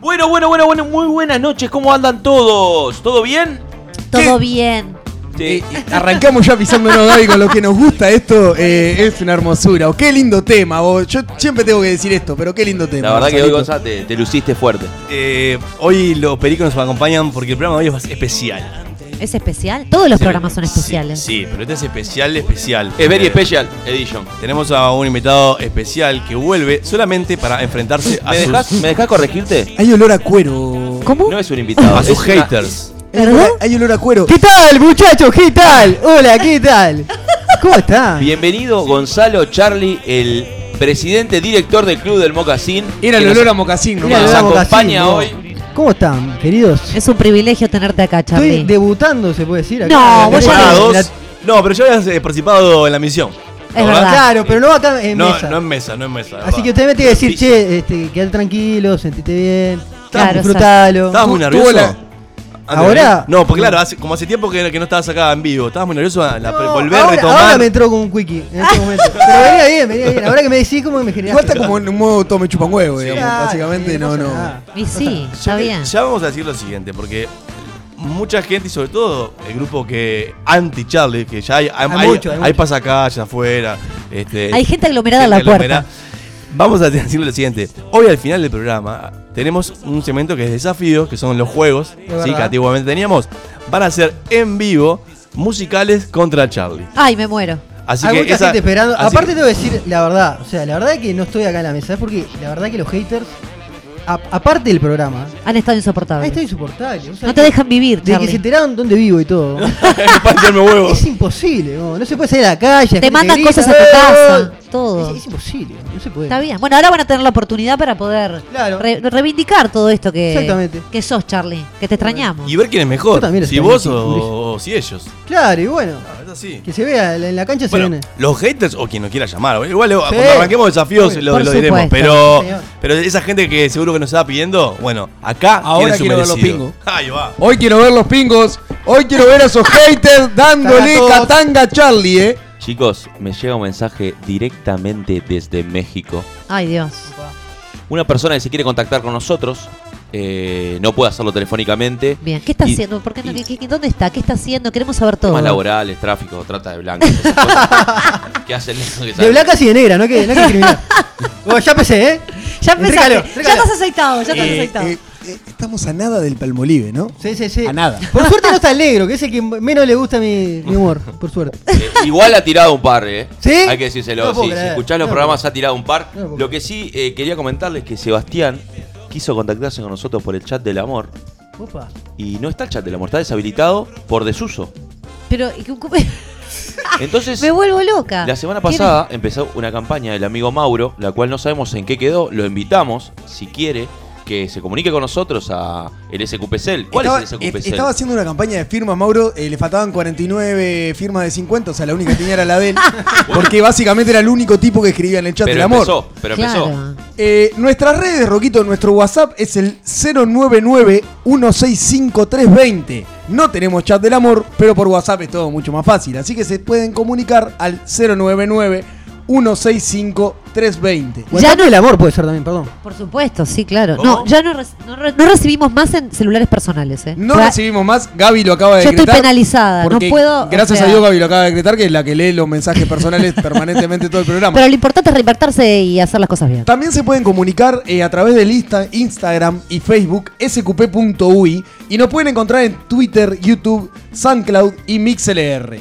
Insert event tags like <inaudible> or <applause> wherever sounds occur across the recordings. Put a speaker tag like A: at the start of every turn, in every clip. A: Bueno, bueno, bueno, bueno, muy buenas noches, ¿cómo andan todos? ¿Todo bien?
B: Todo bien.
A: Sí.
C: Eh, arrancamos ya pisándonos, Gaby, con lo que nos gusta esto. eh, es una hermosura. Oh, qué lindo tema. vos. Yo siempre tengo que decir esto, pero qué lindo tema.
A: La verdad que hoy,
C: Gonzalito.
A: Gonza, te, te luciste fuerte.
D: Eh, hoy los pericos nos acompañan porque el programa de hoy es especial.
B: ¿Es especial? Todos los programas son especiales.
D: Sí, pero este es especial, especial.
A: Es Very
D: Eh,
A: Special Edition.
D: Tenemos a un invitado especial que vuelve solamente para enfrentarse a
A: ¿Me dejas,
D: sus,
A: ¿Me dejás corregirte?
C: Hay olor a cuero.
B: ¿Cómo?
A: No es un
B: <laughs>
A: invitado.
D: a sus
A: es una-
D: haters.
C: Hay olor a- Hay olor a cuero.
E: ¿Qué tal, muchachos? ¿Qué tal? Hola, ¿qué tal? ¿Cómo
A: Ah.
E: están?
A: Bienvenido Gonzalo Charlie, el presidente director del Club del Mocasín.
C: Era el
A: que nos-
C: olor a mocasín
E: Era el
C: nomás.
A: nos
E: olor a mocasín,
A: acompaña
E: ¿no?
A: hoy.
E: ¿Cómo están, queridos?
B: Es un privilegio tenerte acá, Charlie.
E: Estoy debutando, se puede decir. Acá
B: No,
E: en la
B: vos ya
E: temporada.
D: Temporada dos.
E: La-
D: No, pero ya habías eh, participado en la misión.
B: Es
D: ¿no?
B: verdad.
E: Claro, pero no acá en
D: No,
E: mesa.
D: no en mesa, no en mesa.
E: Así
D: verdad.
E: que usted me tiene que decir, che, este, quedate tranquilo, sentite bien,
B: Claro,
E: disfrutalo.
D: ¿Estabas muy
C: Tuvo
D: nervioso?
C: la-
D: Antes de
E: ¿Ahora?
D: venir. No, porque claro, hace- como hace tiempo que, que no estabas acá en vivo. Estabas muy nervioso a la-
E: No,
D: volver a
E: ahora,
D: retomar.
E: ahora me entró con un quickie en
B: Ah.
E: este momento. Pero venía bien, venía bien. Ahora que me decís, como que me
C: Igual
E: generaste.
C: está como en un modo todo me chupan huevo, digamos.
E: Claro,
C: Básicamente,
E: sí,
C: no,
E: pasa
C: no.
E: nada.
B: Y sí, está bien.
D: Ya vamos a decir lo siguiente, porque mucha gente, y sobre todo el grupo que anti-Charlie, que ya hay, hay,
E: Hay mucho, hay mucho.
D: pasacalles afuera. Este,
B: Hay gente aglomerada en la
D: gente
B: puerta.
D: Vamos a decir lo siguiente. Hoy al final del programa tenemos un segmento que es desafíos, que son los juegos, ¿sí? que
E: verdad.
D: antiguamente teníamos. Van a ser en vivo musicales contra Charlie.
B: Ay, me muero.
D: Así
E: Hay
D: que
E: mucha
D: esa-
E: gente esperando.
D: así
E: Aparte
D: que-
E: tengo que decir la verdad. O sea, la verdad es que no estoy acá en la mesa. Es porque la verdad que los haters, a- aparte del programa,
B: Han estado
E: ahí
B: insoportables.
E: está insoportable. O sea,
B: No te dejan vivir,
E: Desde que se
B: Charlie.
E: enteraron dónde vivo
D: <laughs>
E: y todo.
D: para echarme huevo.
E: es imposible, no, no se puede salir a la calle. la
B: Te
E: gente
B: mandan
E: grita,
B: cosas a tu
E: ¡Eh!
B: casa. Todo.
E: Es, es imposible, no se puede.
B: Está bien. Bueno, ahora van a tener la oportunidad para poder
E: Claro.
B: re- reivindicar todo esto que,
E: Exactamente.
B: que sos, Charlie. Que te extrañamos.
D: Y ver quién es
E: Yo
D: mejor,
E: también
D: si
E: estoy
D: vos
E: en-
D: o, o si ellos.
E: Claro, y bueno,
D: Es así.
E: que se vea en la- en la cancha
C: <laughs>
E: se
D: Bueno,
E: viene.
D: los haters o quien nos quiera llamar. Igual eh,
E: Sí.
D: cuando arranquemos desafíos
E: Por
D: lo, lo diremos.
B: supuesto.
D: Pero,
E: Sí, señor.
D: pero esa gente que seguro que nos está pidiendo, bueno, acá tiene
C: Ahora
D: su
C: quiero ver los
D: merecido.
C: pingos.
D: <laughs> Ahí va.
C: Hoy quiero ver los pingos. Hoy quiero ver a esos haters dándole
E: Cagatos.
C: catanga a Charlie, eh.
A: Chicos, me llega un mensaje directamente desde México.
B: Ay, Dios.
A: Una persona que se quiere contactar con nosotros, eh, no puede hacerlo telefónicamente.
B: Bien. ¿Qué está
A: Y-
B: haciendo? ¿Por qué no-
A: y-
B: qué- qué- ¿Dónde está? ¿Qué está haciendo? Queremos saber todo.
A: Temas laborales, tráfico, trata de
B: <laughs>
A: blancos. esas cosas que hacen eso que
E: De
A: saben.
E: blancas y de negra, no hay que,
B: <laughs>
E: no hay que discriminar. Bueno, ya empecé, ¿eh?
B: Ya empezaste.
E: Entrégalo,
B: ya
E: entrégalo.
B: estás aceitado. Ya estás
C: Eh,
B: aceitado.
C: eh, eh, estamos a nada del Palmolive, ¿no?
E: Sí, sí, sí.
C: A nada.
E: Eh, Por suerte no está el negro, que es el que menos le gusta mi, mi humor, por suerte.
A: Eh, <laughs> igual ha tirado un par, ¿eh?
E: ¿Sí?
A: Hay que decírselo.
E: No puedo
A: sí, si
E: creer.
A: escuchás los
E: No
A: programas, ha tirado un par.
E: No puedo
A: Lo que
E: creer.
A: sí eh, quería comentarles que Sebastián quiso contactarse con nosotros por el chat del amor.
E: Opa.
A: Y no está el chat del amor, está deshabilitado por desuso.
B: Pero ¿y qué-
A: Entonces,
E: <laughs>
B: <laughs> me vuelvo
E: Ah,
B: loca.
A: la semana
B: ¿Quién es?
A: pasada empezó una campaña del amigo Mauro, la cual no sabemos en qué quedó. Lo invitamos, si quiere, que se comunique con nosotros a el SQPCEL. ¿Cuál
C: estaba,
A: es el
C: est-
A: SQPCEL?
C: estaba haciendo una campaña de firmas, Mauro. eh, le faltaban 49 firmas de 50, o sea, la única que tenía
A: <laughs>
C: era la de él. Porque básicamente era el único tipo que escribía en el chat
A: pero
C: del amor.
A: empezó, pero empezó.
B: Claro.
C: Eh, nuestras redes, Roquito, nuestro WhatsApp es el 099-165-320. No tenemos chat del amor, pero por WhatsApp es todo mucho más fácil. Así que se pueden comunicar al 099-165-320.
E: Ya no el amor puede ser también, perdón.
B: Por supuesto, sí, claro.
A: Oh.
D: ¿Cómo?
B: No, ya no, reci- no re- no recibimos más en celulares personales, ¿eh?
C: No
B: O sea,
C: recibimos más, Gaby lo acaba de
B: Yo estoy
C: decretar.
B: penalizada, no
C: porque
B: puedo, o
C: Gracias a
B: sea-
C: Dios, Gaby lo acaba de decretar, que es la que lee los mensajes
B: <laughs>
C: personales permanentemente todo el programa.
B: Pero lo importante es reinvertirse y hacer las cosas bien.
C: También se pueden comunicar eh, a través del Insta, Instagram y Facebook sqp.ui y nos pueden encontrar en Twitter, YouTube, SoundCloud y MixLR.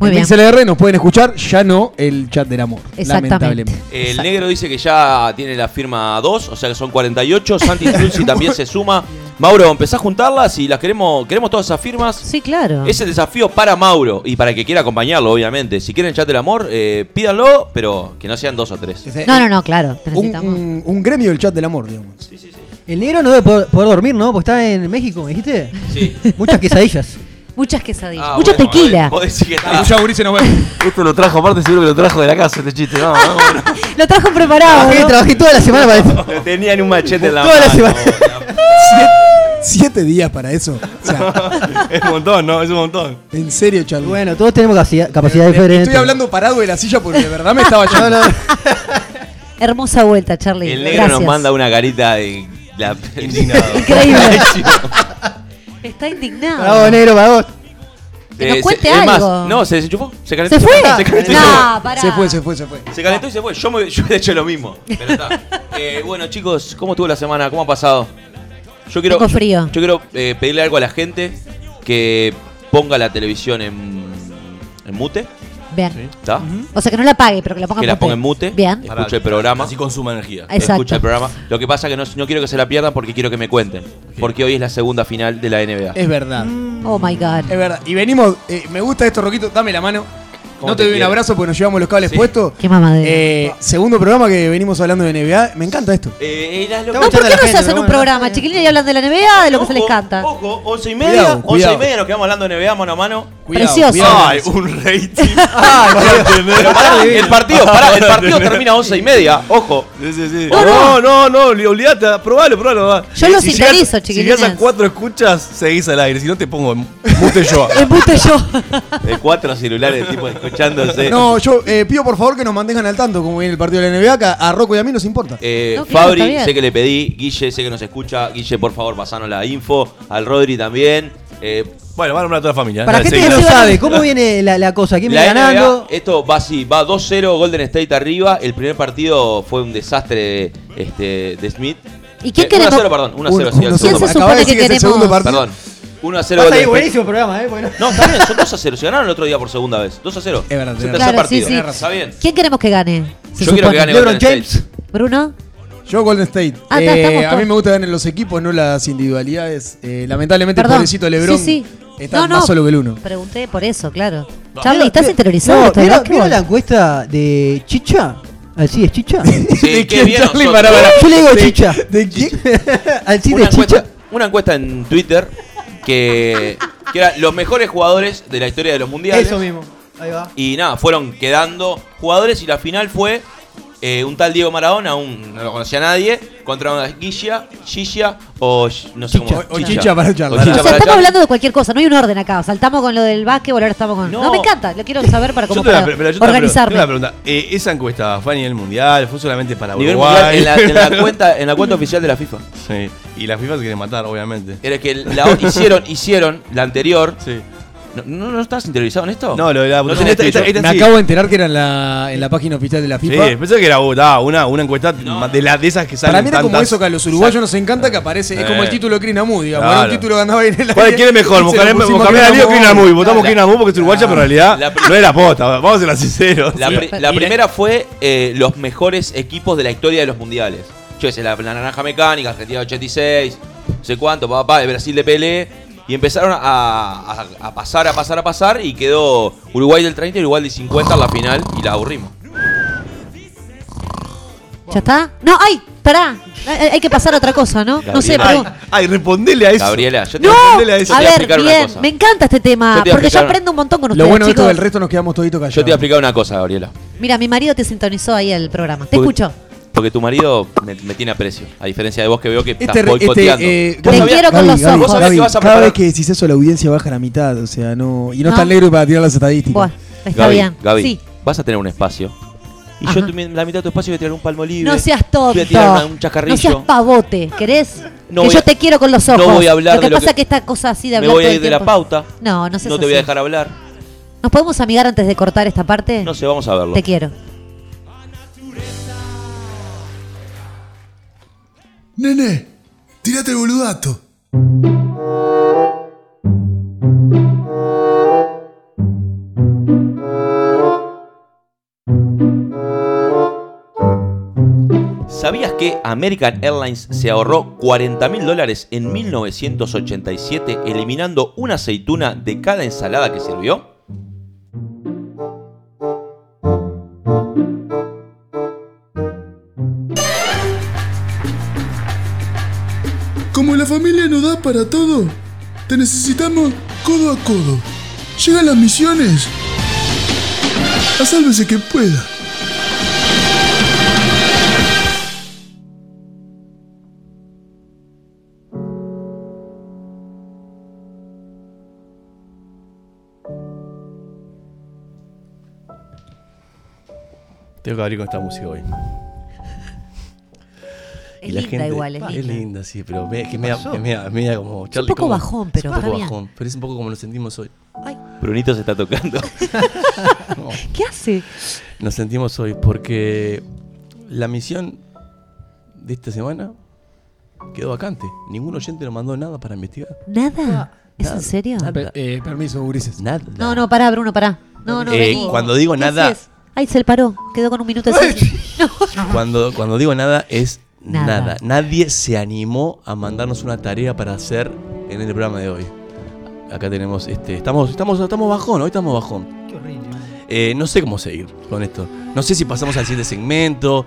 B: Muy
C: en
B: bien.
C: MixLR nos pueden escuchar, ya no el chat del amor.
B: Exactamente.
C: Lamentablemente.
A: El
B: Exacto.
A: negro dice que ya tiene la firma 2, o sea que son 48.
B: <laughs>
A: Santi Trulsi también se suma. Mauro, empezá a juntarlas y las queremos, queremos todas esas firmas.
B: Sí, claro.
A: Es el desafío para Mauro y para el que quiera acompañarlo, obviamente. Si quieren chat del amor, eh, pídanlo, pero que no sean dos o tres.
B: Eh, No, no, no, claro. te
C: Un,
B: necesitamos.
C: un- un gremio del chat del amor, digamos.
E: El negro no debe poder, poder dormir, ¿no? Porque está en México, ¿me dijiste?
A: Sí.
E: Muchas quesadillas.
B: Muchas quesadillas.
A: Ah,
B: Mucha
A: bueno,
B: tequila.
A: vos decís que está-
D: Esto Este lo trajo, aparte seguro que lo trajo de la casa este chiste. No, no, bueno.
B: Lo trajo preparado.
E: Porque
B: ¿no?
E: trabajé toda la semana para esto.
A: Lo tenía en un machete en la
E: Toda la
A: mano.
C: Siete, siete días para eso. O
E: <laughs>
C: sea,
D: <laughs> es un montón, ¿no? Es un montón.
C: en serio, Charlie. Eh,
E: Bueno, todos tenemos capacidad, capacidad diferente.
C: Estoy hablando parado de la silla porque de verdad me
E: <laughs>
C: estaba yendo.
B: Hermosa vuelta, Charlie.
A: El negro
B: Gracias. <laughs>
A: nos manda una carita de La... <laughs>
D: Indignado.
B: Increíble. Está indignado.
E: Bravo, negro, para vos.
B: Que
A: Eh,
B: nos cuente
A: se- es más,
B: algo.
A: no, se desenchufó, se calentó.
B: ¿Se fue?
A: <laughs> Se calentó y se fue.
B: no, pará.
C: Se fue, se fue, se fue.
B: <laughs>
A: Se calentó y se fue. Yo, me, yo he hecho lo mismo. Pero está. Eh, bueno, chicos, ¿cómo estuvo la semana? ¿Cómo ha pasado? Yo quiero,
B: Tengo frío.
A: Yo, quiero eh, pedirle algo a la gente que ponga la televisión en, en mute.
B: Bien.
A: ¿Está?
B: O sea, que no la pague, pero que la ponga
A: Que
B: en
A: la ponga en mute.
B: mute. Bien.
A: Escuche el programa.
D: Así consuma energía.
B: Ay. Exacto.
A: Escucha el programa. Lo que pasa es que no, no quiero que se la pierdan porque quiero que me cuenten. Porque hoy es la segunda final de la NBA.
C: Es verdad.
B: Oh my God.
C: Es verdad. Y venimos. eh, me gusta esto, Roquito. Dame la mano.
A: Como
C: No te
A: te
C: doy un
A: quiera.
C: abrazo porque nos llevamos los cables
A: Sí.
C: puestos.
B: Qué mamadera.
C: Eh, segundo programa que venimos hablando de NBA. Me encanta esto.
A: Eh, era lo
E: No,
A: que-
B: no, ¿por
E: escuchando a
B: qué
E: la
B: no se
E: gente,
B: hacen
E: pero
B: un
E: bueno.
B: programa? Chiquilines y hablan de la NBA, de lo que se les
A: Ojo,
B: canta.
A: Ojo, once y media,
C: Cuidado,
A: once
C: cuidado.
A: y media, nos quedamos hablando de NBA mano a mano.
C: Cuidado,
B: Precioso.
C: cuidado.
D: Ay, un rating.
A: Pero pará, el partido, pará, el partido termina a once y media, ojo.
D: Sí, sí, sí.
B: Oh,
D: no, no, no, li- olvidate, probalo, probalo. va.
B: Yo lo
D: llegas-
B: sintonizo, chiquilines.
D: Si llegas a cuatro escuchas, seguís al aire. Si no, te pongo en mute yo.
B: Embuste yo.
A: De cuatro celulares, tipo, escuchándose.
C: No, yo eh, pido por favor que nos mantengan al tanto como viene el partido de la NBA. que a Rocco y a mí nos importa.
A: Eh,
B: No, claro, está
A: Fabri,
B: bien.
A: sé que le pedí, Guille, sé que nos escucha. Guille, por favor, pasanos la info. Al Rodri también. Eh,
D: Bueno, va a nombrar a toda la familia.
E: Para
D: Dale,
E: gente que
D: seguí.
E: no
B: Seguimos.
E: sabe, ¿cómo viene la, la cosa? ¿Quién
A: la
E: viene ganando?
A: NBA, esto va así, va 2-0 Golden State arriba. El primer partido fue un desastre este, de Smith.
B: ¿Y quién
A: Eh,
B: queremos?
A: 1-0, perdón, 1-0.
C: Uno-
A: sí, el segundo
C: uno
B: se
A: partido.
B: supone
C: Acabá de
B: que
C: decir es el
B: queremos?
C: segundo partido.
A: Perdón. 1-0
E: Va a
A: Golden
E: salir
A: State.
E: buenísimo el programa, ¿eh? Bueno.
A: No, está bien, son 2 a 0. Se ganaron el otro día por segunda vez. 2 a 0.
C: Es verdad,
A: el
C: tenés
A: tercer
C: razón.
B: Claro, sí,
A: partido.
B: sí.
A: Está bien.
B: ¿Quién queremos que gane? Se
A: Yo quiero que
B: supone.
A: gane
E: LeBron
A: Golden State.
E: James.
B: Bruno.
C: Yo Golden State.
B: Ah, está,
C: Eh,
B: estamos
C: a mí
B: todos.
C: me gusta ganar los equipos, no las individualidades. Eh, lamentablemente
B: Perdón.
C: el pobrecito Lebron
B: Sí, sí.
C: está
B: No, no.
C: más solo que el uno.
B: Pregunté por eso, claro.
E: Mira,
B: Charlie, ¿estás
E: mira-
B: interiorizado?
E: no,
B: esto de
E: mira-
B: básquetbol?
E: mira la encuesta de Chicha? ¿Así
D: <laughs>
E: es Chicha?
A: Sí,
C: ¿De
A: qué
C: quién,
A: bien
C: Charlie?
A: nosotros.
C: Pará, pará.
E: Yo le digo
C: ¿De-
E: Chicha.
C: ¿De quién?
E: ¿Al sí
A: una,
E: de Chicha?
A: encuesta, una encuesta en Twitter que, que eran los mejores jugadores de la historia de los mundiales.
E: Eso mismo. Ahí va.
A: Y nada, fueron quedando jugadores y la final fue eh, un tal Diego Maradona, un, no lo conocía nadie, contra una Guilla, Gilla o sh- no sé
C: Chicha.
A: cómo.
C: O Chicha para charlar.
A: O
B: O
A: Chicha
B: sea,
A: para
B: estamos
A: charlar.
B: hablando de cualquier cosa, no hay un orden acá. Saltamos con lo del básquetbol, ahora estamos con.
A: No.
B: No, me encanta, lo quiero saber para cómo
D: Yo te la-
B: puedo
D: pero yo te la-
B: organizarme.
D: tengo una pregunta. Eh, esa encuesta fue a nivel mundial, fue solamente para
A: Nivel mundial,
D: Uruguay.
A: en, la,
D: <laughs>
A: en la cuenta, en la cuenta oficial de la FIFA.
D: Sí. Y la FIFA se quiere matar, obviamente.
A: Era que la, hicieron, hicieron la anterior.
D: Sí.
A: ¿No, no, no estás interiorizado en esto?
D: No, lo de la
A: No
D: no,
A: tenés
D: esta,
A: pecho.
D: esta- esta
C: Me
D: sí.
C: acabo de enterar que era en la, en la página oficial de la
D: Sí,
C: FIFA.
D: pensé que era ah, una, una encuesta ma- de, las de esas que salen
C: Para mí era como
D: tantas.
C: eso que a los uruguayos nos encanta que aparece. Es como el título de Crinamu,
D: Eh,
C: digamos.
D: Claro.
C: Era un título que andaba ahí en
D: <laughs>
C: el
D: ¿Cuál
C: aire,
D: quiere mejor?
C: y se lo
D: ¿Mohamed
C: pusimos
D: Mohamed Ali o
C: Crinamu.
D: Kinamu? Votamos
A: La-
D: Kinamu porque es uruguaya, pero en realidad <laughs>
A: La-
D: no era posta. Vamos a ser sinceros.
A: La, pri- la
B: Y la-
A: primera fue eh, los mejores equipos de la historia de los mundiales. Yo qué sé, la, la Naranja Mecánica, Argentina 86, no sé cuánto, papá, de Brasil de Pelé. Y empezaron a, a- a pasar, a pasar, a pasar. Y quedó Uruguay del 30 y Uruguay del 50 en la final. Y la aburrimos.
B: ¿Ya está? No, ay, pará. Hay, hay que pasar a otra cosa, ¿no? No sé,
A: Gabriela.
D: Ay,
B: pero.
D: ay, respondele a eso.
A: Gabriela, yo te
B: ¡No!
D: respondele
A: eso,
B: A
A: te voy a
B: ver,
A: explicar una
B: bien,
A: cosa.
B: me encanta este
A: Yo
B: tema,
A: te voy a
B: porque yo
A: explicar una-
B: aprendo un montón con ustedes,
C: Lo bueno de esto
B: chicos.
C: del resto nos quedamos toditos callados.
A: Yo te voy a explicar una cosa, Gabriela.
B: Mira, mi marido te sintonizó ahí el programa. Te
A: Porque-
B: escucho.
A: Porque tu marido me, me tiene aprecio. A diferencia de vos que veo que
C: Este,
A: estás boicoteando.
C: este, eh,
A: Vos
B: Te
A: sabías-
B: quiero con los
A: vos
B: ojos.
A: sabés que vas a
C: cada
A: preparar-
C: vez que decís eso la audiencia baja la mitad, o sea, no y no,
B: No.
C: está negro para tirar las estadísticas.
B: Bueno, está
A: Gaby,
B: bien.
A: Gaby,
B: Sí.
A: vas a tener un espacio. Y
B: Ajá.
A: yo tu- la mitad de tu espacio voy a tirar un palmo libre.
B: No seas tonto.
A: Voy a tirar una- un chascarrillo.
B: No seas pavote, ¿querés?
A: No
B: que
A: voy
B: yo
A: a-
B: te quiero con los ojos.
A: voy a hablar
B: Lo que
A: de lo
B: pasa
A: que-
B: es que esta cosa así de
A: Me
B: hablar
A: voy a
B: todo
A: ir
B: el
A: de la
B: tiempo-
A: pauta.
B: No, no seas
A: No te voy a
B: así.
A: dejar hablar.
B: ¿Nos podemos amigar antes de cortar esta parte?
A: No sé, vamos a verlo.
B: Te quiero.
F: Nene, tirate el boludato.
A: ¿Sabías que American Airlines se ahorró 40 mil dólares en 1987 eliminando una aceituna de cada ensalada que sirvió?
F: Como la familia no da para todo, te necesitamos codo a codo. Llegan las misiones. A sálvese que pueda.
D: Tengo que abrir con esta música hoy. Y
B: Es
D: la
B: linda
D: gente-
B: igual, es
A: Ah,
D: pa,
B: linda.
D: sí, pero me, que me, da- que me, da- me da como Charlie
B: poco
D: como-
B: bajón, pero
D: es un poco
B: está bien.
D: bajón, pero es un poco como lo sentimos hoy.
B: Ay,
A: Brunito se está
D: <laughs>
A: tocando.
B: ¿Qué hace?
D: Nos sentimos hoy porque la misión de esta semana quedó vacante. Ningún oyente nos mandó nada para investigar.
B: ¿Nada? ¿Es
D: nada,
B: en serio?
D: nada.
C: Eh, permiso, Ulises.
D: Nada.
B: No, no, pará, Bruno, pará. No, no,
D: Eh,
B: vení.
D: cuando digo
B: ¿Qué
D: nada-
B: haces? Ay, se le paró. Quedó con un minuto de silencio.
D: Cuando, cuando digo nada es nada.
B: Nada.
D: Nadie se animó a mandarnos una tarea para hacer en el programa de hoy. Acá tenemos este. Estamos, estamos, estamos bajón, hoy estamos bajón.
E: Qué horrible.
D: Eh, no sé cómo seguir con esto. No sé si pasamos al siguiente segmento.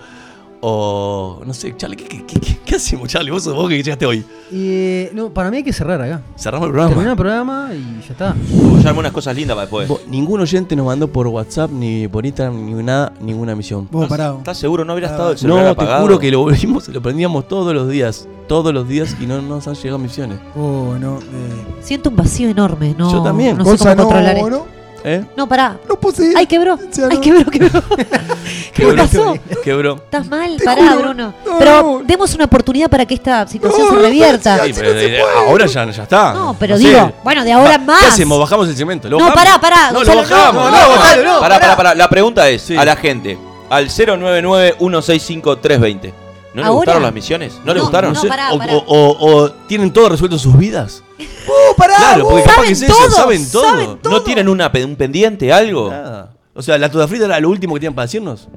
D: O. No sé, Charlie, ¿qué, qué- qué- qué- qué hacemos, Charlie? Vos sos vos que llegaste hoy.
E: Eh, no, para mí hay que cerrar acá.
D: Cerramos el
E: Termina
D: programa.
E: el programa y ya está.
A: Yo armé unas cosas lindas para después.
D: Bo- Ningún oyente nos mandó por WhatsApp, ni por Instagram, ni nada, ninguna misión.
C: Vos, pará.
A: ¿Estás seguro? ¿No hubiera
C: Ah,
A: estado el celular
D: No, te
A: apagado?
D: juro que lo volvimos, lo prendíamos todos los días. Todos los días y no nos han llegado misiones.
C: Oh, no. Eh.
B: Siento un vacío enorme, ¿no?
D: Yo también.
B: No sé
C: Gonza,
B: cómo controlar
C: no,
B: esto.
C: no, <laughs>
D: ¿Eh?
B: No, pará.
C: no posee.
B: Ay, quebró.
C: Ya
B: Ay,
C: no.
B: quebró, quebró. ¿Qué le pasó?
D: Quebró.
B: Estás mal,
C: Te
B: pará,
C: juro.
B: Bruno.
C: No,
B: Pero
C: no.
B: demos una oportunidad para que esta situación
C: No,
B: se
C: no,
B: revierta.
D: Sí, pero, eh, ahora ya, ya está.
B: No, pero
D: sé.
B: digo, bueno, de ahora en más.
D: ¿Qué hacemos? ¿Bajamos el cemento? ¿Lo
B: No,
D: bajamos?
B: pará, pará,
D: No, lo
B: Gonzalo,
D: bajamos.
B: no,
D: No,
B: no,
D: Gonzalo, no.
A: Pará, pará, pará. La pregunta es
D: Sí.
A: a la gente. Al 099-165-320. ¿No le
B: Ahora.
A: gustaron las misiones? ¿No, le
B: No,
A: gustaron?
B: no,
A: Sí.
B: pará,
D: o,
B: pará.
D: o- o- o tienen todo resuelto sus vidas.
C: Uh, pará,
D: claro, porque capaz
B: Saben
D: que es
B: todo,
D: eso, saben todo. Ah.
B: saben
A: ¿No tienen una, pe- un pendiente, algo?
D: Nada. O sea, la toda frita era lo último que tenían para decirnos.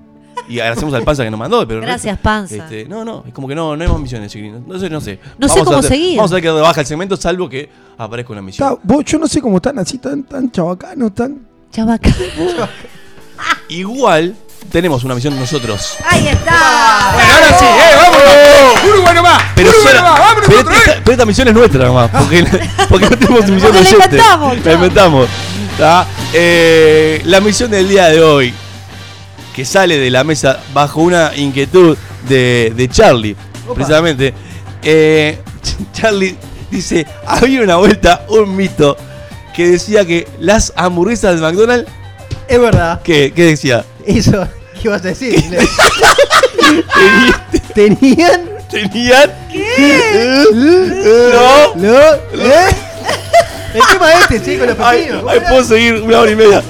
D: Y agradecemos al Panza que nos mandó, pero. el
B: Gracias,
D: resto,
B: Panza.
D: este, no, no, es como que no, no hay más misiones, chiquilines. No sé, no sé.
B: No sé
D: Vamos a
B: cómo
D: hacer-
B: seguir.
D: Vamos a ver que baja el cemento, salvo que aparezca una misión.
C: Está- vos, yo no sé cómo están así, tan, tan chabacanos, tan.
B: Chavaca.
C: <laughs>
D: Igual tenemos una misión nosotros.
B: Ahí está.
D: Bueno, ahora sí, ¡eh! ¡Vámonos!
C: ¡Uruguay nomás!
D: Pero,
C: ¡Uruguay
D: solo-
C: nomás! ¡Vámonos
D: pero
C: otra
D: esta, pero esta misión es nuestra
B: <laughs>
D: nomás, porque, porque no tenemos misión
B: Porque la
D: de oyente.
B: inventamos,
D: La
B: claro.
D: inventamos. ¿tá? Eh, la misión del día de hoy, que sale de la mesa bajo una inquietud de, de Charlie, precisamente. Eh, <laughs> Ch- Charlie dice, había una vuelta, un mito, que decía que las hamburguesas de McDonald's,
E: Es verdad.
D: ¿qué, qué decía?
E: Eso, ¿qué vas
D: <laughs>
E: a decir? Tenían.
D: Tenían... No.
E: ¿No? ¿Eh? El tema este, sí, con los
D: Ay,
E: pepinos.
D: ay, puedo seguir una hora y
C: <laughs>
D: media.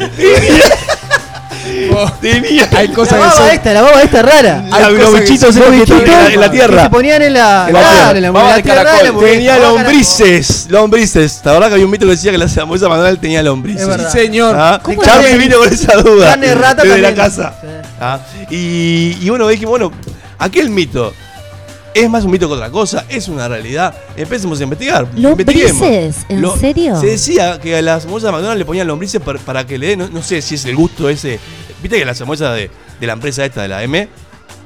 D: Tenía. este
C: Hay
E: La
C: cosas que
E: baba
C: son.
E: esta, la baba esta rara.
D: Hay
C: Hay
D: los
C: cosas que
D: bichitos esos que están en la- en la
E: Que
D: tierra.
E: se ponían en la.
D: En la
E: claro,
D: tierra.
E: en la
D: Vamos
E: en
D: al
E: la tierra,
D: caracol.
E: en la hamburguesa.
D: Tenía
E: Vamos al
D: lombrices. Lombrices. La verdad que había un mito que decía que la hamburguesa McDonald's tenía lombrices.
E: Es
C: Sí,
E: verdad.
C: señor.
D: Ah,
E: ¿Cómo
D: Charlie
E: es?
D: vino con esa duda.
E: Carne de rata
D: desde la
E: también.
D: casa.
E: Sí.
D: Ah, y, y bueno, dije, bueno, aquel mito. ¿Es más un mito que otra cosa? ¿Es una realidad? Empecemos a investigar.
B: ¿Lombrices?
D: investiguemos.
B: ¿En serio?
D: Se decía que a las hamburguesas de McDonald's le ponían lombrices par- para, que le den, no, no sé si es el gusto ese. Viste que las hamburguesas de, de la empresa esta, de la M,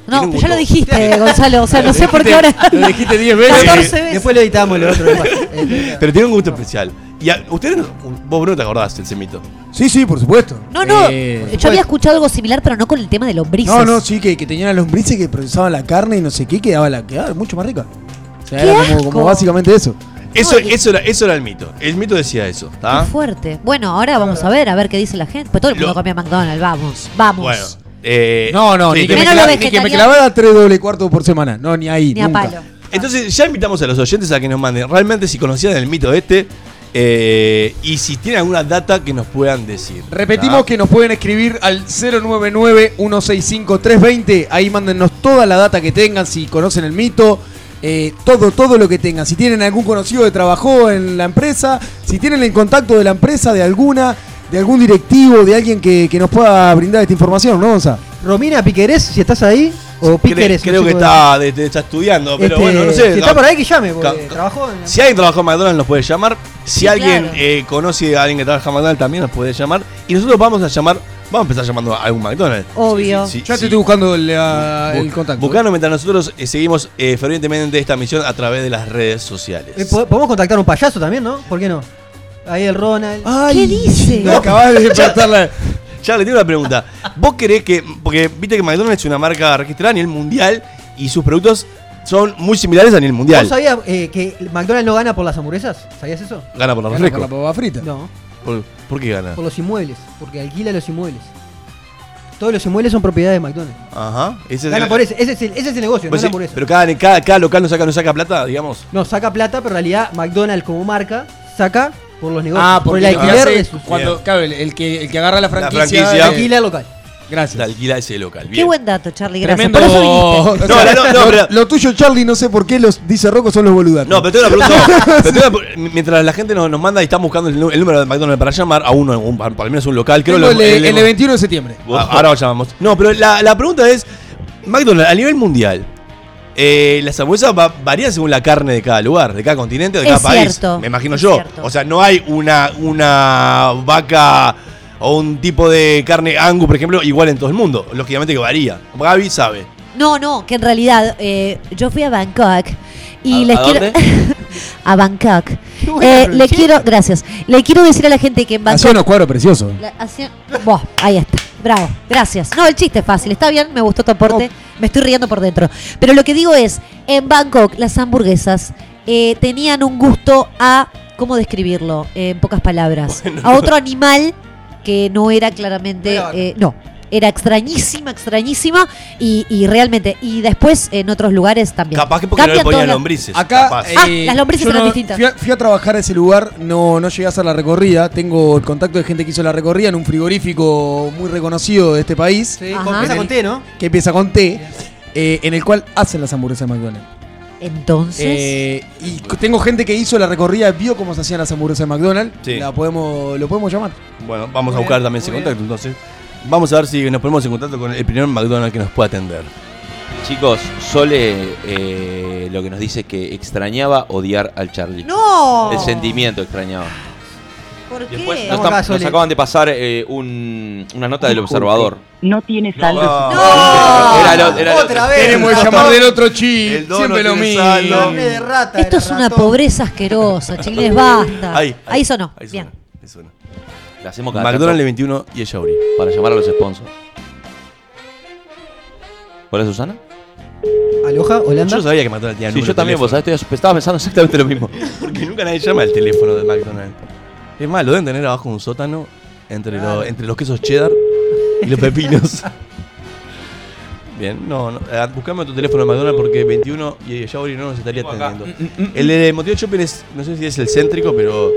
D: Tiene un
B: No, pues
D: gusto.
B: ya lo dijiste, Gonzalo. O sea, <laughs> no sé por qué ahora.
C: Lo dijiste 10
B: <laughs>
C: veces.
B: 14 veces.
E: Después lo editamos lo otro. no pasa. Eh,
D: <laughs> pero tiene un gusto especial. Y a- ustedes, no- vos Bruno te acordás de ese mito.
C: Sí, sí, por supuesto.
B: No, no.
C: Eh,
B: Yo había escuchado algo similar, pero no con el tema de lombrices.
C: No, no, sí, que, que tenían a lombrices que procesaban la carne y no sé qué, quedaba la quedaba mucho más rica. O sea,
B: ¡Qué
C: era como,
B: asco!
C: como básicamente eso.
D: Eso,
B: y-
D: eso, era, eso era el mito. El mito decía eso. ¿tá?
B: Qué fuerte. Bueno, ahora vamos a ver, a ver qué dice la gente. Pues todo el mundo
D: Lo-
B: come a McDonald's, vamos, vamos.
D: Bueno. eh,
C: No, no,
D: sí,
C: ni,
D: te
C: que me,
B: Menos
C: clava-
B: lo
C: ni que me
B: vegetariano.
C: clavara tres doble cuarto por semana. No, ni ahí.
B: Ni a
C: nunca.
B: palo.
D: Entonces ya invitamos a los oyentes a que nos manden realmente si conocían el mito este eh, y si tienen alguna data que nos puedan decir.
C: Repetimos
D: ¿tá?
C: que nos pueden escribir al 099-165-320. Ahí mándennos toda la data que tengan, si conocen el mito, eh, todo, todo lo que tengan. Si tienen algún conocido que trabajó en la empresa, si tienen el contacto de la empresa, de alguna, de algún directivo, de alguien que, que nos pueda brindar esta información, ¿no, Gonza?
E: Romina Piquerés, si estás ahí. O
D: Cre-
E: Piquerés. no
D: creo
E: sé
D: que
E: cómo-
D: está, de- de- está estudiando, pero
E: Este,
D: bueno, no sé.
E: Si
D: no.
E: está por ahí, que llame, porque
D: Ca- ca-
E: trabajó en la-
D: Si alguien trabajó en McDonald's nos puede llamar. Si
B: Sí,
D: alguien
B: claro.
D: eh, conoce a alguien que trabaja en McDonald's también nos puede llamar. Y nosotros vamos a llamar, vamos a empezar llamando a algún McDonald's.
B: Obvio.
D: Sí, sí,
C: Ya
D: sí.
C: te estoy buscando el, ah,
D: Bu-
C: el contacto.
D: Buscanos mientras nosotros eh, seguimos eh, fervientemente esta misión a través de las redes sociales.
E: Eh, po- Podemos contactar a un payaso también, ¿no? ¿Por qué no? Ahí el Ronald.
C: Ay,
B: ¿Qué dice?
C: me acabás
D: <laughs>
C: de despertar la-
D: Ya le tengo una pregunta. ¿Vos querés que.? Porque viste que McDonald's es una marca registrada a nivel mundial y sus productos son muy similares a nivel mundial.
E: ¿Vos sabías eh, que McDonald's no gana por las hamburguesas? ¿Sabías eso?
D: Gana por los Ah.
C: Gana por la
D: refrescos.
C: papa frita.
E: No,
D: ¿Por, por qué gana?
E: por los inmuebles, porque alquila los inmuebles. Todos los inmuebles son propiedad de McDonald's.
D: Ajá. Ese
E: Gana por eso. Ese es el, ese es el negocio, no
D: Vos
E: gana
D: decís,
E: por eso.
D: Pues Pero cada, cada, cada local no saca, no saca plata, digamos.
E: No, saca plata, pero en realidad McDonald's como marca saca por los negocios.
C: Ah,
E: por
C: porque
E: el
C: lo que
E: alquiler
C: hace
E: de
C: es
E: sus-
C: cuando,
D: Bien.
C: claro, el, el que, el que agarra la franquicia.
D: franquicia.
C: eh,
E: alquila local.
D: La
C: gracias.
D: alquila ese local.
B: Qué
D: bien.
B: buen dato, Charlie, gracias.
C: Tremendo.
B: Por eso viniste.
C: O
D: No,
C: sea,
D: no, no,
C: lo- <laughs>
D: pero-
C: Lo tuyo, Charlie, no sé por qué los dice Rocco son los boludos.
D: No, pero tengo una
C: <laughs>
D: pregunta. Pero tengo una- mientras la gente nos, nos manda y está buscando el, nu- el número de McDonald's para llamar a uno, un, para- por lo menos un local, creo
C: el,
D: lo-
C: el,
D: el-
C: 21 de septiembre.
D: Ah, Ahora lo llamamos. No, pero la, la pregunta es: McDonald's, a nivel mundial, eh, la hamburguesas va- varían según la carne de cada lugar, de cada continente, de
B: Es
D: cada país.
B: cierto,
D: me imagino
B: es
D: yo.
B: cierto.
D: O sea, no hay una, una vaca o un tipo de carne angu, por ejemplo, igual en todo el mundo. Lógicamente que varía. Gaby sabe.
B: No, no, que en realidad eh, yo fui a Bangkok y
A: ¿A-
B: les
A: a
B: quiero <laughs> a Bangkok.
E: Qué buena
B: Eh, le
E: pronunciación.
B: quiero, gracias. Le quiero decir a la gente que en
C: Hacía
B: Bangkok
C: unos cuadros preciosos.
B: La- así- Buah, ahí está. Bravo, gracias. No, el chiste es fácil, está bien, me gustó tu aporte, me estoy riendo por dentro. Pero lo que digo es, en Bangkok las hamburguesas eh, tenían un gusto a, ¿cómo describirlo? Eh, en pocas palabras, a otro animal que no era claramente,
E: Bueno.
B: eh, no, era extrañísima, extrañísima y, y realmente, y después en otros lugares también.
D: Capaz que porque no
B: Cambian
D: le ponían
B: todas las-
D: lombrices.
C: Acá.
D: capaz.
B: Ah, las lombrices
C: yo
B: eran
C: no-
B: distintas.
C: Fui a, fui a trabajar a ese lugar, no, no llegué a hacer la recorrida. Tengo el contacto de gente que hizo la recorrida en un frigorífico muy reconocido de este país.
E: Sí,
B: Ajá.
E: con-
B: En
E: esa
B: el-
E: conté, ¿no?
C: Que empieza con T. eh, en el cual hacen las hamburguesas de McDonald's.
B: Entonces...
C: Eh, y c- tengo gente que hizo la recorrida, vio camos se hacían las hamburguesas de McDonald's.
D: Sí.
C: La podemos, lo podemos llamar.
D: Bueno, vamos a
E: Muy
D: buscar
E: bien,
D: también ese
E: muy
D: contacto. Entonces, vamos a ver si nos ponemos en contacto con el primer McDonald's que nos pueda atender.
A: Chicos, Sole eh, lo que nos dice es que extrañaba odiar al Charlie.
B: no.
A: El sentimiento extrañaba.
B: ¿Por qué?
A: Después nos,
E: Eh, Vamos
A: acá-
E: acá, Sole.
A: nos acaban de pasar eh, un- una nota del observador.
G: No tiene saldo.
B: No.
A: Era lo- era lo-
E: Ah, Otra vez.
C: otro chip.
D: El dono siempre lo tiene mismo. saldo.
E: Nombre de rata,
B: Esto
E: el
B: es una
E: ratón.
D: <laughs>
B: pobreza asquerosa, chiles, basta. Ahí, sonó.
D: Ahí
B: Bien.
D: suena, ahí suena.
A: La hacemos cada
D: McDonald's
A: tanto
D: 21 y el Yauri.
A: para llamar a los sponsors. ¿Hola Susana?
E: Aloja, Holanda.
D: Yo sabía que McDonald's tenía
A: Sí,
D: número
A: yo
D: de
A: también, vos
D: teléfono.
A: sabés, estoy- estaba pensando exactamente lo mismo.
D: Porque nunca nadie llama el teléfono de McDonald's. Es más, lo deben tener abajo en un sótano entre, los, entre los quesos cheddar y los <laughs> pepinos. Bien, no, no. eh, Buscame otro teléfono de McDonald's porque 21 y Yauri no nos estaría atendiendo.
A: Mm,
D: El de Motivo Shopping es, no sé si es el céntrico, pero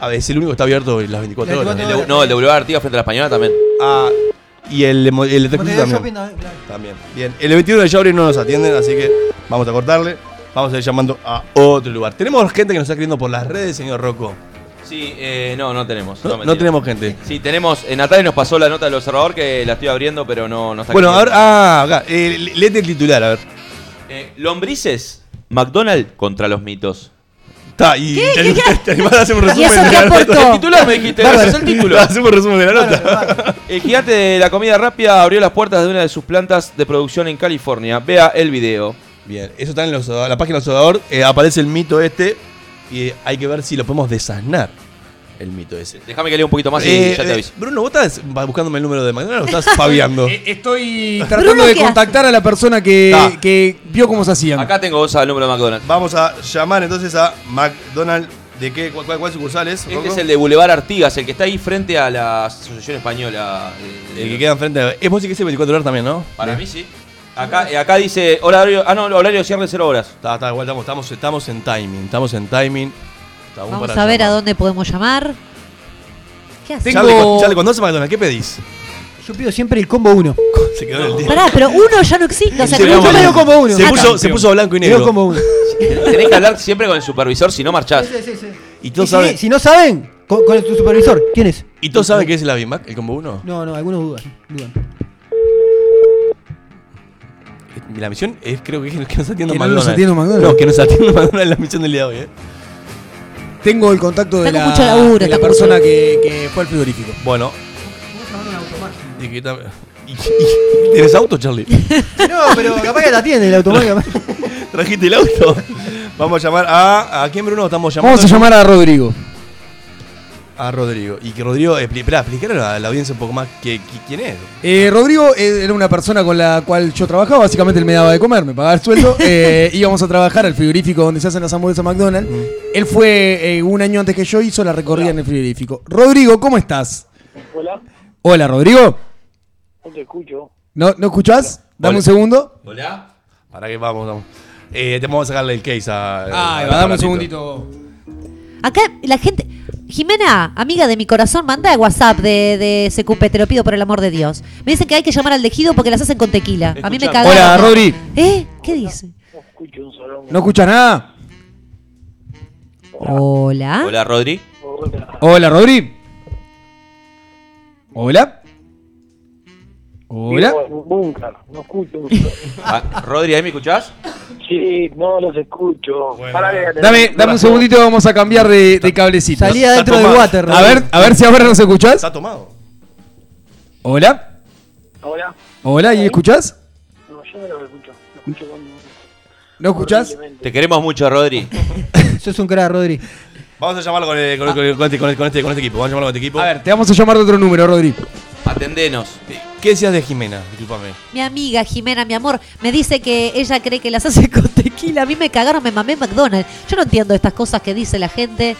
D: a ver, es el único que está abierto las 24 horas.
E: 24
A: El de- no, el de Boulevard Artigas frente a la española también.
D: Ah, y el de, Mo- el de Tecnoclub
E: Montevideo
D: también.
E: Shopping, no, eh, claro.
D: También. Bien. El 21 de Yauri no nos atienden, así que vamos a cortarle. Vamos a ir llamando a otro lugar. Tenemos gente que nos está escribiendo por las redes, señor Rocco.
A: Sí, eh, no, no tenemos.
D: No, no
A: mentira.
D: tenemos gente.
A: Sí, tenemos. eh, Natalia nos pasó la nota del observador que la estoy abriendo, pero no, no está
D: Bueno,
A: aquí.
D: ahora. Ah, acá. Eh, le- léete el titular, a ver.
A: Eh, lombrices, McDonald's contra los mitos.
D: Está, y te, te- te animás a hacer un
B: ¿Y
D: resumen
B: eso
D: de
B: qué
D: la nota.
A: El
B: aportó?
A: titular me dijiste, gracias
D: <laughs>
A: al título.
D: Hacemos un resumen de la nota.
A: El gigante de la comida rápida abrió las puertas de una de sus plantas de producción en California. Vea el video.
D: Bien, eso está en los- la página del Observador. eh, aparece el mito este. Y hay que ver si lo podemos desasnar. El mito ese.
A: Déjame que lea un poquito más y
D: Eh,
A: ya te
D: eh,
A: aviso.
D: Bruno, ¿vos estás buscándome el número de McDonald's o estás
C: <laughs>
D: paviando?
C: Eh, Estoy
B: Bruno,
C: tratando de
B: ¿qué hace?
C: contactar a la persona que,
D: Ta.
C: que vio cómo se hacían.
A: Acá tengo vos el número de McDonald's.
D: Vamos a llamar entonces a McDonald's. ¿De qué? ¿Cuál, cuál, cuál sucursal es?
A: Este es el de Boulevard Artigas, el que está ahí frente a la Asociación Española. eh, de- de-
D: El que queda enfrente. Es vos sí que es 24 horas también, ¿no?
A: Para mí sí. Acá, eh, acá dice horario. Ah, no, horario de cierre de 0 horas.
D: Está, está, igual estamos, estamos, estamos en timing. Estamos en timing. Está aún
B: Vamos
D: para
B: a ver a
D: llamar.
B: dónde podemos llamar. ¿Qué haces?
D: Charlie,
C: Tengo-
D: cu- Charlie, cuando hace McDonald's, ¿qué pedís?
E: Yo pido siempre el combo 1.
D: Se quedó en el día.
B: Pará, pero uno ya no existe. O
D: Se
B: sea, tenemos
D: puso-
B: que-
E: medio como uno.
D: Se
B: Ah,
D: puso, se puso blanco y negro.
E: Pido combo 1.
A: <laughs> Tenés que hablar siempre con el supervisor si no marchás.
D: Y todos
E: si,
D: saben-
E: si no saben, con, con tu supervisor, ¿quién es?
D: ¿Y todos saben qué es la Big Mac? ¿El combo 1?
E: No, no, algunos dudan.
D: <laughs>
E: dudan.
D: Eh, La misión es, creo que, que nos atienda
C: Que no
D: McDonald's.
C: nos atienda McDonald's.
D: No, que nos atienda McDonald's es la misión del día de hoy, ¿eh?
C: Tengo el contacto de
B: Tengo
C: la,
B: mucho laburo,
C: de la
B: tengo
C: persona que, que fue al frigorífico.
D: Bueno. Y que tam- y- y- ¿Tienes auto,
C: <laughs>
D: Charlie?
E: No, pero capaz que te atiende el automóvil.
D: ¿Trajiste el auto? Vamos a llamar a. ¿A quién, Bruno? Estamos llamando.
C: Vamos a llamar a Rodrigo.
D: a Rodrigo. Y que Rodrigo, eh, expli- esperá, explicar a la audiencia un poco más que, que- quién es.
C: Eh, Rodrigo eh, era una persona con la cual yo trabajaba, básicamente él me daba de comer, me pagaba el sueldo,
B: <laughs>
C: eh, íbamos a trabajar al frigorífico donde se hacen las hamburguesas McDonald's.
B: Mm.
C: Él fue eh, un año antes que yo, hizo la recorrida en el frigorífico. Rodrigo, ¿cómo estás? Hola. Hola, Rodrigo.
G: No te escucho.
C: ¿No, ¿No escuchás? Dame
D: Hola.
C: un segundo.
A: ¿Hola?
D: Para que vamos, vamos. Eh, te vamos a sacarle el case a.
C: Ah,
D: al
C: dame un
D: aparatito.
C: segundito.
B: Acá la gente. Jimena, amiga de mi corazón, manda el WhatsApp de, de CQP, te lo pido por el amor de Dios. Me dicen que hay que llamar al tejido porque las hacen con tequila. A mí me
A: Escuchame.
B: cagaron.
C: Hola, Rodri.
B: ¿Eh? ¿Qué dice?
G: No escucho un salón.
C: ¿No escuchás nada? ¿Ah?
B: Hola.
A: Hola, Rodri.
G: Hola.
C: Hola, Rodri. Hola. Hola.
G: Vivo en un búnker. No escucho
C: <laughs>
G: un salón.
A: Ah, Rodri, ¿ahí me escuchás?
G: Sí, no los escucho. Pará que voy a tener
C: Dame, dame un segundito, vamos a cambiar de, de cablecito.
E: Salí adentro del
D: tomado.
E: water.
C: A ver, a ver si ahora nos escuchás.
D: Está tomado.
C: Hola.
G: Hola.
C: Hola, ¿y escuchás?
G: No, yo no los escucho. Lo escucho con...
C: ¿No escuchás?
A: Te queremos mucho, Rodri.
E: Sos un crack, Rodri.
D: Vamos a llamarlo con, el- con, el- con el- con este, con, el- con este, con este equipo. Vamos a llamarlo con este equipo.
C: A ver, te vamos a llamar de otro número, Rodri.
A: Atendenos.
D: Eh, ¿Qué decías de Jimena? Disculpame.
B: Mi amiga Jimena, mi amor, me dice que ella cree que las hace <laughs> con tequila. A mí me cagaron, me mamé en McDonald's. Yo no entiendo estas cosas que dice la gente.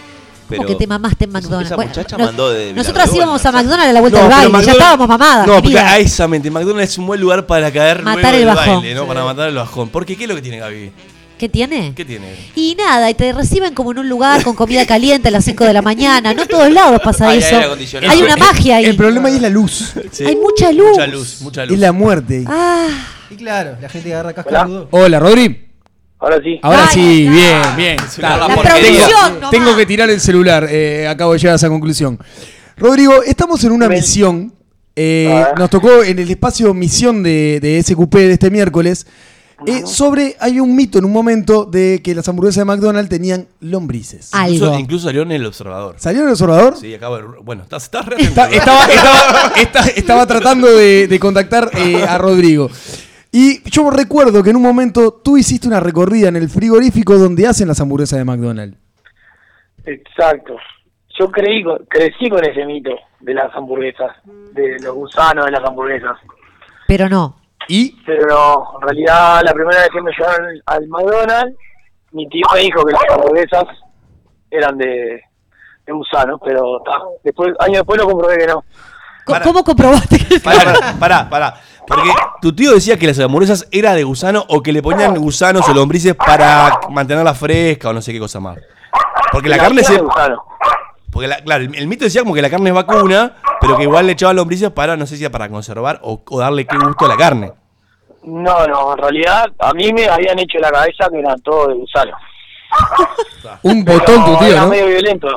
B: Como
A: Pero
B: que te mamaste en
A: esa-
B: McDonald's.
A: esa muchacha
B: nos-
A: mandó de
B: nosotras
A: Villarreal,
B: íbamos a
A: ¿no?
B: McDonald's a la vuelta
D: No,
B: del
D: pero
B: baile, ya
D: McDonald's-
B: estábamos mamadas.
D: No, porque
B: querida.
D: ah, exactamente. McDonald's es un buen lugar para caer
B: Matar
D: luego
B: el
D: del
B: bajón.
D: baile, ¿no? Para matar el bajón. Porque ¿qué es lo que tiene Gaby?
B: ¿Qué tiene?
D: ¿Qué tiene?
B: Y nada, y te reciben como en un lugar con comida caliente a las 5 de la mañana. No en todos lados pasa
A: Hay aire
B: eso.
A: acondicionado.
B: Hay una
A: El-
B: magia ahí.
C: El problema ahí es la luz.
D: Sí.
B: Hay mucha luz.
D: Mucha luz, mucha luz.
C: Es la muerte.
B: Ah,
E: Y claro, la gente agarra cascarudo.
C: Hola, Rodri.
G: Ahora sí.
C: Ahora
B: Ay,
C: sí,
B: está.
C: bien, bien.
A: La
C: Está.
B: la
A: porquería.
B: producción.
C: Tengo,
B: nomás.
C: tengo que tirar el celular. eh, acabo de llegar a esa conclusión. Rodrigo, estamos en una
G: Ven.
C: misión. eh,
G: A ver.
C: nos tocó en el espacio misión de, de SQP de este miércoles. eh, sobre, hay un mito en un momento de que las hamburguesas de McDonald's tenían lombrices.
B: Algo.
D: Incluso, incluso salió en el observador.
C: ¿Salió en el observador?
D: Sí, acabo de. Bueno, estás, estás re.
C: Está-
D: <laughs>
C: estaba, estaba- esta- estaba tratando de, de contactar eh, a Rodrigo. Y yo recuerdo que en un momento tú hiciste una recorrida en el frigorífico donde hacen las hamburguesas de McDonald's.
G: Exacto. Yo creí, con- crecí con ese mito de las hamburguesas, de los gusanos de las hamburguesas.
B: Pero no.
C: Y
G: Pero no, en realidad la primera vez que me llevaron al McDonald's, mi tío me dijo que las hamburguesas eran de, de gusanos, pero ta, después años después lo comprobé que no.
B: Co-
D: Para.
B: ¿Cómo comprobaste que
D: Pará, pará, pará, pará. Porque tu tío decía que las hamburguesas era de gusano o que le ponían gusanos o lombrices para mantenerla fresca o no sé qué cosa más. Porque la
G: Y
D: carne
G: hacía
D: se.
G: de gusano.
D: Porque la- claro, el, el mito decía como que la carne es vacuna, pero que igual le echaban lombrices para, no sé si era para conservar o, o darle qué gusto a la carne.
G: No, no, en realidad a mí me habían hecho la cabeza que eran todos de gusano.
C: un botón
G: Pero
C: tu tío,
G: era
C: ¿no?
G: medio
C: <laughs>
G: violento.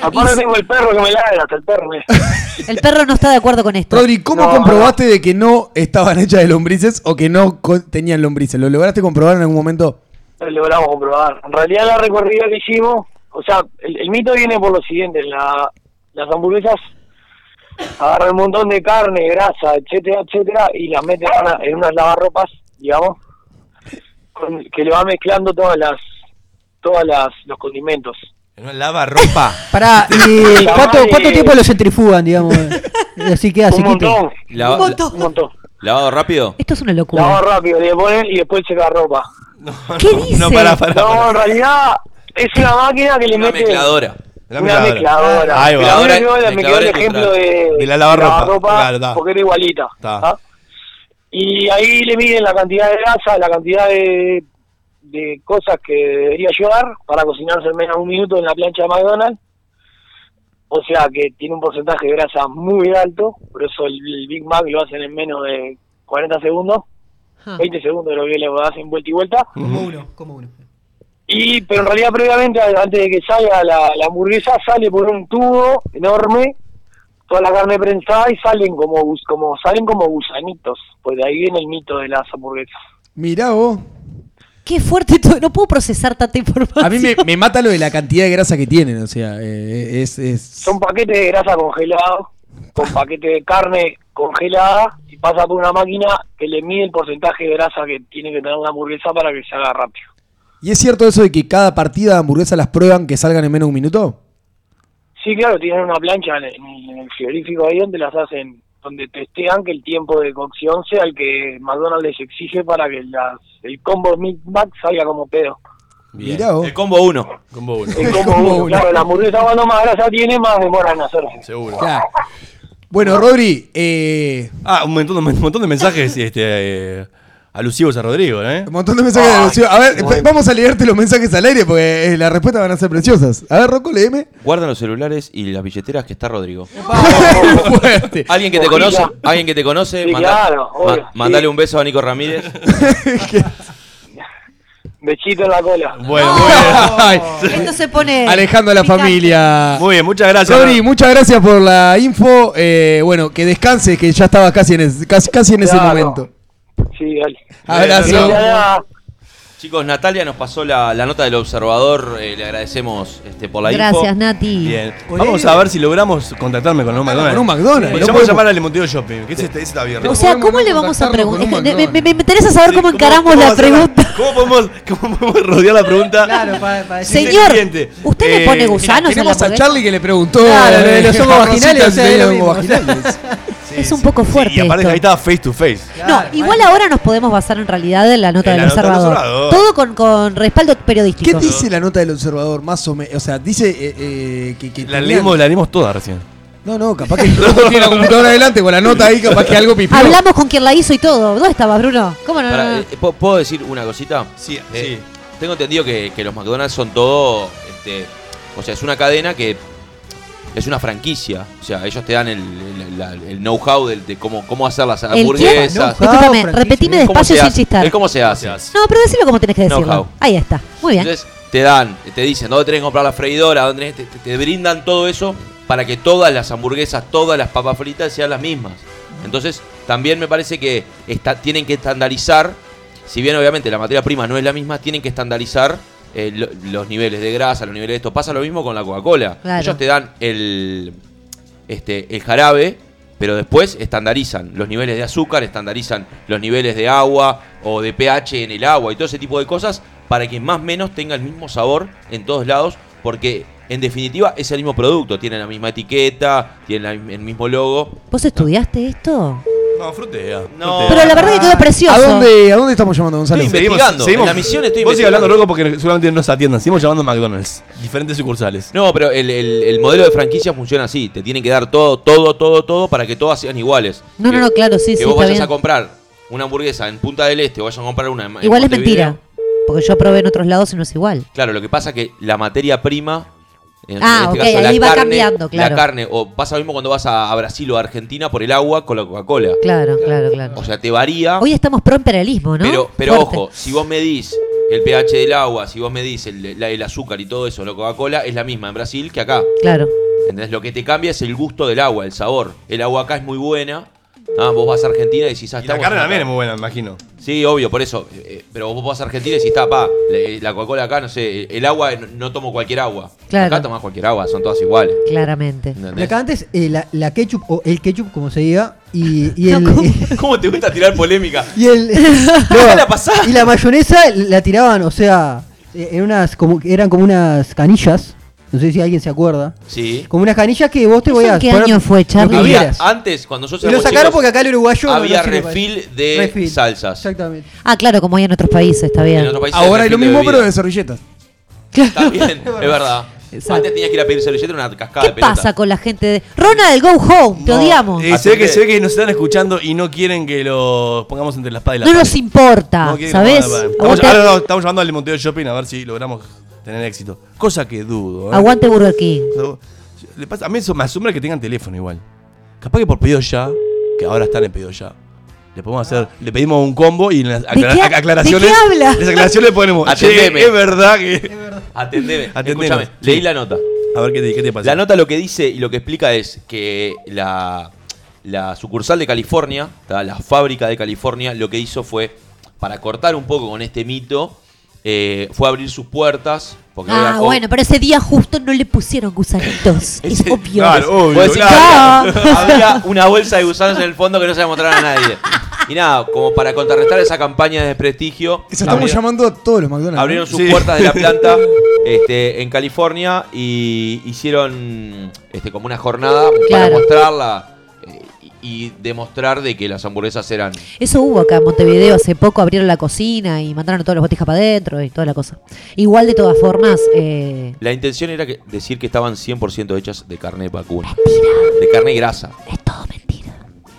G: Aparte tengo el perro que me ladra, hasta el perro me...
B: el perro no está de acuerdo con esto?
C: Rodri, ¿cómo
G: No.
C: comprobaste de que no estaban hechas de lombrices o que no co- tenían lombrices? ¿Lo lograste comprobar en algún momento?
G: Lo logramos comprobar. En realidad la recorrida que hicimos, o sea, el, el mito viene por lo siguiente, la- las hamburguesas agarran un montón de carne, grasa, etcétera, etcétera, y las meten en, una- en unas lavarropas, digamos, con- que le va mezclando todas las, todas las, los condimentos.
D: En una lava ropa.
E: Pará, y
G: La
E: ¿cuánto,
G: madre-
E: cuánto tiempo lo centrifugan, digamos? <laughs> Y así queda
G: Un
E: sequito.
G: montón,
A: La-
B: Un montón.
G: un montón.
A: ¿Lavado rápido?
B: Esto es una
G: La
B: locura.
G: van rápido, le ponen y después seca ropa.
B: ¿Qué dice?
D: No, pará, pará. pará.
G: No, en realidad es una máquina que le
A: Una
G: mete...
A: mezcladora.
D: La
G: una mezcladora.
D: Ahí va.
G: Mira, mira,
A: Mezcladora-
G: me quedó el
A: mezcladora
G: ejemplo de,
D: De la lavarropa. Claro, está.
G: porque era igualita.
D: Está.
G: ¿ah? Y ahí le miden la cantidad de grasa, la cantidad de, de cosas que debería llevar para cocinarse en menos de un minuto en la plancha de McDonald's. O sea que tiene un porcentaje de grasa muy alto, por eso el, el Big Mac lo hacen en menos de 40 segundos,
B: Ah.
G: 20 segundos lo que le hacen vuelta y vuelta.
E: Como uno, como uno.
G: Y, pero en realidad previamente, antes de que salga la, la hamburguesa, sale por un tubo enorme, toda la carne prensada y salen como, gus- como salen como gusanitos. Pues de ahí viene el mito de las hamburguesas.
C: Mirá vos.
B: Qué fuerte todo. No puedo procesar tanta información.
C: A mí me, me mata lo de la cantidad de grasa que tienen, o sea, eh, es... es-
G: Son paquetes de grasa congelado, con paquetes de carne congelada y pasa por una máquina que le mide el porcentaje de grasa que tiene que tener una hamburguesa para que se haga rápido.
C: ¿Y es cierto eso de que cada partida de hamburguesa las prueban que salgan en menos de un minuto?
G: Sí, claro, tienen una plancha en el, en el frigorífico ahí donde las hacen, donde testean que el tiempo de cocción sea el que McDonald's les exige para que las, el combo Big Mac salga como pedo.
D: Bien.
C: Mirá vos.
A: El combo Eh, 1.
D: Combo uno.
G: El
C: El
G: combo
C: combo
G: uno,
C: uno.
G: claro, la hamburguesa cuando más grasa tiene, más demora en hacerse.
D: Seguro.
C: Claro. Bueno, Rodri, eh,
D: Ah, un montón, un montón de mensajes este, eh, alusivos a Rodrigo, ¿eh?
C: un montón de mensajes.
G: Ay,
C: de Rocío. a ver,
G: bueno.
C: eh, vamos a leerte los mensajes al aire porque eh, las respuestas van a ser preciosas. A ver, Rocco, léeme.
A: Guardan los celulares y las billeteras que está Rodrigo.
C: Fuerte.
A: Alguien que te
G: Ojita.
A: conoce, alguien que te conoce,
G: Sí,
A: mandá-
G: claro,
A: ma-
G: obvio.
A: mandale
G: Sí.
A: un beso a Nico Ramírez.
G: Bechito en la cola.
D: Bueno, muy bien. <laughs>
C: Ay,
B: Esto se pone.
C: alejando a la
B: picante.
C: familia.
D: Muy bien, muchas gracias.
C: Rodri,
D: Ro-
C: muchas gracias por la info. Eh, bueno, que descanses, que ya estabas casi en, es- casi, casi en ese
G: Claro.
C: momento.
G: Sí, dale.
C: Abrazo.
G: Que no te haga-
A: Chicos, Natalia nos pasó la, la nota del observador, eh, le agradecemos este, por la info.
B: Gracias, Nati.
D: Bien. Vamos a ver si logramos contactarme con un McDonald's.
C: Con un McDonald's.
D: Pues
C: No
D: ya voy a
C: podemos-
D: llamar al Montevideo Shopping, que ese está, ese está abierto.
B: O sea,
C: podemos
B: ¿cómo
C: no
B: le vamos a
C: contactarnos con un
B: preguntar? Me,
C: McDonald's.
B: me- me interesa saber cómo encaramos
D: ¿Cómo
B: la
D: vamos a hacer
B: pregunta.
D: ¿Cómo podemos, cómo podemos rodear la pregunta?
E: Claro, para, para decir-
D: Sí,
B: Señor,
D: siguiente.
B: ¿usted le pone
D: Eh,
B: gusanos en la
C: Tenemos a
B: hamburguesa?
C: Charlie que le preguntó.
E: Claro, lo de los
C: eh,
E: hongos
C: Rosita,
E: vaginales, o
C: si
E: sea, es
C: tenía
E: lo mismo.
C: hongos
B: <laughs>
C: vaginales.
B: Es un poco fuerte.
D: y aparte
B: esto.
D: ahí estaba face to face.
B: No,
E: Claro,
B: igual
E: vale.
B: ahora nos podemos basar en realidad en la nota
D: En
B: del
D: la nota del
B: observador.
D: observador.
B: Todo con, con respaldo
C: ¿Qué
B: periodístico.
C: dice la nota del observador más o menos? O sea, dice eh, eh, que, que
D: La
C: tenían-
D: leímos, la leímos toda recién.
C: No, no, capaz que Rocco tiene la computadora adelante con la nota ahí, capaz que
A: <laughs>
C: algo pipió.
B: Hablamos con quien la hizo y todo. ¿Dónde estaba, Bruno? ¿Cómo no? no,
A: Pará,
B: no?
A: eh, ¿puedo- ¿Puedo decir una cosita?
D: Sí,
A: Eh, Tengo entendido que, que los McDonald's son todo. este, o sea, es una cadena que es una franquicia. O sea, ellos te dan el, el- la- el know-how del- de, cómo, cómo hacer las
B: quién?
A: hamburguesas.
E: Know-how,
B: Discúlpame,
E: franquicia.
B: repetime
A: Es cómo
B: despacio
A: se
B: sin
A: hace,
B: chistar.
A: Es cómo se hace.
B: No, pero decilo como tenés que decirlo.
A: Know-how.
B: Ahí está. Muy bien.
A: Entonces te dan, te dicen dónde tenés que comprar la freidora, dónde tenés- te, te brindan todo eso para que todas las hamburguesas, todas las papas fritas sean las mismas. Entonces también me parece que está- tienen que estandarizar, si bien obviamente la materia prima no es la misma, tienen que estandarizar eh, lo- los niveles de grasa, los niveles de esto. Pasa lo mismo con la Coca-Cola.
B: Claro.
A: Ellos te dan el, este, el jarabe, pero después estandarizan los niveles de azúcar, estandarizan los niveles de agua o de pH en el agua y todo ese tipo de cosas para que más o menos tenga el mismo sabor en todos lados, porque en definitiva es el mismo producto, tiene la misma etiqueta, tiene la- el mismo logo.
B: ¿Vos estudiaste esto?
D: No, frutea.
A: No.
D: frutea.
B: Pero la verdad que quedó precioso.
C: ¿A dónde, ¿A dónde estamos llamando, Gonzalo?
A: Sí, investigando. En la misión estoy
D: Vos sigue
A: investigando.
D: hablando loco porque seguramente no nos atiendan. Seguimos llamando a McDonald's. Diferentes sucursales.
A: No, pero el, el- el modelo de franquicia funciona así, te tienen que dar todo, todo, todo, todo para que todas sean iguales.
B: No, no,
A: Que-
B: no, claro, sí,
A: que
B: sí,
A: vos
B: está
A: vayas
B: bien.
A: a comprar una hamburguesa en Punta del Este, vayas a comprar una en en
B: Igual es
A: Montevideo.
B: mentira. Porque yo probé en otros lados y no es igual.
A: Claro, lo que pasa es que la materia prima. En este
B: Ah, ok, ahí va cambiando, claro.
A: La carne, o pasa lo mismo cuando vas a, a Brasil o a Argentina por el agua con la Coca-Cola.
B: Claro, claro, claro.
A: O sea, te varía.
B: Hoy estamos pro imperialismo, ¿no?
A: Pero, pero
B: Fuerte.
A: ojo, si vos medís el pH del agua, si vos medís el, la- el azúcar y todo eso, la Coca-Cola es la misma en Brasil que acá.
B: Claro.
A: ¿Entendés? Lo que te cambia es el gusto del agua, el sabor. El agua acá es muy buena. Ah, vos vas a Argentina y decís,
D: Y
A: ah,
D: la
A: estamos
D: carne
A: acá.
D: también es muy buena, me imagino.
A: Sí, obvio, por eso. Eh, eh, pero vos vas a Argentina y decís, está, pa, le- la Coca-Cola acá, no sé, el agua, eh, no, no tomo cualquier agua.
B: Claro.
A: Acá tomás cualquier agua, son todas iguales.
B: Claramente.
E: Lo
A: ¿entendés?
E: que antes, eh, la, la ketchup o el ketchup, como se diga, y, y el.
B: <laughs> No, ¿cómo?
A: ¿Cómo te gusta tirar polémica?
E: y
B: <laughs>
E: el.
A: Déjala pasar.
E: Y la mayonesa la tiraban, o sea, eh, en unas como, eran como unas canillas. No sé si alguien se acuerda.
A: Sí.
E: Como unas canillas que vos te
B: ¿Eso
E: podías.
B: en qué
E: poner
B: año fue,
E: lo que
B: Charlie?
A: Había-
E: quieras.
A: antes, cuando nosotros
E: Y lo
A: éramos
E: sacaron
A: chicos,
E: porque acá el uruguayo. no-
A: había
E: no sirve para
A: refil
E: eso.
A: de salsas.
E: Exactamente.
B: Ah, claro, como hay en otros países, está
A: en
B: bien.
A: otros países
C: Ahora hay lo
A: refil de
C: mismo, pero de
A: bebida.
C: servilletas.
A: Está
B: <laughs>
A: bien, es verdad.
B: Exacto.
A: Antes tenías que ir a pedir servilleta en una cascada
B: ¿Qué
A: de pelota.
B: pasa con la gente de. Ronald, go home, te
D: No,
B: odiamos.
D: eh, se, ve que,
A: Atendé.
D: se ve que nos están escuchando y no quieren que los pongamos entre la espada y la
B: no
D: pared.
B: nos importa,
D: No quieren-
B: ¿sabés?
D: no, no, no.
B: Aguante-
D: Estamos, ahora no, estamos llamando al Montevideo Shopping a ver si logramos tener éxito. Cosa que dudo. ¿eh?
B: Aguante Burger King.
D: Le pasa- a mí eso me asombra que tengan teléfono igual. Capaz que por pedido ya, que ahora están en pedido ya. Le podemos hacer, le pedimos un combo y en las aclara-
B: qué ha-
D: ac- aclaraciones.
B: de qué habla?
D: Las aclaraciones le ponemos. "Che,
A: Atendeme".
D: es verdad que.
A: Atendeme,
D: Atendeme.
A: escúchame,
D: Sí.
A: leí la nota.
D: A ver qué te, qué te pasa.
A: La nota lo que dice y lo que explica es que la, la sucursal de California, la, la fábrica de California, lo que hizo fue, para cortar un poco con este mito, eh, fue abrir sus puertas. Porque
B: Ah,
A: había-
B: bueno, pero ese día justo no le pusieron
A: <laughs>
B: gusanitos. es
A: Ese-
B: obvio.
D: Claro, obvio,
A: Puedo decir,
B: claro.
A: claro, Había una bolsa de gusanos en el fondo que no se la mostraron a nadie. Y nada, como para contrarrestar esa campaña de desprestigio,
C: Eso estamos
A: abrieron-
C: llamando a todos los McDonald's.
A: Abrieron sus
D: Sí.
A: puertas de la
C: <laughs>
A: planta
D: <laughs>
A: este, en California y hicieron este, como una jornada para
B: Claro.
A: mostrarla eh, y y demostrar de que las hamburguesas eran.
B: Eso hubo acá en Montevideo hace poco, abrieron la cocina y mandaron todas las botijas para adentro y toda la cosa. Igual de todas formas, eh,
A: La intención era que- decir que estaban 100% hechas de carne vacuna. De carne y grasa.
B: es todo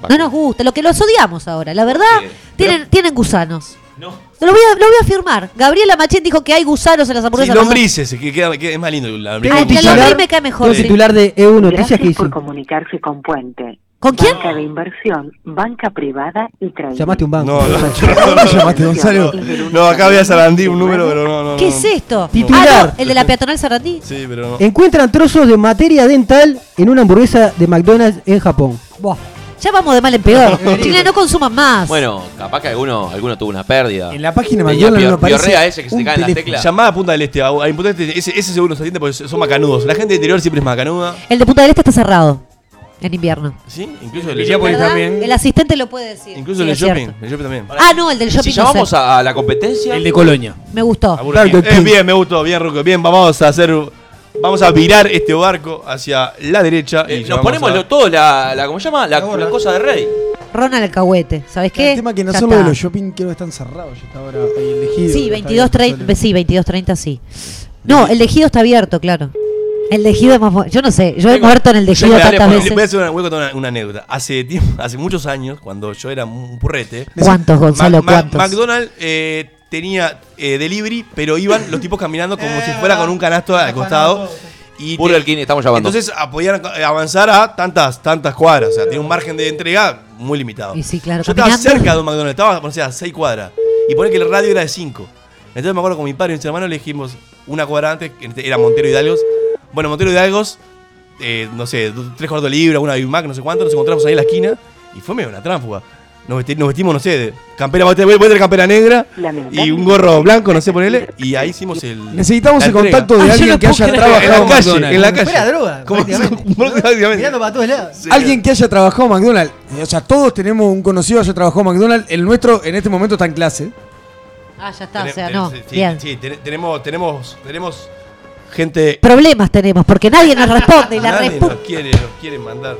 B: No nos gusta, lo que los odiamos ahora. La verdad,
A: Sí.
B: tienen, tienen gusanos.
A: No.
B: Lo voy, a, lo voy a afirmar. Gabriela Machén dijo que hay gusanos en las
D: Sí,
B: hamburguesas.
D: lombrices, que, queda- que es más lindo que la
E: Tengo
B: Ay,
E: un
B: que
D: lombriz.
B: la lombriz
E: titular,
B: me cae mejor,
E: tengo un
B: sí.
E: titular de E EU Noticias que
H: Gracias
E: dice,
H: por comunicarse con Puente.
B: ¿Con quién?
H: Banca de inversión, banca privada y trading.
E: llamaste a un banco.
D: No, <laughs> no,
C: ¿Cómo llamaste, Gonzalo?
D: No, acá había Sarandí un número, pero no, no.
B: ¿Qué
D: no.
B: es esto?
E: Titular.
B: Ah, no, el de la peatonal Sarandí.
D: Sí, pero no.
C: Eh,
E: Encuentran trozos de materia dental en una hamburguesa de McDonald's en Japón.
B: Buah, ya vamos de mal en
D: <laughs>
B: peor. Chile, no consuman más.
A: Bueno, capaz que alguno, alguno tuvo una pérdida. Eh,
C: En la página
A: Tenía
C: McDonald's
A: pio-
C: no aparece
A: piorrea ese que se
C: un
A: te cae en las
C: teléfono.
A: teclas.
D: Llamada a Punta del Este, a, a Punta del Este, ese, ese seguro se atiende porque son macanudos. La gente interior siempre es macanuda.
B: El de Punta del Este está cerrado en invierno.
D: ¿Sí? Incluso
C: Iría
D: el,
C: por- Pues
B: ¿Verdad?
C: también-
B: El asistente lo puede decir.
D: incluso
B: Sí,
D: el
B: es
D: shopping.
B: cierto.
D: El shopping también.
B: Ah, no, el del shopping.
A: Si
B: no
A: llamamos
B: sé.
A: a, a la competencia,
C: El de Colonia.
B: Me gustó.
D: Ah, Burger
E: Burger
D: King. Eh,
E: King.
D: bien, me gustó, bien, Ruco. Bien, vamos a hacer. Vamos a virar este barco hacia la derecha.
A: eh,
D: y
A: nos
D: vamos
A: ponemos
D: a-
A: lo- todo la, la- ¿cómo se llama? La, la cosa de Rey.
B: Ronald Alcahuete. ¿Sabes qué?
C: El tema que no
B: Ya
C: solo de
B: está.
C: los shopping creo que están cerrados ya está ahora ahí el ejido.
B: Sí,
C: Está
B: 22,
C: abierto
B: 30,
C: solo.
B: sí, 22, 30, sí. No, el ejido está abierto, claro. El ejido es más... mo- Yo no sé, yo he
A: Tengo-
B: muerto en el
D: Yo
B: ejido
D: me-
B: tantas
D: le- Voy a,
B: veces.
D: hacer una, voy a contar una, una anécdota. Hace tiempo, hace muchos años, cuando yo era un purrete,
B: ¿Cuántos,
D: Ma-
B: Gonzalo?
D: Ma-
B: ¿Cuántos?
D: McDonald's eh, tenía eh, delivery, pero iban los tipos caminando como si fuera con un canasto al costado. Y te-
A: Burger King, estamos llamando.
D: Entonces ah, podían eh, avanzar a tantas, tantas cuadras. O sea, tenía un margen de entrega muy limitado.
B: Y sí, claro,
D: Yo estaba
B: caminando.
D: cerca de un McDonald's, estaba no sé, a 6 cuadras. Y poner que el radio era de 5. Entonces me acuerdo con mi padre y mis hermanos le dijimos una cuadra antes, que era Montero Hidalgos. Bueno, Montero Hidalgos, eh, no sé, dos- tres cuartos de libra, una Big Mac, no sé cuánto, nos encontramos ahí en la esquina. Y fue medio una tránsfuga. Nos, vesti- nos vestimos, no sé, de campera, voy a tener voy a tener campera negra y un gorro blanco, no sé, ponele. Y ahí hicimos el.
C: Necesitamos
D: la
C: el
D: entrega.
C: contacto de
B: Ah, yo
C: alguien
B: no
C: que
B: puedo
C: haya
B: creer.
D: En
C: trabajado
D: la
C: en
D: calle,
C: McDonald's.
D: en la calle.
E: Fuera droga,
D: Como- <laughs>
E: prácticamente.
D: prácticamente.
E: Mirando para todos lados.
D: Sí.
C: Alguien que haya trabajado en McDonald's. Eh, O sea, todos tenemos un conocido que haya trabajado en McDonald's. El nuestro en este momento está en clase.
B: Ah, ya está, o
D: Tenem-
B: sea,
D: tenem-
B: no.
D: sí,
B: Bien.
D: sí, ten- tenemos, tenemos, tenemos gente.
B: Problemas tenemos, porque
D: <laughs>
B: nadie nos responde y la
D: Nadie
B: respuesta...
D: nos quiere, nos quieren mandar.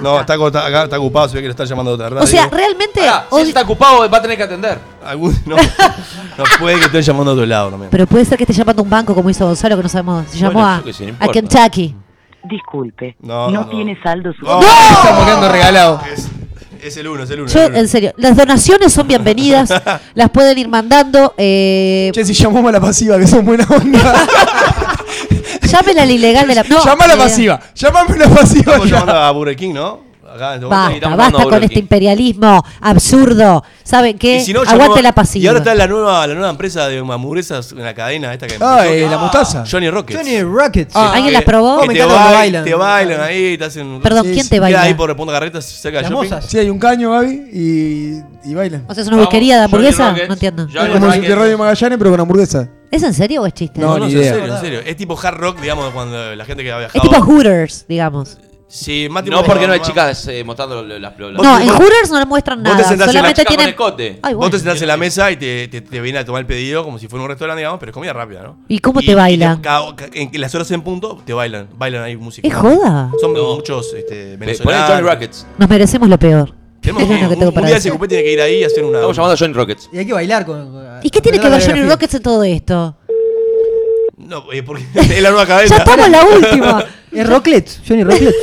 D: No, está, co- está- acá está ocupado, se ve que lo están llamando de otra radio.
B: O sea, realmente...
A: Pará, si
B: hoy-
A: ese está ocupado, va a tener que atender.
D: Algún- no, no puede que estén llamando a otro lado también.
B: Pero puede ser que esté llamando a un banco como hizo Gonzalo, que no sabemos. Se llamó
A: Bueno,
B: a,
A: yo qué sé, no
B: a
A: importa.
B: Kentucky.
H: Disculpe,
D: No,
H: no,
D: no.
H: tiene saldo su...
D: No,
C: Estamos quedando regalados.
D: Es, es el uno, es el uno.
B: Yo,
D: es el uno.
B: en serio, las donaciones
D: <laughs>
B: son bienvenidas. las pueden ir mandando. Eh,
C: Che, si llamamos a la pasiva, que son buena
B: <laughs>
C: onda.
B: llámenla al ilegal de la. No,
C: Llamá a la
B: eh,
C: pasiva. Llamame a la pasiva.
D: Estamos
C: ya.
D: llamando a Burger King, ¿no? Acá en este momento.
A: estamos
B: Basta,
A: mandando a
B: basta con
A: Burger
B: este
A: King.
B: imperialismo absurdo. ¿Saben qué?
D: Y si no, llamó-
B: Aguante la pasiva.
D: Y ahora está la nueva, la nueva empresa de hamburguesas, una cadena esta que empezó,
C: Ah, eh, la mostaza.
D: que- Johnny Rockets. Eh,
E: Johnny Rockets.
C: Ah,
B: ¿Alguien las probó?
D: Que
E: Me
D: te,
E: encanta
D: bail-
E: cuando bailan.
D: te bailan ahí, te hacen.
B: Perdón,
C: Sí,
B: ¿quién
C: sí.
B: te
D: Queda
B: baila?
D: ahí por Punta Carretas, cerca de
E: Las
D: shopping.
E: mozas.
C: Sí, hay un caño, Gaby, y, y bailan.
B: O sea, es una
A: Vamos,
B: buquería de
A: Johnny
B: hamburguesa.
A: Rockets,
B: No entiendo.
A: Johnny
C: Es como
A: Rockets.
C: el de Radio Magallanes, pero con hamburguesa.
B: ¿Es en serio o es chiste?
C: No, ni
D: en
C: idea.
D: serio, en serio. Es tipo hard rock, digamos, cuando la gente que ha viajado.
B: Es tipo Hooters, digamos.
D: Sí, más tipo-
A: No, porque no hay chicas eh, mostrando lo- lo- las las-
B: No,
D: te-
B: en
D: vos-
B: Hooters no le muestran
D: vos te
B: nada.
D: sentás en la
B: Solamente
A: chica con
B: tienen.
A: escote.
B: Ay,
D: Vos
B: bueno.
D: te sentás en la mesa y te, te, te vienen a tomar el pedido como si fuera un restaurante, digamos, pero es comida rápida, ¿no?
B: ¿Y cómo te bailan?
D: ca- ca- en las horas en punto te bailan, bailan ahí música.
B: ¿Es joda?
D: Son
A: No.
D: muchos este,
A: Ve, Poné
D: venezolanos.
A: Johnny Rockets.
B: Nos merecemos lo peor.
D: Tenemos
B: Es lo
D: que,
B: que
D: un,
B: tengo
D: un
B: para
D: día
B: decir.
D: ese cupé tiene que ir ahí y hacer una.
A: Estamos llamando a Johnny Rockets.
E: Y hay que bailar con.
B: ¿Y qué tiene que
E: con la
B: ver Johnny
E: coreografía.
B: Rockets en
D: <laughs>
B: todo esto?
D: No, eh, porque <laughs> es la nueva cadena.
B: Ya estamos en la
D: <laughs>
B: última.
E: Es Rocklets,
B: <laughs>
E: Johnny Rocklets.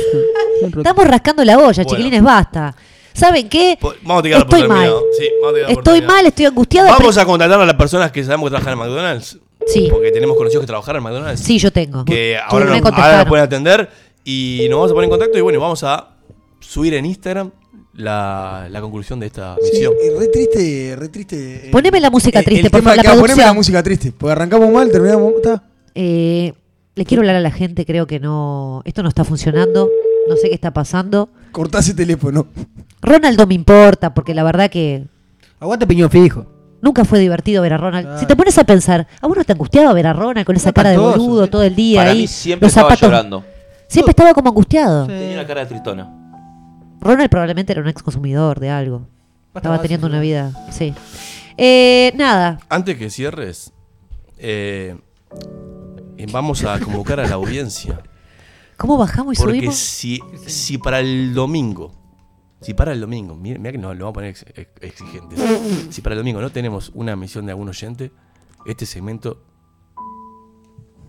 B: Estamos rascando la olla,
D: Bueno.
B: chiquilines, basta. ¿Saben qué?
D: Po- Vamos a tirarlo por
B: Estoy mal.
D: terminado. Sí, vamos a tirarlo por
B: Estoy
D: terminado.
B: mal, estoy angustiada.
D: Vamos a contratar a las personas que sabemos que trabajan en McDonald's.
B: Sí.
D: Porque tenemos conocidos que trabajan en McDonald's.
B: Sí, yo tengo.
D: Que
B: Tú
D: ahora,
B: me
D: nos, ahora
B: contestaron.
D: nos pueden atender. Y nos vamos a poner en contacto. Y bueno, vamos a subir en Instagram la, la conclusión de esta misión.
C: Y re triste, re triste. eh,
B: Poneme la música
C: eh,
B: triste,
C: el
B: por
C: tema
B: favor, la
C: acá, Poneme la
B: producción.
C: música triste, porque arrancamos mal, terminamos. Está.
B: Eh, le quiero hablar a la gente, creo que no. Esto no está funcionando. No sé qué está pasando.
C: Cortá ese teléfono.
B: Ronaldo me importa, porque la verdad que
E: Aguanta piñón fijo.
B: nunca fue divertido ver a Ronald.
E: Claro.
B: Si te pones a pensar, ¿a vos no te angustiaba ver a Ronald con esa
E: Era
B: cara de
E: espantoso.
B: boludo todo el día
A: Para
B: ahí?
A: mí siempre
B: los
A: estaba
B: zapatos-
A: llorando.
B: Siempre estaba como angustiado.
A: Tenía una cara de tristona.
B: Ronald probablemente era un ex consumidor de algo. Estaba
E: basta,
B: teniendo una vida, sí. Eh, nada,
D: Antes que cierres, eh, vamos a convocar a la audiencia.
B: ¿cómo bajamos y
D: Porque
B: subimos?
D: si, si para el domingo, si para el domingo, mira, que no, lo vamos a poner ex- ex- exigente. Si para el domingo no tenemos una misión de algún oyente, este segmento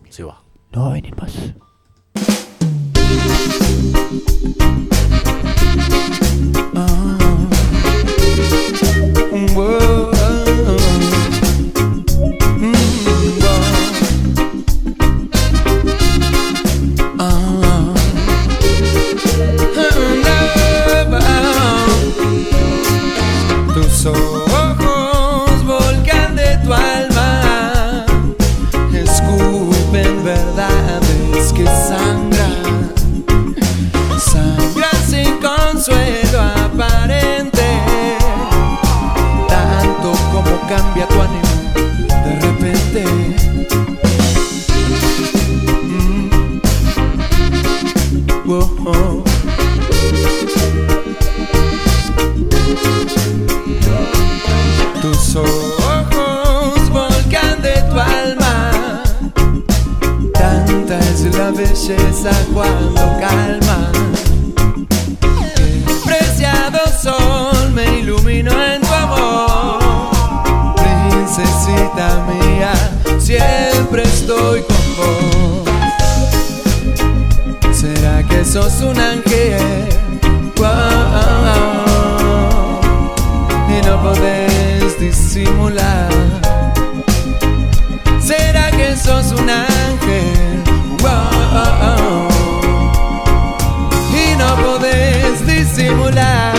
D: se va.
E: No va a venir más.
C: Ah,
I: Mm. la belleza cuando calma. Preciado sol me iluminó en tu amor. Princesita mía, siempre estoy con vos. ¿Será que sos un ángel? Wow. Y no podés disimular. ¿Será que sos un ángel? Wow. Y no podés disimular.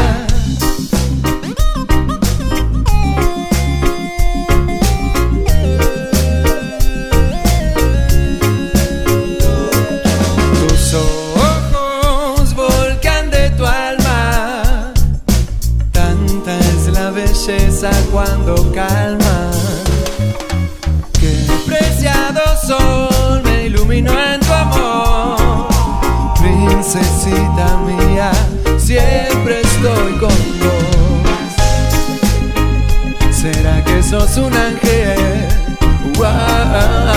I: Tus ojos volcan de tu alma. Tanta es la belleza cuando calma. Que preciado sol me iluminó en tu amor. Princesita mía, siempre estoy con vos. ¿Será que sos un ángel? Wow.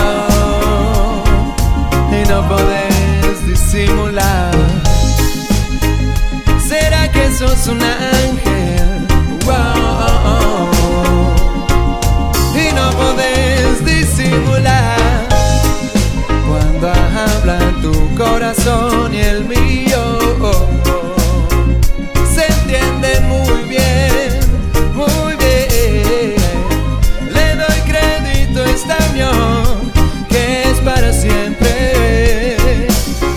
I: Y no podés disimular. ¿Será que sos un ángel? Wow y no podés disimular cuando habla tu corazón y el mío. Se entiende muy bien, muy bien. Le doy crédito a esta unión que es para siempre.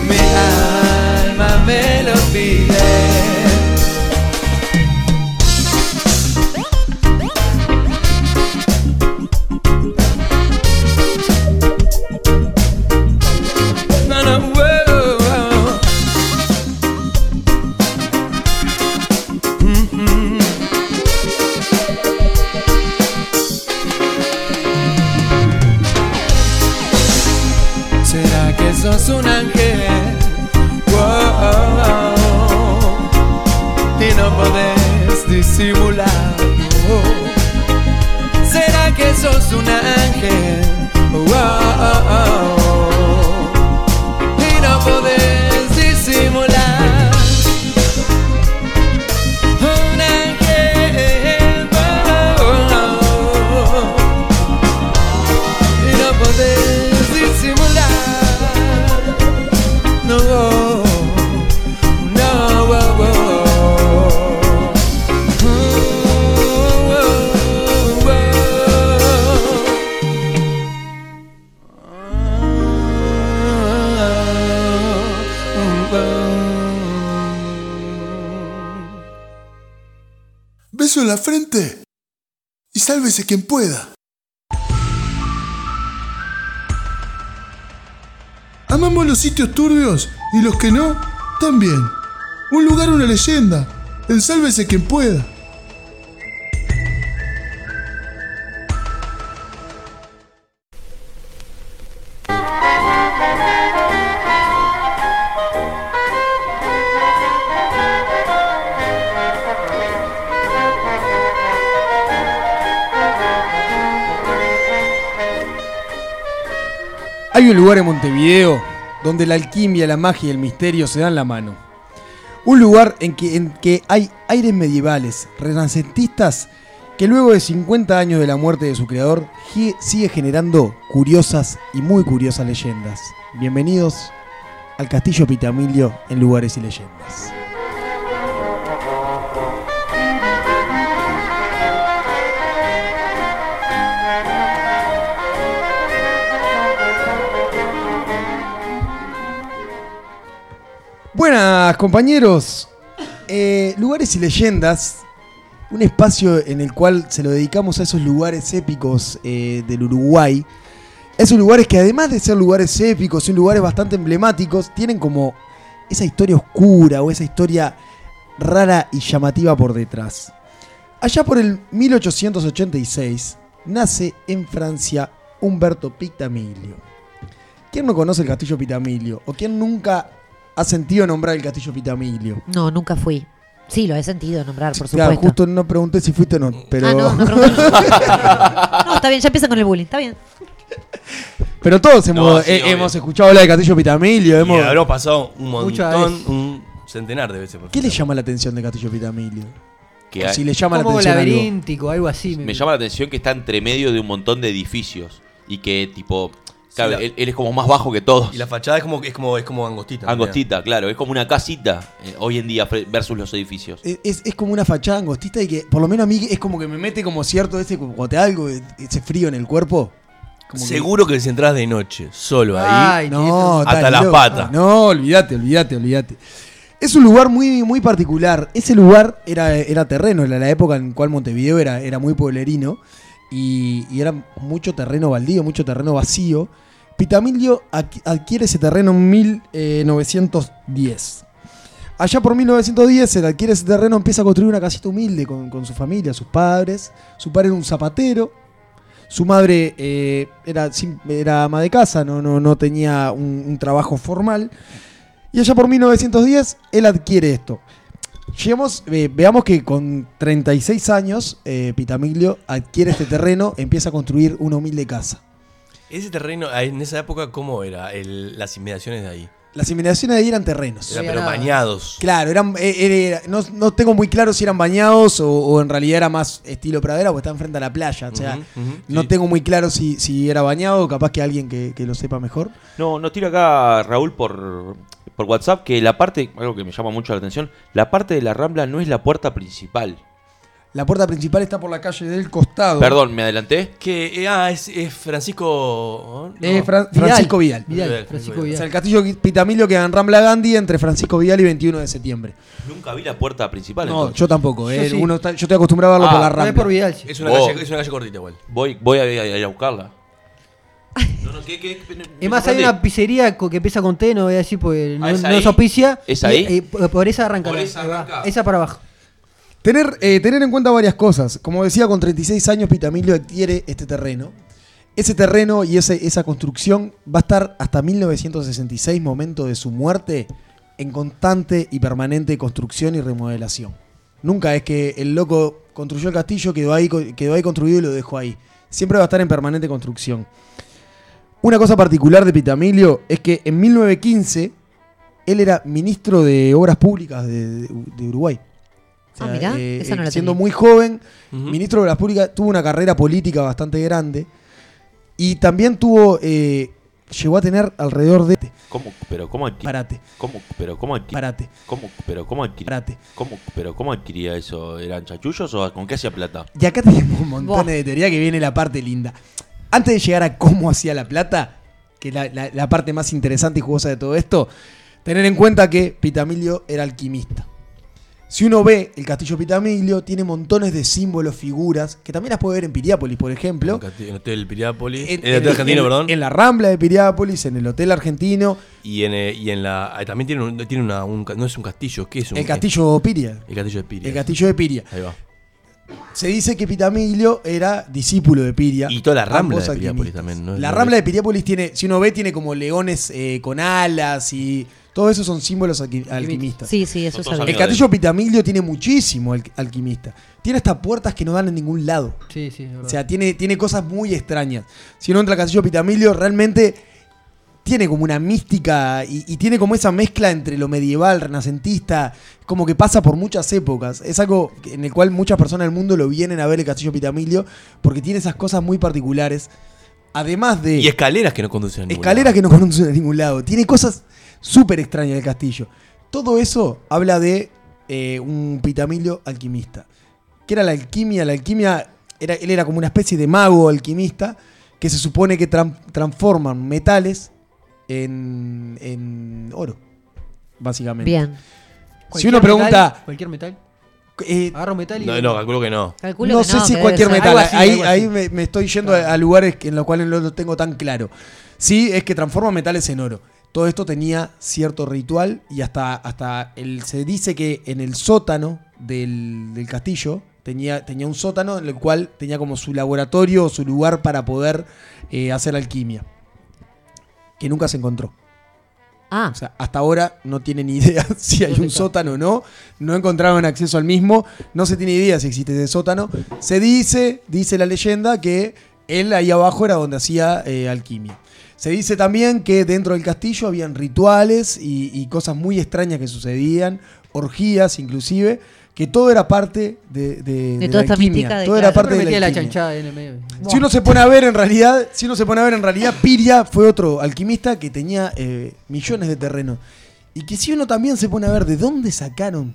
I: Mi alma me lo pide. No, no, wow. Mm, mm. ¿Será que sos un ángel? Wow. Y no podés disimular. Oh. ¿Será que sos un ángel? Wow y no podés disimular. Un ángel, oh, y no podés disimular. No, no, oh, oh. Oh, oh, oh, oh.
F: Beso en la frente y sálvese quien pueda. Amamos los sitios turbios y los que no, también. Un lugar, una leyenda. El sálvese quien pueda.
C: Hay un lugar en Montevideo donde la alquimia, la magia y el misterio se dan la mano. Un lugar en que, en que hay aires medievales, renacentistas, que luego de 50 años de la muerte de su creador gi- sigue generando curiosas y muy curiosas leyendas. Bienvenidos al Castillo Pitamilio en Lugares y Leyendas. Buenas compañeros, Eh, lugares y leyendas, un espacio en el cual se lo dedicamos a esos lugares épicos eh, del Uruguay, esos lugares que además de ser lugares épicos, son lugares bastante emblemáticos, tienen como esa historia oscura o esa historia rara y llamativa por detrás. Allá por el 1886 nace en Francia Humberto Pictamilio. ¿Quién no conoce el castillo Pitamilio? ¿O quién nunca ha sentido nombrar el castillo Pitamilio?
B: No, nunca fui. Sí, lo he sentido nombrar, por
C: Claro,
B: supuesto.
C: justo no pregunté si fuiste o no, pero <laughs>
B: Ah, no, no, pregunté. no, está bien, ya empiezan con el bullying, está bien.
C: Pero todos hemos,
D: No, sí,
C: eh,
D: obvio.
C: hemos escuchado hablar de Castillo Pitamilio.
D: Y
C: Hemos...
D: habrá pasado un
E: Muchas
D: montón, un centenar de veces. por
C: ¿Qué le
D: favor.
C: llama la atención de Castillo Pitamilio?
A: Que
C: O
A: hay-
C: si le llama la
E: como
C: atención algo.
E: laberíntico, algo así.
A: Me llama la atención que está entre medio de un montón de edificios y que tipo, claro,
D: la-
A: él, él es como más bajo que todos.
D: Y la fachada es como, es como, es como angostita.
A: Angostita, claro, es como una casita eh, hoy en día fre- versus los edificios.
C: Es, es- es como una fachada angostita y que por lo menos a mí es como que me mete como cierto ese como cuando te da algo, ese frío en el cuerpo. Como que-
D: Seguro que si entras de noche, solo ahí.
E: Ay,
C: No,
D: Hasta
C: tan
D: las
C: loco.
D: patas.
C: No, olvídate, olvídate, olvídate. Es un lugar muy, muy particular. Ese lugar era, era terreno, era la época en cual Montevideo era, era muy pueblerino y, y era mucho terreno baldío, mucho terreno vacío. Pitamilio adqui- adquiere ese terreno en 1910. Allá por 1910 se adquiere ese terreno, empieza a construir una casita humilde con, con su familia, sus padres. Su padre era un zapatero, su madre eh, era, sim- era ama de casa, no, no, no tenía un, un trabajo formal. Y allá por 1910 él adquiere esto. Llegamos, eh, veamos que con 36 años eh, Pitamiglio adquiere este terreno, empieza a construir una humilde casa.
D: Ese terreno, ah, en esa época, ¿cómo era? El- las inmediaciones de ahí.
C: Las inmediaciones de ahí eran terrenos.
D: Era,
E: Sí,
D: pero
E: era-
D: bañados.
C: Claro, eran, eh, era- no, no tengo muy claro si eran bañados o, o en realidad era más estilo pradera porque está frente a la playa. O sea,
D: Ujú, ujú,
C: no
D: sí.
C: tengo muy claro si, si era bañado, capaz que alguien que, que lo sepa mejor.
A: No, nos tira acá Raúl por, por WhatsApp que la parte, algo que me llama mucho la atención, la parte de la Rambla no es la puerta principal.
C: La puerta principal está por la calle del costado.
A: Perdón, me adelanté.
D: Que, eh, ah, es, es Francisco. ¿no?
C: Eh, Fran- Francisco Vidal.
E: Vidal, Francisco
C: O sea,
E: Vidal.
C: el castillo Pitamilio queda en Rambla Gandhi entre Francisco Vidal y 21 de septiembre.
A: Nunca vi la puerta principal.
C: no,
A: entonces.
C: yo tampoco. eh,
E: sí.
C: uno está- yo estoy acostumbrado a verlo
A: Ah,
C: por la
A: no
E: No
C: Rambla.
E: es por Vidal. sí.
D: Es una,
A: Oh.
D: calle, es una calle cortita igual.
A: Voy, voy a, a- a ir a buscarla. No, no, ¿qué- qué- qué- me
E: Es más, hay
A: sorprendí?
E: una pizzería co- que empieza con T, no voy a decir porque no,
A: Ah, ¿es
E: no
A: ahí?
E: es auspicia.
A: ¿Es
E: y-
A: ahí?
E: y por por esa arranca.
A: Por
E: la-
A: esa
E: ahí va.
A: arranca.
E: Esa para abajo.
C: Tener, eh, tener en cuenta varias cosas. Como decía, con 36 años Pitamilio adquiere este terreno. Ese terreno y ese- esa construcción va a estar hasta 1966, momento de su muerte, en constante y permanente construcción y remodelación. Nunca es que el loco construyó el castillo, quedó ahí, co- quedó ahí construido y lo dejó ahí. Siempre va a estar en permanente construcción. Una cosa particular de Pitamilio es que en 1915 él era ministro de Obras Públicas de, de- de Uruguay. eh,
B: Ah, mirá, esa no la
C: siendo
B: tenía.
C: muy joven,
D: Ujú.
C: ministro de Obras Públicas, tuvo una carrera política bastante grande y también tuvo, eh, llegó a tener alrededor de...
A: ¿Cómo, pero cómo adquirí?
C: Parate,
A: ¿Cómo, pero cómo adquirí?
C: parate,
A: ¿Cómo, pero cómo adquirí?
C: parate.
A: ¿Cómo, pero cómo adquiría eso? ¿Eran chachullos o con qué hacía plata?
C: Y acá tenemos montones
B: Buah.
C: de teoría que viene la parte linda. Antes de llegar a cómo hacía la plata, que es la, la- la parte más interesante y jugosa de todo esto, tener en cuenta que Pitamilio era alquimista. Si uno ve el castillo Pitamilio, tiene montones de símbolos, figuras, que también las puede ver en Piriápolis, por ejemplo.
D: En el Hotel Piriápolis.
C: En-
D: En, el Hotel
C: en-
D: Argentino,
C: en-
D: perdón.
C: En la Rambla de Piriápolis, en el Hotel Argentino,
D: y, en, eh, y en la. ah, También tiene, un- tiene una, un ca- No es un castillo, ¿qué es un
C: el castillo Piria.
D: El castillo de Piria.
C: El castillo de Piria.
D: Ahí va.
C: Se dice que Pitamilio era discípulo de Piria.
D: Y toda la Rambla
C: Ambos
D: de Piriápolis
C: alquimistas.
D: también, ¿no?
C: La
D: No
C: Rambla
D: es-
C: de Piriápolis tiene, si uno ve, tiene como leones eh, con alas y todo eso son símbolos alqui- alquimistas.
B: Sí, sí, eso
A: Son todos
B: sabía.
C: El castillo Pitamilio tiene muchísimo al- alquimista. Tiene hasta puertas que no dan en ningún lado.
E: Sí, sí, es verdad.
C: O sea, tiene, tiene cosas muy extrañas. Si uno entra al castillo Pitamilio, realmente tiene como una mística y, y tiene como esa mezcla entre lo medieval, renacentista, como que pasa por muchas épocas. Es algo que- en el cual muchas personas del mundo lo vienen a ver el castillo Pitamilio porque tiene esas cosas muy particulares. Además de
D: Y escaleras que no conducen a ningún lado.
C: escaleras que no conducen a ningún lado, tiene cosas súper extrañas el castillo. Todo eso habla de eh, un Pitamilio alquimista. ¿Qué era la alquimia? La alquimia, era, él era como una especie de mago alquimista que se supone que tran- transforman metales en, en oro, básicamente.
B: Bien.
C: Si uno
E: Cualquier
C: pregunta-
E: metal, cualquier metal.
C: Eh,
E: Agarro metal y.
D: No, no, calculo que no.
B: Calculo
C: no
B: que
C: sé si
B: que
C: cualquier
B: debe ser.
C: metal,
E: Algo así,
C: ahí,
E: algo
C: ahí
E: así.
C: me, me estoy yendo a, a lugares que- en los cuales no lo tengo tan claro. Sí, es que transforma metales en oro. Todo esto tenía cierto ritual y hasta, hasta el, se dice que en el sótano del, del castillo tenía, tenía un sótano en el cual tenía como su laboratorio o su lugar para poder eh, hacer alquimia. Que nunca se encontró.
B: Ah,
C: O sea, hasta ahora no tienen ni idea <laughs> si hay un sótano o no. No encontraron acceso al mismo. No se tiene idea si existe ese sótano. Se dice, dice la leyenda, que él ahí abajo era donde hacía eh, alquimia. Se dice también que dentro del castillo habían rituales y, y cosas muy extrañas que sucedían, orgías inclusive, que todo era parte de, de- de
B: toda
C: la
B: esta
C: alquimia,
B: mítica de-
C: todo
B: claro.
C: era parte de la,
E: metía la
C: alquimia.
E: chanchada en el medio.
C: Si uno se pone a ver en realidad, si uno se pone a ver en realidad, Piria fue otro alquimista que tenía eh, millones de terrenos. Y que si uno también se pone a ver de dónde sacaron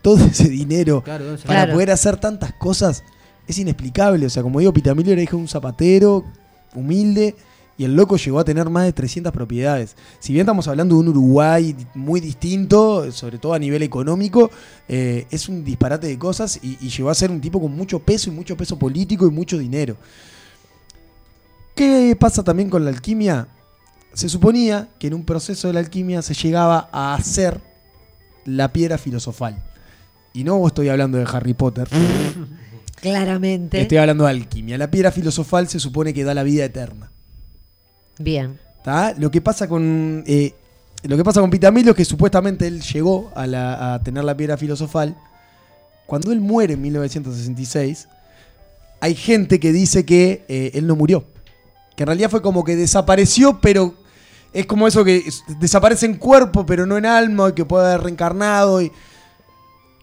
C: todo ese dinero
E: Claro, ¿dónde se-
C: para
B: Claro.
C: poder hacer tantas cosas, es inexplicable. O sea, como digo, Pitamilio era hijo de un zapatero, humilde, y el loco llegó a tener más de 300 propiedades. Si bien estamos hablando de un Uruguay muy distinto, sobre todo a nivel económico, eh, es un disparate de cosas y, y llegó a ser un tipo con mucho peso y mucho peso político y mucho dinero. ¿Qué pasa también con la alquimia? Se suponía que en un proceso de la alquimia se llegaba a hacer la piedra filosofal. Y no estoy hablando de Harry Potter,
B: Claramente.
C: estoy hablando de alquimia. La piedra filosofal se supone que da la vida eterna.
B: Bien.
C: ¿tá? Lo que pasa con. eh, lo que pasa con Pitamilo es que supuestamente él llegó a, la- a tener la piedra filosofal. Cuando él muere en 1966, hay gente que dice que eh, él no murió. Que en realidad fue como que desapareció, pero es como eso que es- desaparece en cuerpo, pero no en alma, y que puede haber reencarnado. Y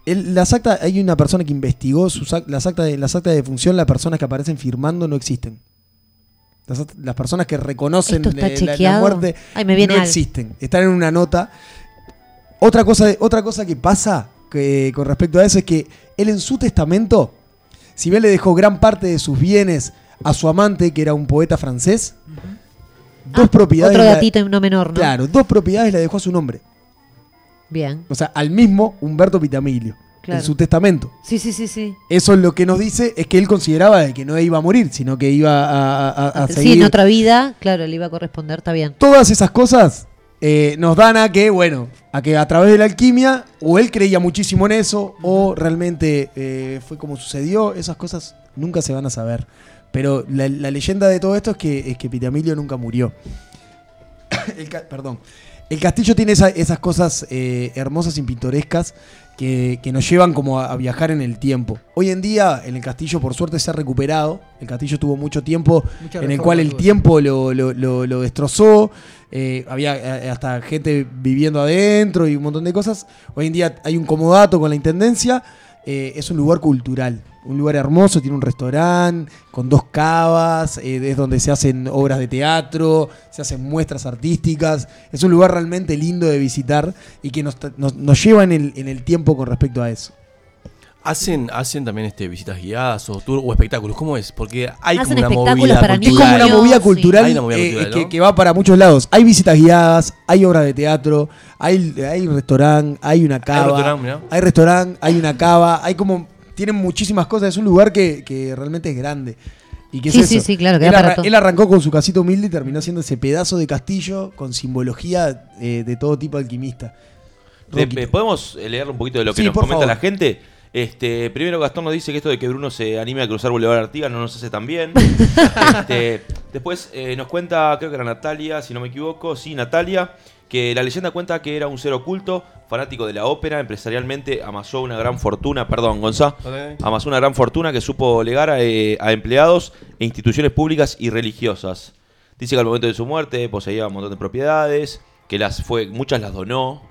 C: él- las actas, hay una persona que investigó sus ac- las, actas de, las actas de defunción, las personas que aparecen firmando no existen. Las, act- las personas que reconocen
B: Esto está
C: eh, la- la,
B: chequeado.
C: muerte
B: Ay, me viene
C: no
B: algo.
C: existen. Están en una nota. Otra cosa, otra cosa que pasa que, con respecto a eso es que él en su testamento, si bien le dejó gran parte de sus bienes a su amante, que era un poeta francés, dos
B: Ah,
C: propiedades.
B: Otro
C: la-
B: gatito y no menor, ¿no?
C: Claro, dos propiedades la dejó a su nombre.
B: Bien.
C: O sea, al mismo Humberto Pitamilio.
B: Claro.
C: En su testamento.
B: Sí, sí, sí, sí.
C: Eso es lo que nos dice es que él consideraba de que no iba a morir, sino que iba a, a- a- a
B: sí,
C: seguir.
B: en otra vida, claro, le iba a corresponder, está bien.
C: Todas esas cosas eh, nos dan a que, bueno, a que a través de la alquimia, o él creía muchísimo en eso, o realmente eh, fue como sucedió. Esas cosas nunca se van a saber. Pero la, la leyenda de todo esto es que, es que Pitamilio nunca murió. <coughs> El ca- perdón. El castillo tiene esa- esas cosas eh, hermosas y pintorescas que, que nos llevan como a, a viajar en el tiempo. Hoy en día, en el castillo, por suerte, se ha recuperado. El castillo tuvo mucho tiempo
E: Mucha
C: en el
E: reforma
C: cual el
E: tuvo.
C: tiempo lo, lo- lo- lo destrozó. Eh, había eh, hasta gente viviendo adentro y un montón de cosas. Hoy en día hay un comodato con la intendencia. Eh, es un lugar cultural, un lugar hermoso, tiene un restaurante con dos cavas, eh, es donde se hacen obras de teatro, se hacen muestras artísticas, es un lugar realmente lindo de visitar y que nos, tra- nos- nos lleva en el, en el tiempo con respecto a eso.
D: ¿Hacen, hacen también este, visitas guiadas o, tour, o espectáculos? ¿Cómo es? Porque hay
B: Hacen
D: como una
B: espectáculos
D: movida
B: para
D: cultural.
B: niños.
C: Es como una
B: Claro,
C: movida
B: sí.
C: cultural,
D: Hay una movida
C: eh,
D: cultural,
C: que,
D: ¿no?
C: que va para muchos lados. Hay visitas guiadas, hay obras de teatro, hay, hay un restaurante, hay una cava.
D: restaurante, mirá.
C: hay restaurante, hay una cava, hay como... Tienen muchísimas cosas, es un lugar que, que realmente es grande. ¿Y qué es
B: Sí, sí,
C: eso?
B: sí, claro, que
C: él,
B: da para
C: arra-
B: todo.
C: él arrancó con su casita humilde y terminó siendo ese pedazo de castillo con simbología eh, de todo tipo alquimista.
A: Te-
C: Roquito.
A: eh, ¿Podemos eh, leer un poquito de lo que
C: Sí,
A: nos
C: por
A: comenta
C: favor.
A: la gente? Este, primero Gastón nos dice que esto de que Bruno se anime a cruzar Boulevard Artigas no nos hace tan
C: <laughs>
A: bien. Este, después eh, nos cuenta, creo que era Natalia, si no me equivoco, sí, Natalia, que la leyenda cuenta que era un ser oculto, fanático de la ópera, empresarialmente amasó una gran fortuna, perdón, Gonzá,
D: Ok.
A: amasó una gran fortuna que supo legar a, eh, a empleados e instituciones públicas y religiosas. Dice que al momento de su muerte poseía un montón de propiedades, que las fue, muchas las donó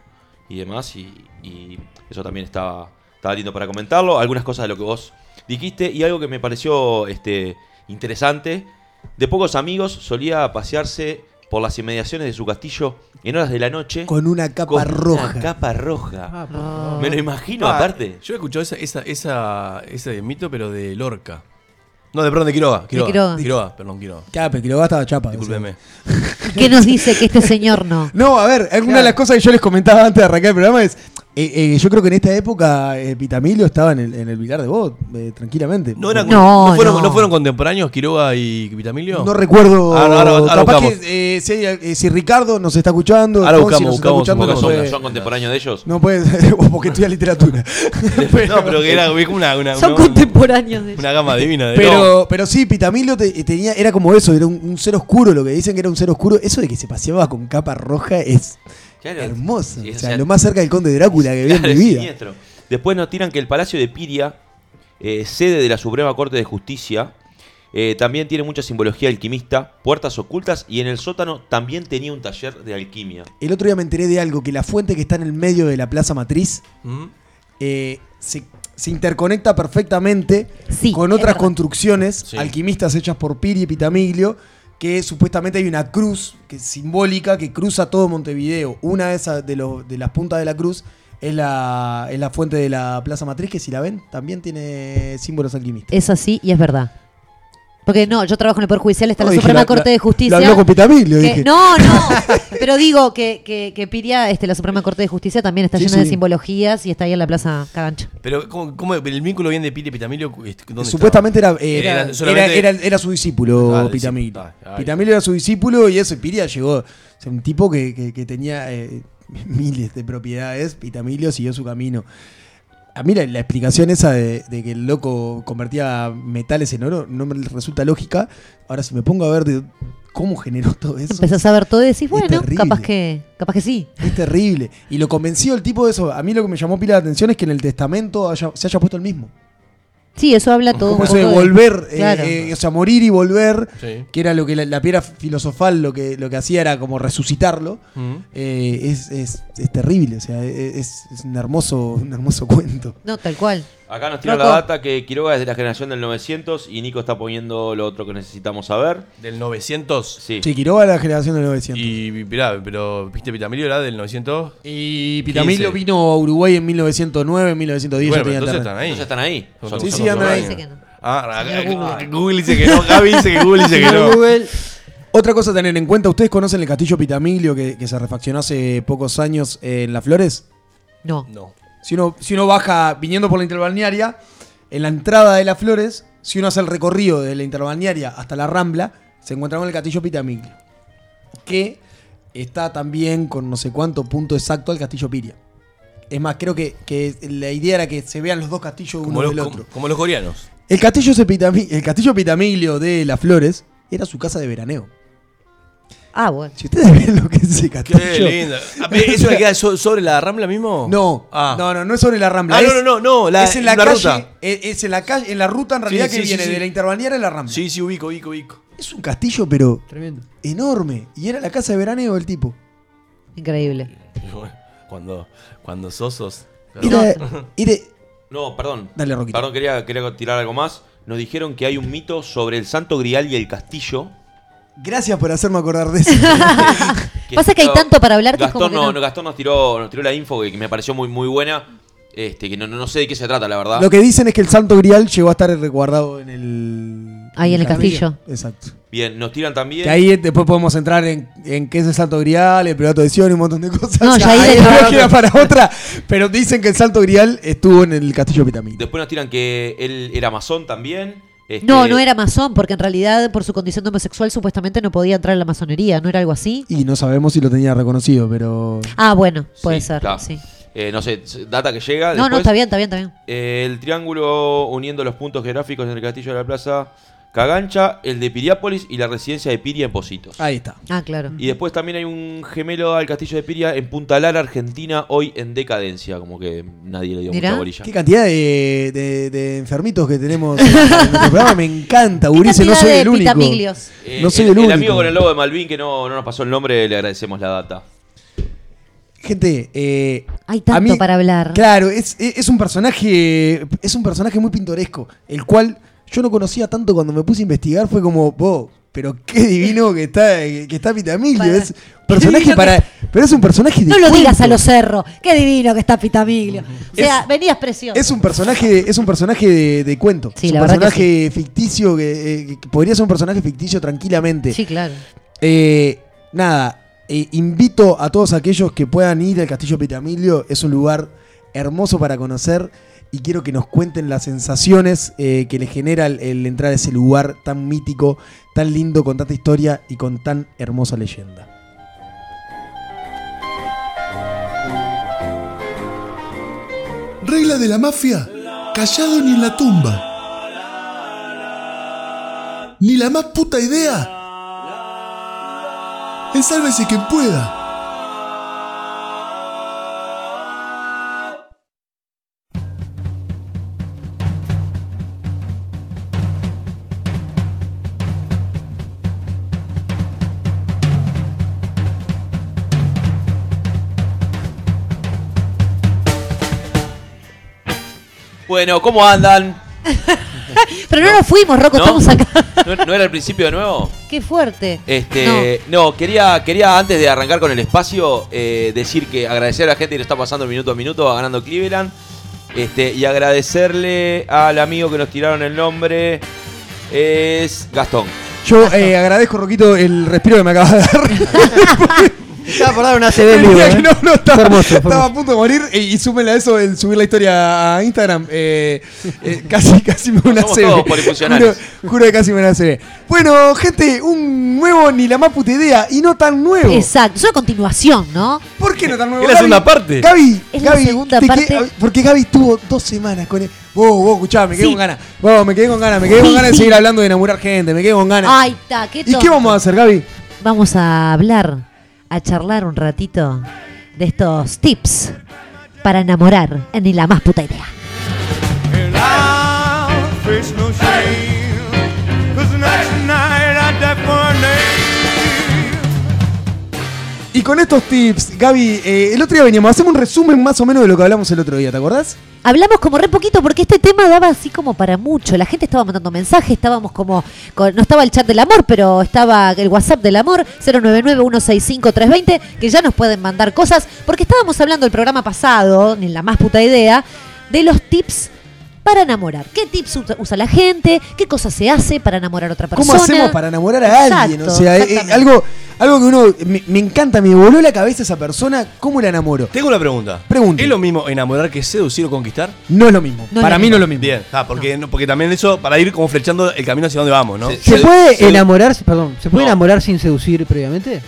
A: y demás, y, y eso también estaba, estaba lindo para comentarlo. Algunas cosas de lo que vos dijiste y algo que me pareció este, interesante. De pocos amigos solía pasearse por las inmediaciones de su castillo en horas de la noche
C: Con una
A: con
C: capa
A: una
C: roja.
A: capa roja.
E: Ah,
A: Me lo imagino,
D: Ah,
A: aparte.
D: Yo he escuchado esa, esa, esa, ese mito, pero de Lorca. No, de perdón, de Quiroga. Quiroga,
B: Quiroga.
D: Quiroga, perdón, Quiroga.
C: Claro, pero que lo gastaba chapa. o
D: Discúlpeme.
C: <laughs>
B: ¿Qué nos dice que este señor no?
C: sea. No, a ver, alguna de las cosas que yo les comentaba antes de arrancar el programa es. eh, eh, yo creo que en esta época eh, Pitamilio estaba en el, en el Vilar de Bot, eh, tranquilamente.
D: ¿No, eran-
B: No,
D: no fueron,
B: no.
D: no fueron contemporáneos Quiroga y Vitamilio?
C: No recuerdo.
D: Ahora- ahora- ahora
C: capaz
D: buscamos.
C: que eh, si, hay- eh, si Ricardo nos está escuchando.
D: Ahora
C: Fonsi
D: buscamos,
C: nos está
D: buscamos un
C: escuchando,
D: poco
A: Porque
C: no
D: de
A: son,
C: puede-
A: son contemporáneos de ellos.
C: No puede <laughs> o porque estudia literatura.
A: <laughs>
D: No,
C: <laughs>
D: pero que
C: eh,
D: era como una, una,
B: Son
D: una-
B: contemporáneos de
D: una <laughs> gama divina. De no.
C: Pero, pero sí, Pitamilo te- tenía, era como eso, era un, un ser oscuro, lo que dicen que era un ser oscuro. Eso de que se paseaba con capa roja es
A: Claro.
C: hermoso.
A: Sí,
C: o
A: o
C: sea,
A: sea,
C: lo más cerca del conde Drácula que vi
A: Claro,
C: en
A: es
C: mi vida.
A: siniestro. Después nos tiran que el Palacio de Piria, eh, sede de la Suprema Corte de Justicia, Eh, también tiene mucha simbología alquimista, puertas ocultas y en el sótano también tenía un taller de alquimia.
C: El otro día me enteré de algo, que la fuente que está en el medio de la Plaza Matriz
D: Mm.
C: eh, se, se interconecta perfectamente
B: Sí,
C: con
B: es
C: otras
B: verdad.
C: construcciones
A: Sí.
C: alquimistas hechas por Piri y Pitamiglio, que supuestamente hay una cruz que es simbólica que cruza todo Montevideo. Una de, esas, de, los- de las puntas de la cruz es la, es la fuente de la Plaza Matriz, que si la ven, también tiene símbolos alquimistas.
B: Es así y es verdad. Porque no, yo trabajo en el Poder Judicial, está
C: No,
B: la
C: dije,
B: Suprema
C: la-
B: Corte
C: la-
B: de Justicia.
C: Lo habló con Pitamiglio,
B: que-
C: dije.
B: no, no, pero digo que, que, que Piria, este, la Suprema Corte de Justicia también está
C: Sí,
B: llena de
C: sí.
B: simbologías y está ahí en la Plaza Cagancha.
D: Pero, ¿cómo, cómo- el vínculo viene de Piri Pitamilio? este, ¿Dónde estaba?
C: Supuestamente era, eh,
D: Era
C: era,
D: solamente-
C: era- era- era su discípulo,
D: Ah, el
C: Pitamilio.
D: discípulo. Ah, ahí
C: Pitamilio era su discípulo y eso, y Piria llegó. O sea, un tipo que, que- que tenía eh, <laughs> miles de propiedades. Pitamilio siguió su camino. A mí la, la explicación esa de, de que el loco convertía metales en oro no me resulta lógica. Ahora, si me pongo a ver de cómo generó todo eso.
B: Empezás a ver todo y decís, bueno,
C: terrible.
B: capaz que, capaz que sí.
C: Es terrible. Y lo convenció el tipo de eso. A mí lo que me llamó pila de atención es que en el testamento haya- se haya puesto el mismo.
B: Sí, eso habla todo. un
C: Como eso de
B: poco
C: volver, eh,
B: Claro.
C: eh, o sea, morir y volver,
D: Sí.
C: que era lo que la, la piedra filosofal lo que, lo que hacía era como resucitarlo.
D: Mm.
C: Eh, es, es- es terrible, o sea, e, es, es un, hermoso, un hermoso <laughs> cuento.
B: No, tal cual.
A: Acá nos tira la
B: Loco.
A: data que Quiroga es de la generación del 900 y Nico está poniendo lo otro que necesitamos saber.
D: Del 900.
A: Sí.
C: Che, Quiroga era la generación del 900.
D: Y mirá, pero viste, Pitamilio era del 900.
C: Y,
D: Pitamillo
C: Pitamillo vino a Uruguay en 1909, en 1910.
D: bueno, pero
C: ya tenía
D: entonces
C: internet.
D: están ahí.
A: Ellos están ahí.
D: Son-
A: Son-
D: son
C: sí,
A: son
C: andan ahí.
B: Dice que
D: contemporáneos.
B: no.
D: Ah, ah,
B: Señor
D: ah,
B: Google.
D: Google dice
B: <laughs>
D: que no, Gaby dice que Google dice que no.
C: Google. Otra cosa a tener en cuenta, ¿ustedes conocen el castillo Pitamiglio que, que se refaccionó hace pocos años en Las Flores?
B: No.
D: No.
C: Si uno, si uno baja viniendo por la interbalnearia, en la entrada de las flores, si uno hace el recorrido de la interbalnearia hasta la rambla, se encuentra con el castillo Pitamiglio. Que está también con no sé cuánto punto exacto al castillo Piria. Es más, creo que, que la idea era que se vean los dos castillos uno
D: Como los,
C: del
D: como-
C: otro.
D: como los coreanos.
C: El castillo, ese Pitami- el castillo Pitamiglio de las flores era su casa de veraneo.
B: Ah, bueno.
C: Si ustedes ven lo que es ese castillo.
D: Qué
C: <laughs>
D: lindo. Ah, pero ¿Eso le queda so- sobre la rambla mismo?
C: No,
D: Ah.
C: no, no, no es sobre la rambla.
D: Ah,
C: es-
D: no, no, no, no, la-
C: es en la,
D: la
C: calle.
D: ruta.
C: Es, es en la calle, en la ruta en realidad
D: Sí,
C: que
D: sí, sí,
C: viene
D: sí.
C: de la interbalnearia a la rambla.
D: Sí, sí, ubico, ubico, ubico.
C: Es un castillo, pero
E: Tremendo.
C: enorme. Y era la casa de veraneo del tipo.
B: Increíble.
D: Y <laughs> bueno, Cuando, cuando sos, sos.
C: Era, era-
A: No, perdón.
C: Dale, Roquita.
A: Perdón, quería, quería tirar algo más. Nos dijeron que hay un mito sobre el santo grial y el castillo.
C: Gracias por hacerme acordar
B: <laughs>
A: <laughs>
C: de eso.
B: Pasa que hay
A: está-
B: tanto para hablar que es
A: Gastón,
B: como que
A: no-
B: no.
A: no, Gastón nos tiró, nos tiró la info que, que me pareció muy, muy buena. Este, que no, no- no sé de qué se trata, la verdad.
C: Lo que dicen es que el santo grial llegó a estar resguardado en el.
B: Ahí en el castillo.
C: Exacto.
A: Bien, nos tiran también.
C: Que ahí eh, después podemos entrar en, en qué es el Santo Grial, el Priorato de Sion y un montón de cosas.
B: No, ya ahí
C: hay <laughs>
B: de-
C: una página para otra. Pero dicen que el Santo Grial estuvo en el Castillo Pitamil.
A: Después nos tiran que él era masón también. este,
B: No,
C: Eh,
B: no era masón, porque en realidad por su condición de homosexual supuestamente no podía entrar en la masonería, ¿no era algo así?
C: Y no sabemos si lo tenía reconocido, pero.
B: Ah, bueno, puede
A: sí,
B: ser,
A: está.
B: sí.
A: Eh, no sé, data que llega.
B: No, no,
A: después.
B: está bien, está bien, está bien.
A: Eh, el triángulo uniendo los puntos geográficos entre el castillo de la plaza Cagancha, el de Piriápolis y la residencia de Piria en Positos.
C: Ahí está.
B: Ah, claro.
A: Y después también hay un gemelo al castillo de Piria en Punta Lara, Argentina, hoy en decadencia, como que nadie le dio
B: Mirá.
A: mucha bolilla.
C: Qué cantidad de, de- de enfermitos que tenemos
B: <laughs>
C: en nuestro programa. Me encanta, Urice, no
B: cantidad
C: soy
B: de
C: el único.
B: pitamiglios?
A: Eh,
C: No soy
A: el,
C: el único.
A: el amigo con el logo de Malvin que no, no nos pasó el nombre, le agradecemos la data.
C: Gente, eh,
B: Hay tanto
C: a mí-
B: para hablar.
C: Claro, es, es- es un personaje. Es un personaje muy pintoresco. El cual yo no conocía tanto cuando me puse a investigar. Fue como, wow, pero qué divino que está, que está Pitamilio.
B: Para-
C: Es personaje
B: divino
C: para. Pero es un personaje de
B: No lo
C: cuento.
B: digas a los cerros, qué divino que está Pitamiglio. O sea, venías precioso.
C: Es un personaje, es un personaje de, de cuento.
B: Sí,
C: es un
B: la verdad que
C: personaje ficticio que, eh, que podría ser un personaje ficticio tranquilamente.
B: Sí, claro.
C: Eh, nada, eh, invito a todos aquellos que puedan ir al Castillo Pitamilio. Es un lugar hermoso para conocer y quiero que nos cuenten las sensaciones eh, que les genera el, el entrar a ese lugar tan mítico, tan lindo, con tanta historia y con tan hermosa leyenda.
F: Regla de la mafia. Callado ni en la tumba. Ni la más puta idea. Ensálvese quien pueda.
A: Bueno, ¿cómo andan?
B: Pero no, nos fuimos, Rocco,
A: ¿No?
B: estamos acá.
A: ¿No, no era el principio de nuevo?
B: Qué fuerte.
A: Este, no, quería, quería antes de arrancar con el espacio eh, decir que agradecer a la gente que lo está pasando minuto a minuto a ganando Cleveland. Este, y agradecerle al amigo que nos tiraron el nombre. Es Gastón.
C: Yo
E: <laughs>
C: eh, agradezco, Roquito, el respiro que me acabas de dar.
E: Estaba por dar una CB en vivo,
C: Tenía
E: ¿eh?
C: que- no, no, estaba,
E: Fue hermoso, fue
C: estaba
E: hermoso.
C: a punto de morir eh, y, súmenle a eso el subir la historia a Instagram. eh, eh, casi, casi me da una
A: Somos
C: CB.
A: todos
C: <laughs>
A: polifuncionales.
C: Juro, juro que casi me da una CB. Bueno, gente, un nuevo ni la más puta idea y no tan nuevo.
B: Exacto, es una continuación, ¿no?
C: ¿Por qué no tan nuevo?
D: Es la
C: Gaby?
D: segunda parte.
C: Gaby,
B: Es la
C: Gaby,
B: segunda
C: te
B: parte.
C: quedé- porque Gaby estuvo dos semanas con él. Vos, vos, escuchá, me quedé
B: Sí.
C: con ganas. Vos, me quedé con ganas, me quedé con
B: Sí,
C: ganas de
B: sí.
C: seguir hablando de enamorar gente, me quedé con ganas.
B: Ay, ta, qué
C: ¿Y qué
B: tonto.
C: vamos a hacer, Gaby?
B: Vamos a hablar, a charlar un ratito de estos tips para enamorar en ni la más puta idea.
J: And I'll face no shame. Cause next night I die for a name.
C: Y con estos tips, Gaby, eh, el otro día veníamos, hacemos un resumen más o menos de lo que hablamos el otro día, ¿te acordás?
B: Hablamos como re poquito porque este tema daba así como para mucho. La gente estaba mandando mensajes, estábamos como. con- no estaba el chat del amor, pero estaba el WhatsApp del amor, 099-165-320, que ya nos pueden mandar cosas. Porque estábamos hablando el programa pasado, ni la más puta idea, de los tips para enamorar. ¿Qué tips usa- usa la gente? ¿Qué cosas se hace para enamorar a otra persona?
C: ¿Cómo hacemos para enamorar a alguien? O
B: Exacto,
C: sea, eh, eh,
B: exactamente.
C: algo, algo que uno, me, me encanta, me voló la cabeza esa persona, ¿cómo la enamoro?
D: Tengo una pregunta.
C: Pregunte.
D: ¿Es lo mismo enamorar que seducir o conquistar?
C: No es lo mismo,
B: No es
C: para
B: lo
C: mí
B: mismo.
C: no es lo mismo.
D: Bien, ah, porque, no, porque también eso, para ir como flechando el camino hacia donde vamos, ¿no?
A: Se-
E: ¿Se
A: se-
E: puede
A: se-
E: enamorar, perdón, se puede
A: No.
E: enamorar sin seducir previamente?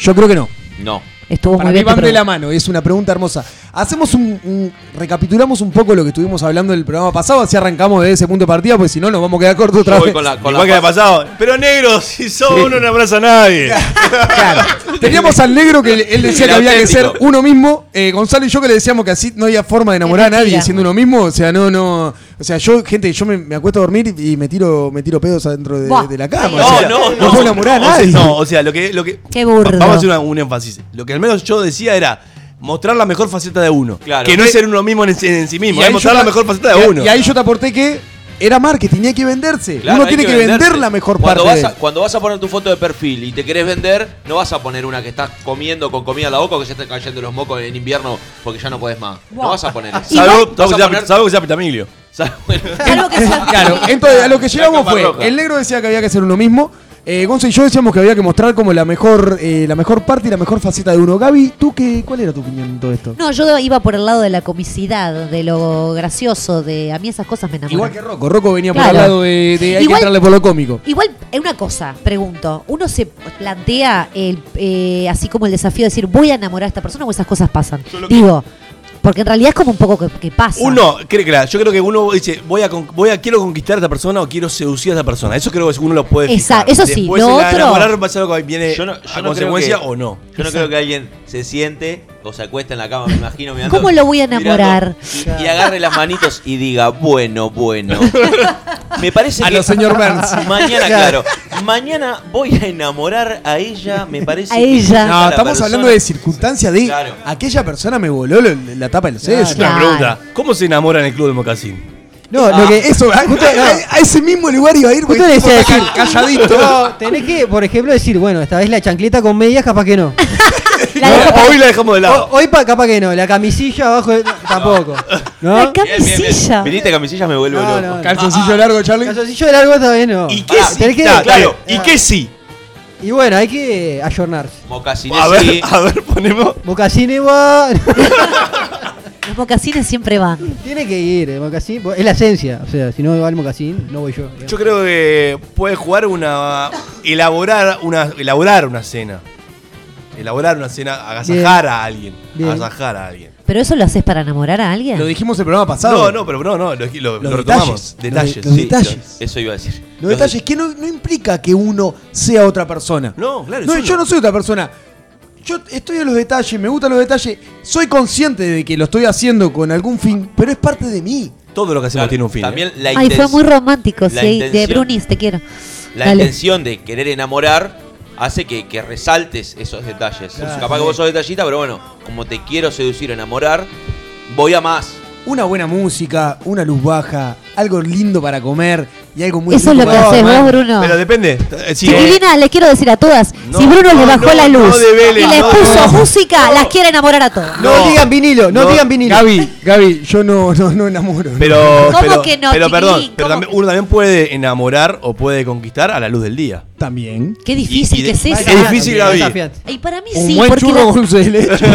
C: Yo creo que no.
A: No.
B: Estuvo
C: Para mí
B: muy bien. tu
C: van de la
B: pregunta.
C: mano, es una pregunta hermosa. Hacemos un, un- recapitulamos un poco lo que estuvimos hablando del programa pasado, así arrancamos de ese punto de partida, porque si no nos vamos a quedar cortos otra
A: Yo voy
C: vez.
A: con la, con
D: Igual que
A: la
D: me ha pasado. Pero negro, si sos uno no abraza a nadie.
C: <laughs> Claro. Teníamos al negro que él decía
A: El
C: que había que ser
A: auténtico.
C: uno mismo. Eh, Gonzalo y yo que le decíamos que así no había forma de enamorar a nadie
B: mentira.
C: siendo uno mismo. O sea, no, no. O sea, yo, gente, yo me, me acuesto a dormir y me tiro, me tiro pedos adentro de,
B: Buah.
C: de la cama.
B: No,
C: o sea,
A: no,
C: No
A: no.
C: puedo enamorar a
D: O sea,
C: nadie.
D: no, o sea, lo que. Lo que
B: Qué burdo.
D: Vamos a hacer una- un énfasis. Lo que al menos yo decía era mostrar la mejor faceta de uno.
A: Claro.
D: Que no es ser uno mismo en, en sí
C: Y
D: mismo,
C: ahí
D: es
C: yo
D: mostrar la
C: te-
D: mejor faceta
C: y
D: de
C: a-
D: uno.
C: Y ahí yo te aporté que era marketing, tenía que venderse.
A: Claro,
C: uno
A: hay
C: tiene que, vender
A: venderse.
C: la mejor
A: cuando Vas
C: parte. de
A: a,
C: él.
A: cuando vas a poner tu foto de perfil y te querés vender, no vas a poner una que estás comiendo con comida en la boca o que se están cayendo los mocos en invierno porque ya no podés más. No vas a poner eso.
D: Salvo,
A: Vas
D: salvo
A: a
D: que sea-
A: poner-
D: salvo que sea Pitamilio.
A: Bueno,
B: Algo que sea-
C: Claro, entonces a lo que llegamos
A: cama
C: fue,
A: roja.
C: el negro decía que había que ser uno mismo. Eh, Gonza y yo decíamos que había que mostrar como la mejor, eh, la mejor parte y la mejor faceta de uno. Gaby, ¿tú qué, cuál era tu opinión en todo esto?
B: No, yo iba por el lado de la comicidad, de lo gracioso, de a mí esas cosas me enamoran.
C: Igual que Rocco, Rocco venía por
B: Claro.
C: al lado de, de hay que
B: Igual-
C: entrarle por lo cómico.
B: Igual, eh, una cosa, pregunto. Uno se plantea el, eh, así como el desafío de decir, voy a enamorar a esta persona o esas cosas pasan. Digo, porque en realidad es como un poco que, que pasa.
D: Uno, creo, claro, yo creo que uno dice, voy a, con- voy a, quiero conquistar a esta persona o quiero seducir a esta persona. Eso creo que uno lo puede
B: Exacto,
D: fijar.
B: eso sí,
D: Después
B: lo
D: el
B: otro-
D: enamorar va a ser lo que viene
A: Yo no- yo
D: a
A: no creo
D: consecuencia
A: que-
D: o no.
A: Yo no
B: Exacto.
A: creo que alguien se siente o se acuesta en la cama, me imagino. Mirando,
B: ¿Cómo lo voy a enamorar?
A: mirando, y, y agarre las manitos y diga, bueno, bueno.
D: <laughs>
A: Me parece
C: A
A: que.
C: lo señor Burns.
A: Mañana, claro. Mañana voy a enamorar a ella, me parece.
B: A
A: que
B: ella.
A: es
C: No,
A: la
C: estamos
A: persona-
C: hablando
A: <laughs>
C: de circunstancia de
A: Claro.
C: aquella persona me voló lo- la tapa de los sellos.
D: Es una
B: Claro.
D: pregunta. ¿Cómo se enamora en el club de Mocasín?
E: No, lo que es. <laughs>
C: Eso, a, justo- a- a ese mismo lugar iba a ir, porque
E: Justo
C: tipo,
E: decía
C: está
E: decir-
C: ca- calladito.
E: No, tenés que, por ejemplo, decir, bueno, esta vez la chancleta con medias, capaz que no.
B: La de-
D: Hoy la dejamos de
E: O-
D: lado.
E: hoy pa- capaz que no, la camisilla abajo de- tampoco.
B: La
A: Bien,
E: ¿No?
A: bien, bien.
B: camisilla.
A: Viniste camisillas, me vuelvo
E: No,
A: loco.
E: no, no.
C: Calzoncillo largo, Charlie.
E: Ah, Calzoncillo de largo esta vez no. Ah,
D: ¿Y qué
A: Pará,
D: sí?
E: tenés que-
D: Claro,
E: ah.
A: claro.
D: ¿Y qué sí?
E: Y bueno, hay que ayornarse.
A: Mocasines
D: A ver,
A: sí.
D: <laughs> a ver, ponemos.
E: Mocasín igual.
B: <laughs> Los mocasines siempre van.
E: Tiene que ir, el mocasín. Es la esencia. O sea, si no va el mocasín, no voy yo. digamos.
D: Oh, Yo creo que puede jugar una. Elaborar una, elaborar una cena. Elaborar una cena, agasajar a alguien.
E: Bien.
D: Agasajar a alguien.
B: ¿Pero eso lo haces para enamorar a alguien?
C: Lo dijimos el programa pasado.
D: No, no, pero no, no, lo, lo-
C: Los
D: lo retomamos.
C: detalles,
D: Detalles.
C: los
D: sí.
C: detalles.
A: Eso iba a decir.
C: Los detalles que no, no implica que uno sea otra persona.
D: No, claro,
C: No,
D: es
C: yo
D: uno.
C: no soy otra persona. Yo estudio los detalles, me gustan los detalles. Soy consciente de que lo estoy haciendo con algún fin, pero es parte de mí.
D: Todo lo que hacemos
A: Claro,
D: tiene un fin. ¿eh?
A: También la
B: Ay, fue
A: intención-
B: muy romántico,
A: la
B: sí. De
A: intención-
B: Brunis, te quiero.
A: La
B: Dale.
A: intención de querer enamorar hace que, que resaltes esos detalles. Capaz que vos sos detallista, pero bueno, como te quiero seducir o enamorar, voy a más.
C: una buena música, una luz baja, algo lindo para comer y algo muy
B: Eso es
C: rico
B: lo que
C: para
B: haces
C: tomar.
B: vos, Bruno.
D: Pero depende. eh, si-
B: Chiquilina, les quiero decir a todas,
D: No,
B: si Bruno
D: no,
B: les bajó
D: no,
B: la
D: no
B: luz
D: develes,
B: y les
D: no,
B: puso
D: no.
B: música, las quiere enamorar a todas.
D: No.
E: No, digan vinilo, no,
D: No,
E: digan vinilo.
C: Gaby, Gaby, yo no, no, no enamoro.
D: Pero,
C: <laughs>
B: ¿Cómo
D: pero,
B: que no,
D: pero
B: chiquilín?
D: perdón, pero
B: ¿Cómo
D: también, uno también puede enamorar o puede conquistar a la luz del día.
C: También.
B: Qué
D: Y-
B: difícil
D: y de-
B: que es
D: Es
B: esa.
D: difícil,
E: Gaby.
D: Gaby.
B: Y para mí
C: Un
B: sí,
C: buen
B: porque
C: churro
B: la-
C: con dulce
D: <laughs>
C: de leche.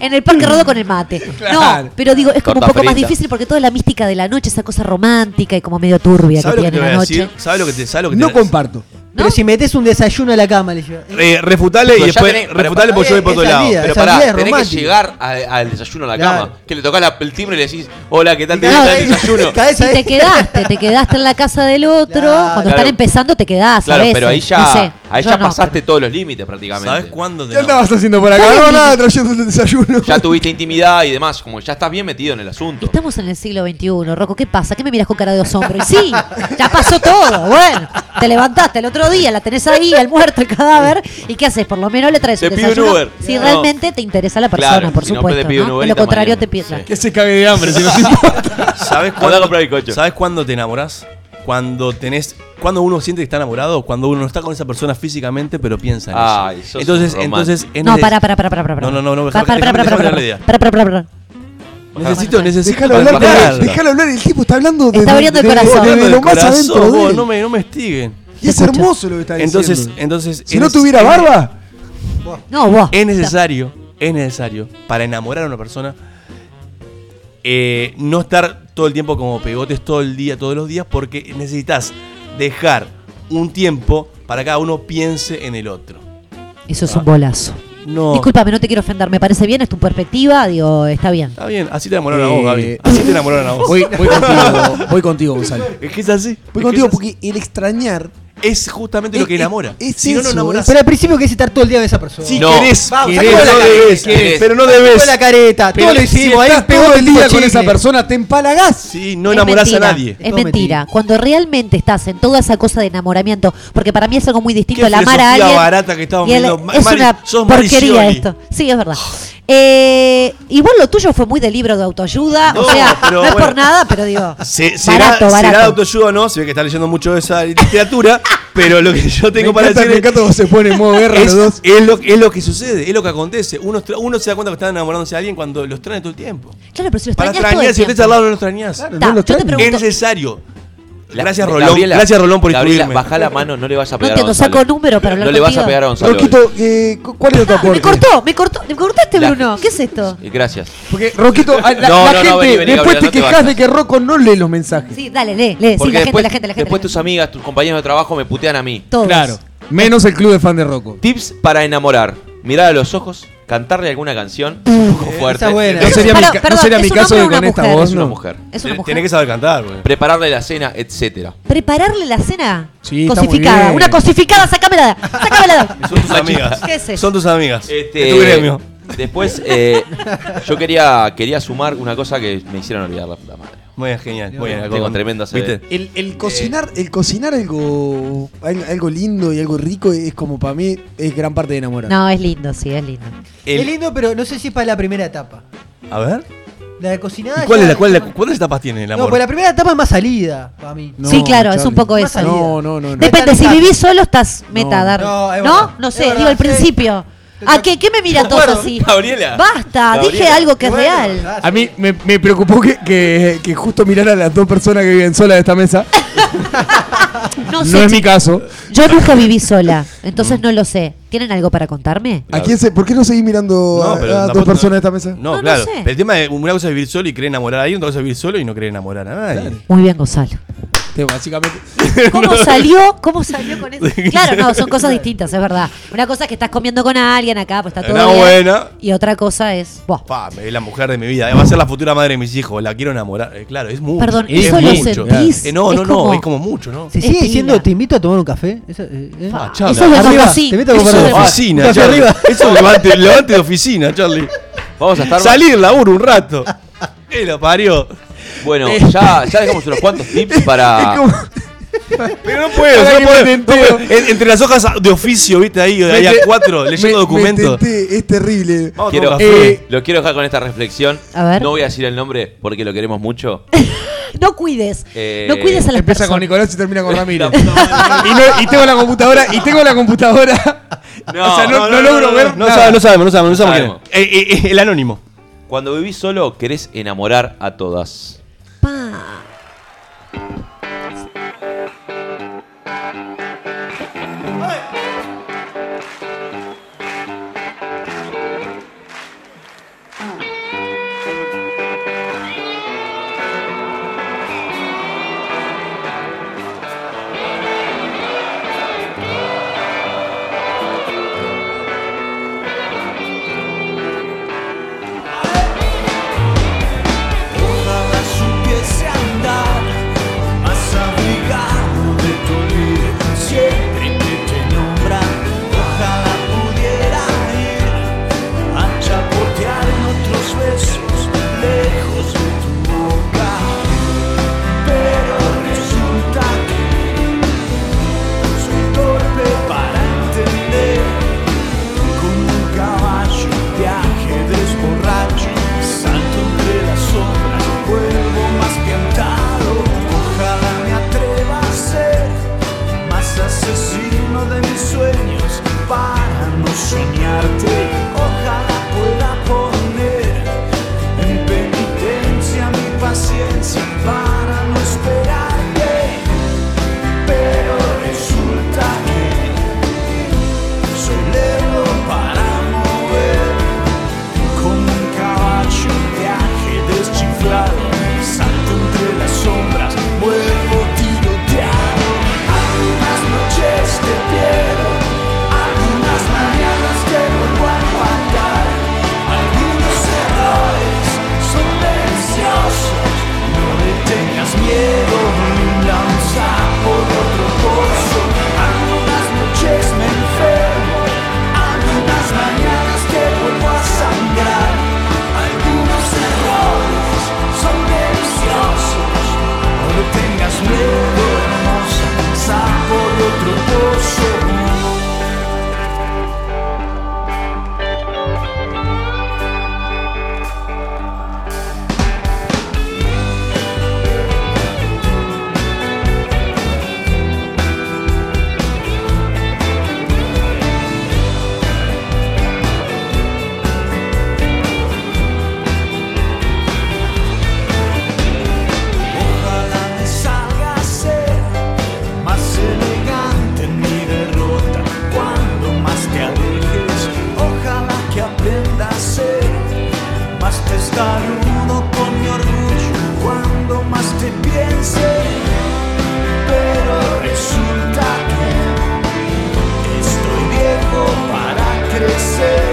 B: en el parque rodo con el mate.
C: Claro.
B: No, pero digo, es como
A: Torta
B: un poco más
A: frita.
B: difícil porque toda la mística de la noche, esa cosa romántica y como medio turbia que
D: ¿Sabes lo que
B: tiene
D: te voy
B: la
D: a
B: noche.
D: decir? ¿Sabes lo que te, sabes lo que
C: No
D: te-
C: comparto.
E: Pero
B: ¿No?
E: si metes un desayuno a la cama, le llevas.
D: Eh, refutale y
A: Pero ya
D: después
A: tenés-
D: refutale porque yo voy por
E: es
D: otro lado.
E: salida.
A: Pero
E: Esa
A: pará,
E: vida es
A: tenés que
E: romántica.
A: llegar a- al desayuno a la
E: Claro.
A: cama. Que le tocás la- el timbre y le decís, hola, ¿qué tal te
E: Cada
A: gusta el
E: vez-
A: desayuno?
E: cada vez
B: Si te
E: sabés-
B: quedaste, te quedaste en la casa del otro,
E: Claro.
B: cuando
A: Claro.
B: están empezando te quedás. a
A: Claro,
B: veces.
A: pero ahí ya,
B: No sé,
A: ahí
B: yo
A: ya
B: no,
A: pasaste todos los límites prácticamente.
D: ¿Sabes cuándo te
C: ¿Qué
D: enamoras?
C: andabas haciendo por acá? No, nada, trayendo el desayuno.
A: Ya tuviste intimidad y demás, como ya estás bien metido en el asunto.
B: Estamos en el siglo XXI, Rocco, ¿qué pasa? ¿Qué me miras con cara de asombro? Y sí, ya pasó todo. Bueno, te levantaste el otro día, la tenés ahí, el muerto, el cadáver. ¿y qué haces? Por lo menos le traes
A: Te
B: un
A: pide un
B: desayuno.
A: Uber.
B: Si
A: No.
B: realmente te interesa la persona,
A: Claro,
B: por
A: si no,
B: supuesto.
A: te pide un
B: ¿no?
A: Uber
B: De
A: y
B: lo
A: te
B: contrario
A: mañana.
B: te piensa.
A: Sí.
C: Que se cague de hambre, si no te
D: <laughs>
C: importa.
D: ¿Sabes
A: Andá a
D: cuándo,
A: comprar bizcocho.
D: ¿Sabes cuándo te enamorás? Cuando tenés, cuando uno siente que está enamorado, cuando uno no está con esa persona físicamente, pero piensa en
A: Ay,
D: eso.
A: sos
D: Entonces,
A: un romántico.
D: entonces es
B: No,
D: neces-
B: pará, pará, pará, pará, pará.
D: No, no, no, no,
B: Pará,
D: dejame-
B: pará,
D: dejame
B: pará,
D: terminar
B: pará,
D: la idea.
B: pará, pará, pará.
D: necesito, necesito
C: Déjalo hablar,
D: para-
C: déjalo
D: para-
C: déjalo hablar. El tipo está hablando de,
B: Está abriendo el
C: de- de-
B: corazón.
C: de- de
D: Hablando
C: lo
D: del
C: más
D: corazón,
C: adentro de
D: vos,
C: él.
D: no me, no me estiguen.
C: Y es hermoso lo que está diciendo.
D: Entonces, entonces.
C: si
D: es
C: no
D: neces-
C: tuviera
D: es-
C: barba,
B: No, vos.
D: Es necesario, es necesario para enamorar a una persona eh, no estar todo el tiempo como pegotes todo el día, todos los días, porque necesitas dejar un tiempo para que cada uno piense en el otro.
B: Eso es un bolazo.
D: No.
B: Discúlpame, no te quiero ofender. Me parece bien, es tu perspectiva. Digo, está bien.
D: Está bien, así te enamoraron a vos, Gaby.
C: Eh,
D: Así te enamoraron a vos.
C: voy, voy contigo, voy contigo, Gonzalo.
D: Es que es así. es que
C: Voy contigo
D: es así.
C: porque el extrañar
D: Es justamente lo que
C: Es-
D: enamora.
C: es
D: si no, no
C: eso,
D: enamorás.
E: Pero al principio querés estar todo el día de esa persona.
D: Si
A: No.
D: querés,
E: Vamos,
D: querés,
E: sacó la
D: no
E: cara,
D: debes,
A: querés.
D: pero no
E: Sacó
D: debes.
E: la careta,
D: Pero
E: todo lo
D: si
E: hicimos, ahí
C: estás
E: pegó
C: todo el
E: tipo
C: día con
E: chicle.
C: esa persona, te empalagás.
D: Sí, no
B: Es
D: enamorás a
B: mentira,
D: nadie.
B: Es
E: Todo
B: mentira.
E: mentira.
B: Cuando realmente estás en toda esa cosa de enamoramiento, porque para mí es algo muy distinto
D: Qué
B: el amar a
D: filosofía
B: alguien.
D: barata que estamos
B: y el-
D: viendo. Ma-
B: es
D: Mari-
B: una
D: sos
B: porquería
D: Maricioli.
B: esto. Sí, es verdad. Eh, y vos lo tuyo fue muy de libro de autoayuda.
D: No,
B: o sea,
D: pero
B: no es
D: bueno.
B: por nada,
A: <laughs>
B: pero digo.
D: Se- será,
B: barato,
D: será de
B: barato.
D: autoayuda o no, se ve que está leyendo mucho esa
C: <laughs>
D: literatura, pero lo que yo tengo
C: me
D: para
C: encanta, me
D: decir
C: encanta cómo se pone en modo guerra
D: es,
C: los dos.
D: es lo, es lo que sucede, es lo que acontece. Uno, estra- uno se da cuenta que está enamorándose a alguien cuando los traen todo el tiempo.
B: Claro, pero si lo
D: Para
B: extrañás todo
D: extrañar,
B: el
D: si estés
B: tiempo.
D: al lado no lo extrañás.
C: Claro,
B: Ta,
C: no lo
B: yo te
C: extraño.
D: Es
B: pregunto,
D: necesario.
A: La-
D: gracias,
A: de-
D: Rolón.
A: Gabriela,
D: gracias, Rolón, por
A: Gabriela,
D: instruirme.
A: bajá la mano, no le vas a pegar
B: entiendo,
A: a Gonzalo.
B: saco número para hablar
A: No le vas a
B: contigo.
A: pegar a Gonzalo.
C: Roquito, eh, cu- ¿cuál era tu
B: Ah, me
C: aporte?
B: cortó, me cortó, me cortaste,
A: La-
B: Bruno. ¿Qué es esto?
A: Eh, Gracias.
C: Porque Roquito, a- la,
A: No, no,
C: la
A: no,
C: gente,
A: vení, vení,
C: después
A: Gabriela,
C: te
A: no te
C: quejas
A: vayas.
C: de que Rocco no lee los mensajes.
B: Sí, dale, lee, lee. Sí,
A: Porque
B: la gente,
A: después,
B: la gente, la gente.
A: después
B: la
A: tus
B: gente.
A: amigas, tus compañeros de trabajo me putean a mí.
B: Todos.
C: Menos el club de fan de Rocco.
A: Tips para enamorar. Mirar a los ojos, cantarle alguna canción.
B: Uh,
A: Un poco fuerte.
E: esa buena.
C: No sería mi,
B: Pará,
C: ca- no
B: perdón,
C: sería
B: ¿es
C: mi
B: un
C: caso
B: hombre
C: que
B: o una
C: con esta
B: mujer?
C: voz
A: Es una
C: no.
A: mujer.
B: Es una mujer.
D: Tenés que saber cantar,
C: pues.
D: güey.
A: Prepararle la cena, etcétera.
B: Prepararle la cena
C: Sí, está muy
B: cosificada.
C: bien.
B: Una cosificada, sacámela.
C: <laughs>
B: Sacámela.
D: Son tus amigas.
B: ¿Qué es eso?
D: Son tus amigas.
A: Este,
D: Es tu gremio.
A: Después,
D: <laughs>
A: eh, yo quería, quería sumar una cosa que me hicieron olvidar la puta madre.
D: Muy bien, genial. Muy bien,
A: Tengo tremendo CD.
D: ¿Viste?
C: El,
A: eh,
C: el cocinar, el cocinar algo, al- algo lindo y algo rico es como para mí es gran parte de enamorar.
B: No, es lindo, sí, es lindo.
D: El-
E: Es lindo, pero no sé si es para la primera etapa.
D: A ver.
E: La de cocinar.
D: ¿Y cuál
E: ya-
D: es la, cuál es la- ¿Cuántas etapas tiene el amor?
E: No, pues la primera etapa es más salida para mí.
C: No,
B: sí, claro, es
C: Charlie.
B: un poco
E: Más
B: eso.
E: salida.
C: No, no, no. no.
B: Depende,
E: Están
B: si
E: tan-
B: vivís solo estás
E: No,
B: meta, ¿no?
E: es
B: ¿No?
E: verdad.
B: No
E: Es
B: sé,
E: verdad,
B: digo al
E: sí.
B: principira
E: Te
B: ¿A
E: toca-
B: qué, qué me miran
E: De
B: todos
E: acuerdo.
B: así?
A: Gabriela.
B: Basta,
A: Gabriela.
B: dije algo que es
E: Bueno,
B: real.
E: ah, sí.
C: A mí me, me preocupó que, que- que justo mirar a las dos personas que viven solas de esta mesa.
B: <laughs>
C: No
B: No sé,
C: es mi caso.
B: chi- yo nunca
C: <laughs>
B: viví sola, entonces no lo sé. ¿Tienen algo para contarme?
C: ¿A quién se, ¿Por qué no seguís mirando
D: No,
C: a-
D: pero
C: a, dos
D: tampoco-
C: personas de esta mesa?
D: No,
B: No, no
D: claro.
B: sé.
D: Pero el tema de una cosa es vivir solo y querer enamorar a alguien, otra cosa es vivir solo y no querer enamorar a nadie.
B: Muy bien,
C: <laughs>
B: Gonzalo.
C: Que básicamente.
B: ¿Cómo salió? ¿cómo salió
C: <laughs>
B: con eso? Claro, no, son cosas distintas, es verdad. Una cosa es que estás comiendo con alguien acá, pues está todo
D: Una
B: bien.
D: buena.
B: Y otra cosa es, vos.
D: Pa, me- es la mujer de mi vida, eh, va a ser la futura madre de mis hijos, la quiero enamorar. Eh, claro, es mucho.
B: Perdón,
D: es
B: ¿eso lo
D: mucho.
B: sentís?
D: Eh, no,
B: Es
D: no, no,
B: como-
D: es como mucho, ¿no? Ah,
E: Si
B: Es
E: sigue
B: pila.
E: diciendo, te invito a tomar un café. Eso, eh, eh.
B: Pa,
D: Charlie.
B: Eso es lo
E: Arriba,
B: que sí.
E: te meto a
B: eso
E: comprar un
B: es lo que-
D: Oficina,
E: Hacia
D: Charlie.
E: arriba.
D: Eso es levante, levante de oficina, Charlie.
A: Vamos a estar.
D: Salir, laburo un rato. Eh, lo parió. Eh.
A: Bueno, ya, ya dejamos unos cuantos tips para.
C: Es como-
D: Eh, Pero no puedo,
C: Ahora
D: no
C: que me
D: puedo.
C: tenteo.
D: no puedo. En- entre las hojas de oficio, viste ahí, de ahí a
C: Me te-
D: cuatro,
C: me-
D: leyendo
C: me
D: documentos.
C: tenté, es terrible.
D: <laughs> Vamos a tomar
A: Quiero,
D: un café.
C: Eh,
A: <laughs> lo quiero dejar con esta reflexión.
B: A ver.
A: No voy a decir el nombre porque lo queremos mucho.
B: No cuides.
A: Eh,
B: no cuides a las
C: Empieza con
B: personas.
C: Nicolás y termina con Ramiro.
A: La puta madre.
C: <laughs> y, no- y tengo la computadora, y tengo la computadora.
A: No,
C: o sea,
D: <laughs>
C: no,
D: no,
C: no
D: no,
C: logro
D: no,
C: ver.
D: No,
C: nada.
D: sabe- no sabemos, no sabemos, no
A: No
D: sabemos. quién es. Eh, eh, eh, el anónimo.
A: Cuando vivís solo, querés enamorar a todas.
B: Pa.
J: Ojalá supiese andar más abrigado de tu olvido. Siempre que te nombra, ojalá pudiera ir a chapotear otros besos lejos de tu boca. Pero resulta que soy torpe para entender como un caballo de ajedrez borracho salto entre las sombras vuelvo más cantado ojalá me atreva a ser más asesino de mis sueños para no soñarte ojalá pueda poner en penitencia mi paciencia para no esperarte pero resulta que soy lento para mover Como un caballo de ajedrez chiflado Salto entre las sombras, vuelvo tiroteado Algunas noches te pierdo Algunas mañanas te vuelvo a faltar Algunos errores son deliciosos No le tengas miedo, lanza por otro pozo Algunas noches me enfermo algunas mañanas te vuelvo a sangrar, algunos errores son deliciosos. No le tengas miedo, hermosa, sal por otro pozo. Ojalá me salga a ser más elegante en mi derrota cuando más te alejes. Ojalá que aprenda a ser más testarudo con mi orgullo cuando más te piense. Pero resulta que estoy viejo para crecer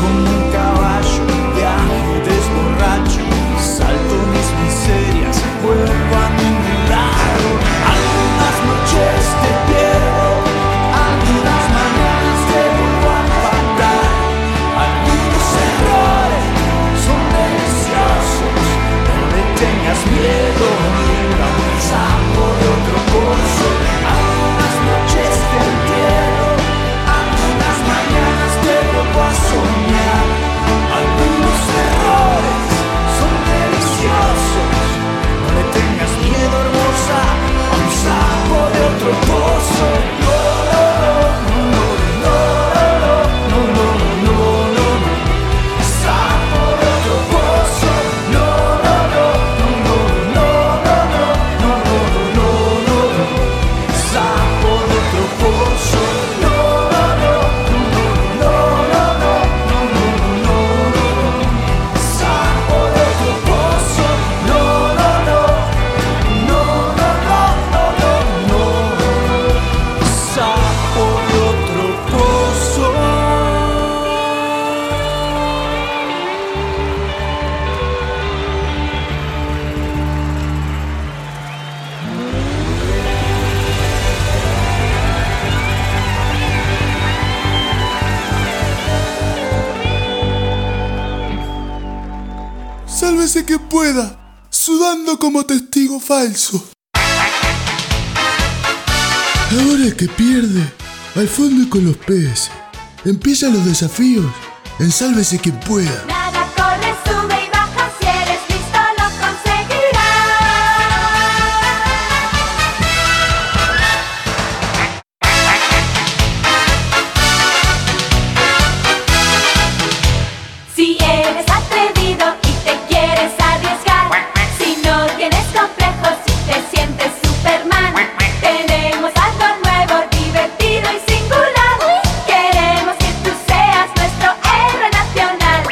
J: como un caballo de ajedrez borracho salto mis miserias vuelvo a ningún lado algunas noches te pierdo algunas mañanas te vuelvo a faltar algunos errores son deliciosos no le tengas miedo mira un sapo de otro curso algunas noches te entierro algunas mañanas te vuelvo a soñar Algunos errores son deliciosos No le tengas miedo hermosa a un sapo de otro pozo No, no, no, no, no, no, no, no, no, no Sapo de otro pozo No, no, no, no, no, no, no, no, no, no, no, no, no sapo de otro pozo. No, no, no, no, no, no, no, no, no, no, no, no, sapo de otro pozo. No, no, no, no, no, no, no, no, no, sapo de otro pozo.
F: Sálvese que pueda, sudando como testigo falso. Ahora el que pierde, al fondo y con los peces. Empiezan los desafíos. Ensálvese quien pueda.
K: Nada corre, sube y baja, si eres listo lo conseguirás. Si eres atrevido y te quieres arriesgar, si no tienes complejos y te sientes Superman, tenemos algo nuevo, divertido y singular. Queremos que tú seas nuestro héroe nacional.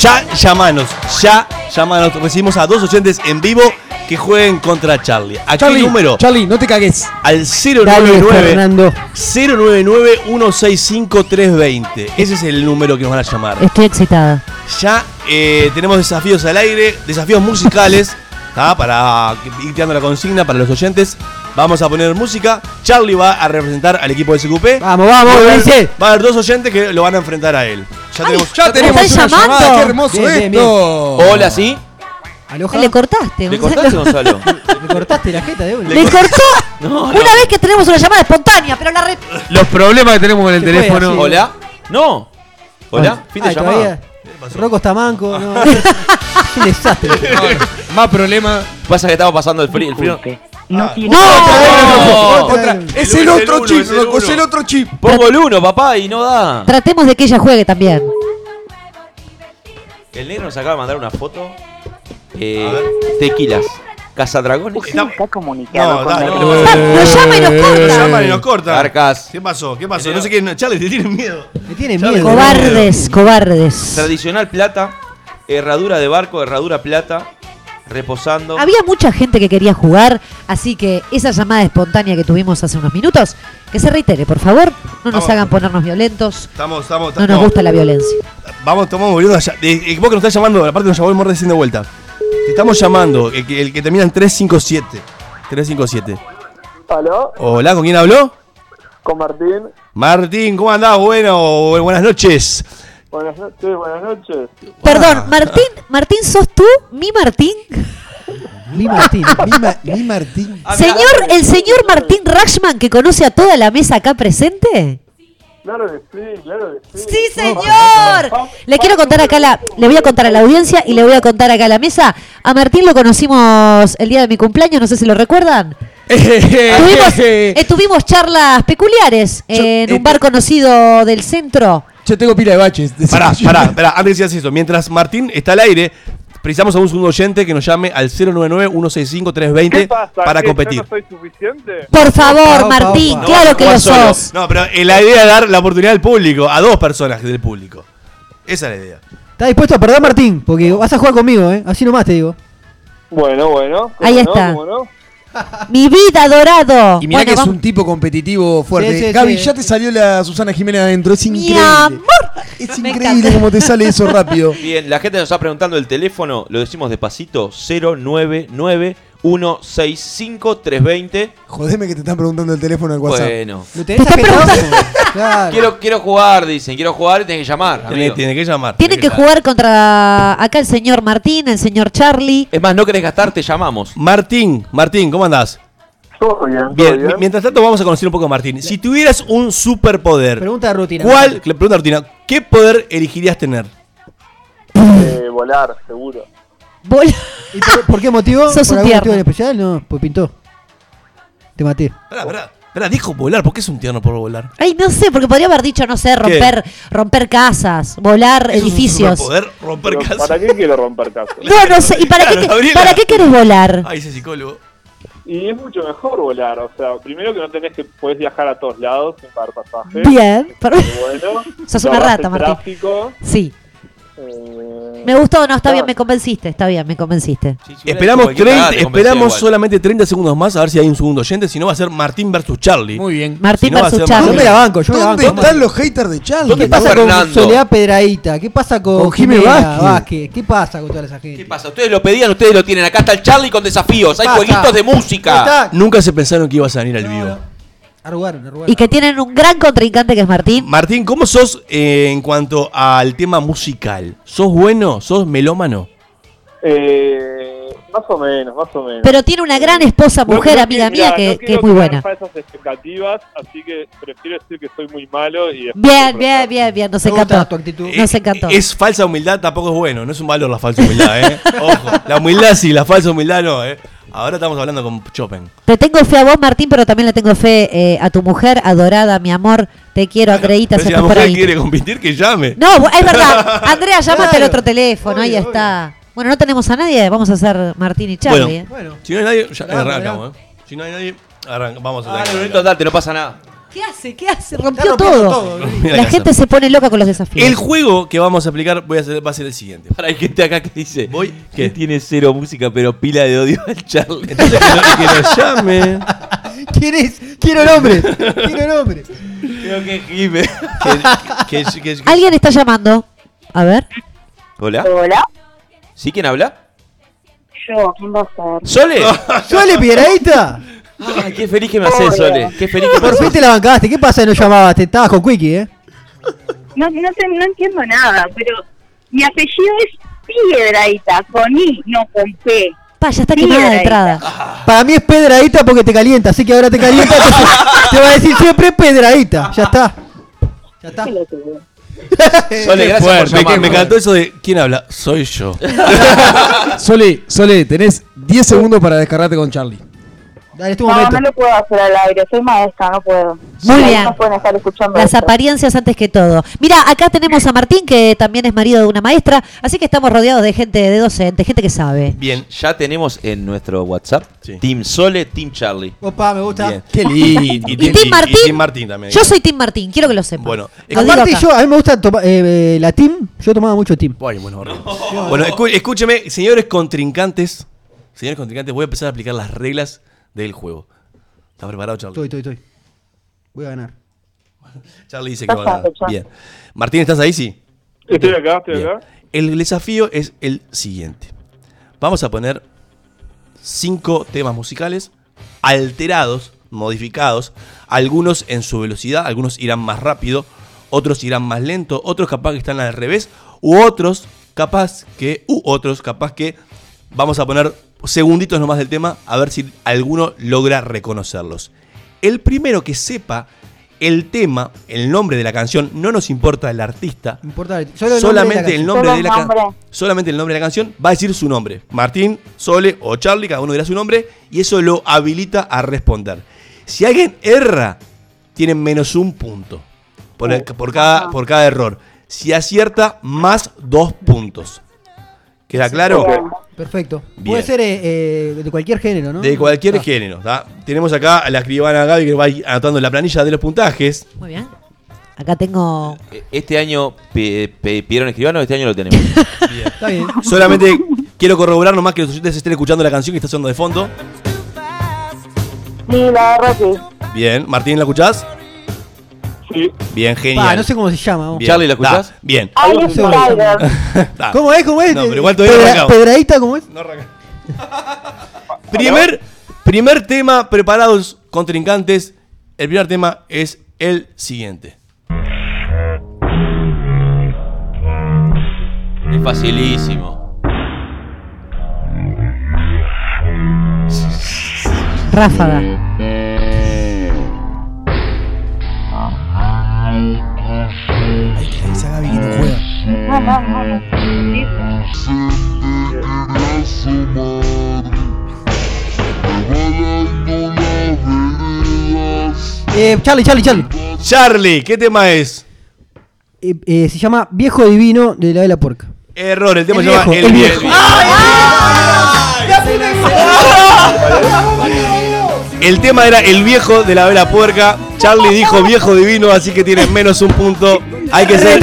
D: Ya llamanos, ya llamanos. Recibimos a dos oyentes en vivo que jueguen contra Charlie. ¿A qué
C: Charlie,
D: número?
C: Charlie, no te cagues.
D: Al
E: Dale,
D: 099
E: Fernando.
D: 099 165 320. Ese es el número que nos van a llamar.
B: Estoy excitada.
D: Ya eh, tenemos desafíos al aire, desafíos musicales, ¿tá? para ir tirando la consigna para los oyentes. Vamos a poner música. Charlie va a representar al equipo de SQP.
E: Vamos, vamos,
D: Va a haber-
E: dice.
D: Va a haber dos oyentes que lo van a enfrentar a él. Ya tenemos.
C: Ya tenemos una
B: están llamando?
C: llamada, qué hermoso
E: Bien, bien,
C: esto.
A: Hola, ¿sí?
E: Aloja.
B: Le cortaste.
A: ¿Le
B: Gonzalo.
A: cortaste,
B: <laughs>
A: Gonzalo?
E: Le cortaste <laughs> la jeta de una.
B: Le
A: <laughs>
B: cortó. Una vez que tenemos una llamada espontánea, pero la re-
L: Los problemas que tenemos con el
E: Se fue
L: teléfono.
E: así.
A: ¿Hola? No. ¿Hola? Fin de
E: Ay,
A: llamada.
E: todavía. Rocco
D: <laughs>
E: está manco. No. Qué desastre.
A: <laughs>
C: Más problema.
A: Pasa que estamos pasando el frío. Oh. El frío.
H: Disculpe, no tiene...
A: ¡No!
C: Otra. Es el
D: uno, es el
C: otro
D: uno,
C: chip,
D: es el
C: loco, es
D: uno.
C: el otro chip.
A: Pongo el uno, papá, y no da.
B: tratemos de que ella juegue también.
A: El negro nos acaba de mandar una foto. Eh, tequilas. Cazadragones.
H: Usted está comunicado
D: No,
H: con
D: da-
H: la-
D: no,
B: Ah, Nos llama y nos corta.
D: Llaman y nos cortan.
A: Arcas.
D: ¿Qué pasó? ¿Qué pasó? No sé qué. no, Charlie, te tienen miedo.
E: Me tiene miedo.
B: Cobardes, cobardes.
A: Tradicional plata. Herradura de barco, herradura plata. Reposando.
B: Había mucha gente que quería jugar, así que esa llamada espontánea que tuvimos hace unos minutos, que se reitere, por favor. No nos
D: Vamos.
B: hagan ponernos violentos.
D: Estamos, estamos,
B: No nos gusta la violencia.
D: Vamos, estamos volviendo allá. Eh, eh, vos que nos estás llamando, aparte nos llamó el morde recién de vuelta. Te estamos llamando, el, que- el que termina en 357. 357.
G: ¿Aló?
D: Hola, ¿con quién habló?
G: Con Martín.
D: Martín, ¿cómo andás? Bueno, bu- buenas noches.
G: Buenas noches, buenas noches.
B: Perdón, Martín, Martín, ¿sos tú? ¿Mi Martín?
E: Mi Martín.
C: Mi, Martín.
A: Ah, mirá.
B: Señor, el señor Martín Rachman que conoce a toda la mesa acá presente.
G: Claro que sí, claro que
B: Sí, señor. Le quiero contar acá a la, le voy a contar a la audiencia y le voy a contar acá a la mesa. A Martín lo conocimos el día de mi cumpleaños, no sé si lo recuerdan. Tuvimos, eh, tuvimos charlas peculiares en
C: eh,
B: un bar conocido del centro.
C: Yo tengo pila de baches. decí-
D: Pará, pará, pará. Antes decías eso. Mientras Martín está al aire, precisamos a un segundo oyente que nos llame al 099-165-320 para competir.
G: soy suficiente?
B: Por favor,
E: opa,
B: Martín,
E: opa.
B: claro que lo
D: Vos solo.
B: sos.
D: No, pero eh, la idea es dar la oportunidad al público, a dos personas del público. Esa es la idea.
E: ¿Estás dispuesto a perder, Martín? Porque vas a jugar conmigo, ¿eh? Así nomás te digo.
G: Bueno, bueno. ¿cómo
B: Ahí
G: no?
B: está.
G: ¿Cómo no?
B: Mi vida dorado.
C: Y mirá
B: Bueno,
C: que es
B: vamos-
C: un tipo competitivo fuerte.
E: Sí, sí,
C: Gaby,
E: sí.
C: ya te salió la Susana Jiménez adentro. Es
B: Mi
C: increíble.
B: amor.
C: Es
B: Me
C: increíble
B: encanta.
C: cómo te sale eso
B: <laughs>
C: rápido.
A: <laughs> Bien, la gente nos está preguntando el teléfono, lo decimos despacito, 099 165 320.
C: Jodeme que te están preguntando el teléfono del WhatsApp.
A: Bueno.
E: ¿Lo tenés
B: Te está
E: agendado? <laughs> Claro.
A: Quiero, quiero jugar, dicen, quiero jugar y tenés que llamar.
D: Tiene,
A: amigo.
D: tiene que llamar.
B: Tienen que
D: llamar.
B: jugar contra acá el señor Martín, el señor Charlie.
A: Es más, no querés gastar, te llamamos.
D: Martín, Martín, ¿cómo andás?
G: Todo bien, todo
D: Bien,
G: bien.
D: mi- mientras tanto vamos a conocer un poco a Martín. Si tuvieras un superpoder,
E: Pregunta de rutina.
D: ¿cuál? Le pregunta rutina, ¿qué poder elegirías tener?
G: Eh, volar, seguro.
B: Bol-
E: ¿Y por, por qué motivo?
B: <laughs> Sos
E: ¿Por
B: un
E: algún
B: tierno.
E: motivo en especial? No, pues pintó. Te maté.
D: Pará, pará, pará, dijo volar, ¿por qué es un tierno por volar?
B: Ay, no sé, porque podría haber dicho, no sé, romper, romper casas, volar
D: Es un
B: edificios.
D: superpoder romper
G: Pero,
D: casas.
G: ¿Para qué quiero romper
B: <laughs>
G: casas?
B: No, no sé. ¿Y para,
D: Claro,
B: qué, te-
D: Gabriela.
B: para qué querés volar?
D: Ay, ese psicólogo.
G: Y es mucho mejor volar, o sea, primero que no tenés que podés viajar a todos lados sin pagar pasaje.
B: Bien. pero-
G: Bueno,
B: <laughs> Sos
G: te
B: una
G: ahorrás
B: rata,
G: el
B: Martín.
G: Tráfico,
B: Sí.
G: eh,
B: Me gustó, no, está
G: Ah.
B: bien, me convenciste, está bien, me convenciste.
D: Esperamos, 30, esperamos
A: solo
D: solamente 30 segundos más a ver si hay un segundo oyente, si no va a ser Martín versus Charlie.
C: Muy bien.
B: Martín
D: Si no,
B: versus
D: hacemos-
E: Yo me
B: Charlie.
E: la banco, yo me la banco.
C: ¿Dónde están los haters de Charlie?
E: ¿Qué pasa con
A: Fernando?
E: Soledad Pedraíta? ¿Qué pasa con,
C: Con Jimé
E: Jimena
C: Vázquez?
E: ¿Qué pasa con toda esa gente?
A: ¿Qué pasa? Ustedes lo pedían, ustedes lo tienen. Acá está el Charlie con desafíos. Hay
E: Basta.
A: jueguitos de música.
E: Basta.
D: Ah, Nunca se pensaron que ibas a venir al vivo.
E: Arrugaron, arrugaron.
B: Y que tienen un gran contrincante que es Martín.
D: Martín, ¿cómo sos eh, en cuanto al tema musical? ¿Sos bueno? ¿Sos melómano?
G: eh,
L: Más o menos, más o menos.
B: Pero tiene una gran esposa,
L: No,
B: mujer,
L: no
B: amiga
L: quiero-
B: mía,
L: mirá,
B: que,
L: no
B: que es
L: quiero
B: muy
L: crear
B: buena.
L: falsas expectativas, así que prefiero decir que soy muy malo y después
B: Bien, bien, bien, bien. Nos encantó. Nos encantó.
D: Es falsa humildad, tampoco es bueno. No es un valor la falsa humildad,
B: <laughs>
D: ¿eh? Ojo, la humildad sí, la falsa humildad no, ¿eh? Ahora estamos hablando con Chopin.
B: Te tengo fe a vos, Martín, pero también le tengo fe eh, a tu mujer, adorada, mi amor. Te quiero, acreditas,
D: Pero si la
B: estás por
D: mujer
B: ahí.
D: quiere competir, que llame.
B: No, es verdad. Andrea, llámate al otro teléfono. ahí está. Bueno, no tenemos a nadie. Vamos a hacer Martín y Charlie. ¿eh?
D: Bueno, si no hay nadie, ya arrancamos, ¿eh? Si no hay nadie, arranca- vamos a
A: Dale, Brunito, date, Ah, no pasa
B: <laughs>
A: nada.
B: ¿Qué hace? ¿Qué hace? Rompió todo.
D: Mira
B: La
D: qué
B: gente
D: hacer.
B: se pone loca con los desafíos.
D: El juego que vamos a aplicar voy a hacer, va a ser el siguiente.
A: Para hay gente acá que dice Voy, que tiene cero música, pero pila de odio al Charlie.
D: Entonces que lo, que lo
A: <laughs>
E: <laughs>
D: llame.
E: ¿Quién es? Quiero el hombre. Quiero el hombre.
A: Creo que Jime.
D: Que- que- que- que-
B: ¿eh? Alguien está llamando. A ver.
A: Hola.
M: Hola.
A: ¿Sí quién habla?
M: Yo, ¿quién va a ser?
D: <laughs>
A: ¡Sole!
E: ¡Sole
C: <laughs>
E: Piedradita!
A: Ay, qué feliz que me haces, Sole. Qué feliz que me
E: Por fin te la bancaste. ¿Qué pasa que no llamabas? Te estabas con Quickie, ¿eh?
M: No, no, te- no entiendo nada, pero mi apellido es Piedraita, con I, no con P.
B: Pa, ya está
E: quemada de
B: entrada.
E: Para mí es pedradita porque te calienta, así que ahora te calienta. entonces te <laughs> va a decir siempre pedradita. Ya está. Ya está.
A: Sole,
D: Eh, Qué
A: gracias por
D: fuerte,
A: llamarnos.
D: que Me encantó eso de ¿quién habla? Soy <laughs> yo.
C: Sole, Sole, tenés 10 segundos para descargarte con Charlie.
E: Dale,
C: tu momento.
M: No, no lo puedo hacer al aire, soy maestra, Ah, no puedo.
B: Muy
M: Ahí
B: bien.
M: No pueden estar escuchando
B: Las
M: esto.
B: apariencias antes que todo. Mira, acá tenemos a Martín, que también es marido de una maestra, así que estamos rodeados de gente, de docentes, gente que sabe.
A: Bien. Ya tenemos en nuestro WhatsApp Team Sole, Team Charlie.
E: Opa, me gusta.
A: Bien.
E: Qué lindo.
A: Y
B: <laughs> ¿Y Tim Martín?
A: Tim Martín también.
B: Yo soy Tim Martín, quiero que lo
E: <laughs>
B: sepan.
A: Bueno,
B: Lo digo
E: Aparte
B: acá.
E: yo, a mí me gusta toma- eh, eh, la team. Yo tomaba mucho team.
D: Bueno, bueno, horrible. Bueno, escu- escúcheme, señores contrincantes. Señores contrincantes, voy a empezar a aplicar las reglas del juego. ¿Estás preparado, Charlie?
E: Estoy, estoy, estoy. Voy a ganar.
D: Charlie dice que va a ganar.
E: Perfecto, ya.
D: Bien. Martín, ¿estás ahí? Sí.
L: Estoy acá, estoy acá.
D: El desafío es el siguiente. Vamos a poner cinco temas musicales alterados, modificados. Algunos en su velocidad, algunos irán más rápido, otros irán más lento, otros capaz que están al revés, u otros capaz que, u otros capaz que vamos a poner segunditos nomás del tema a ver si alguno logra reconocerlos. El primero que sepa el tema, el nombre de la canción, no nos importa el artista,
E: No importa, solo el
D: solamente el nombre de la
E: canción.
D: canción. Solamente el nombre de la canción va a decir su nombre. Martín, Sole o Charlie, cada uno dirá su nombre y eso lo habilita a responder. Si alguien erra, tienen menos un punto por, el- por cada, por cada error. Si acierta, más dos puntos. ¿Queda claro?
E: Perfecto.
D: Bien.
E: Puede ser eh, eh, de cualquier género, ¿no?
D: De cualquier
E: Ah.
D: género. ¿tá? Tenemos acá a la escribana Gaby que va anotando la planilla de los puntajes. E-,
B: Muy bien. Acá tengo.
A: Este año pe- pe- pidieron escribano, este año lo
B: <laughs>
A: tenemos.
E: Está bien.
D: <laughs> Solamente quiero corroborar nomás que los oyentes estén escuchando la canción que está sonando de fondo.
E: Ah.
M: Sí, la verdad que
D: Bien, Martín, ¿la escuchás? Sí. Bien, genial.
E: Ah, no sé cómo se llama. vos.
D: Bien, ta, Bien.
E: Ahí está.
D: Se va. <laughs> Ta.
E: ¿Cómo es? ¿Cómo es?
D: No, pero igual todavía no
E: Pedra-
D: arrancamos.
E: ¿Pedradita cómo es?
D: Primer, primer tema, preparados contrincantes. El primer tema es el siguiente.
A: Es facilísimo.
B: Ráfaga.
E: Eh, Charlie, Charlie, Charlie.
D: Charlie, ¿qué tema es?
E: Eh, eh, se llama Viejo Divino de la de la Porca.
D: Error, el tema
E: El
D: se llama
E: viejo, el viejo.
D: El tema era el viejo de la vela puerca. Charlie dijo viejo divino, así que tiene menos un punto. Hay que ser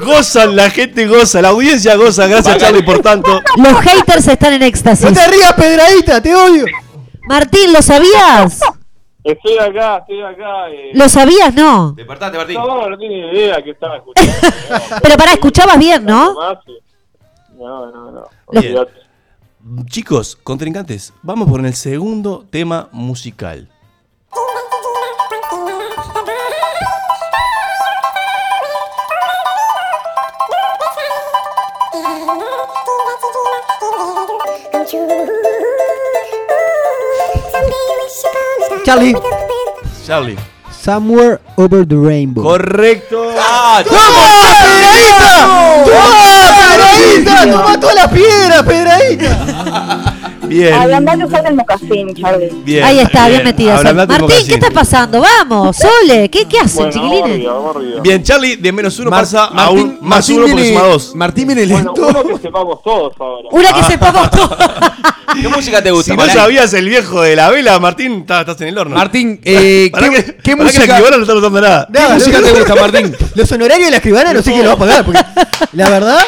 D: Gozan, la gente goza, la audiencia goza. Gracias, Charlie, por tanto.
B: Los haters están en éxtasis.
D: No te
E: rías, Pedradita, te odio.
B: Martín, ¿lo sabías?
L: Estoy acá, estoy acá. eh.
B: ¿Lo sabías? No.
A: Despertate, Martín.
L: No, no tenía idea que estaba escuchando.
B: <laughs> Pero pará, escuchabas bien, ¿no?
L: más, eh. No, no, no.
D: Bien. Chicos, contrincantes, vamos por el segundo tema musical.
E: Charlie.
D: Charlie.
E: Somewhere over the rainbow.
D: Correcto. ¡Ah!
E: ¡Vamos,
D: Pedreguita!
E: ¡Pedreguita! ¡Toma todas las piedras, Pedreguita!
D: Bien.
M: Ablandando usar el mocasín, Charlie.
D: Bien,
B: Ahí está, bien,
D: bien.
B: metida. Sol.
D: Ablandate un
B: Martín, ¿qué
D: poquito.
B: está pasando? Vamos, Sole, ¿qué, qué hacen, chiquilines?
D: Bien, Charlie de menos uno
C: Mar-
D: pasa a
C: Martín-
D: un más
C: Martín
D: uno porque
C: viene-
D: suma dos.
C: Martín viene
L: Bueno, uno que sepamos todos ahora.
B: Una que sepamos todos.
A: ¿Qué música te gusta?
D: Si no
A: Martín?
D: sabías el viejo de la vela, Martín, ta- estás en el horno.
C: Martín, eh,
D: <laughs> Pará
C: ¿qué-
D: que-
C: qué
D: pará que
C: música-
D: Escribano no está notando nada.
C: ¿Qué música te gusta, Martín?
E: Los honorarios de la escribana no sé quién lo va a pagar, porque la verdad,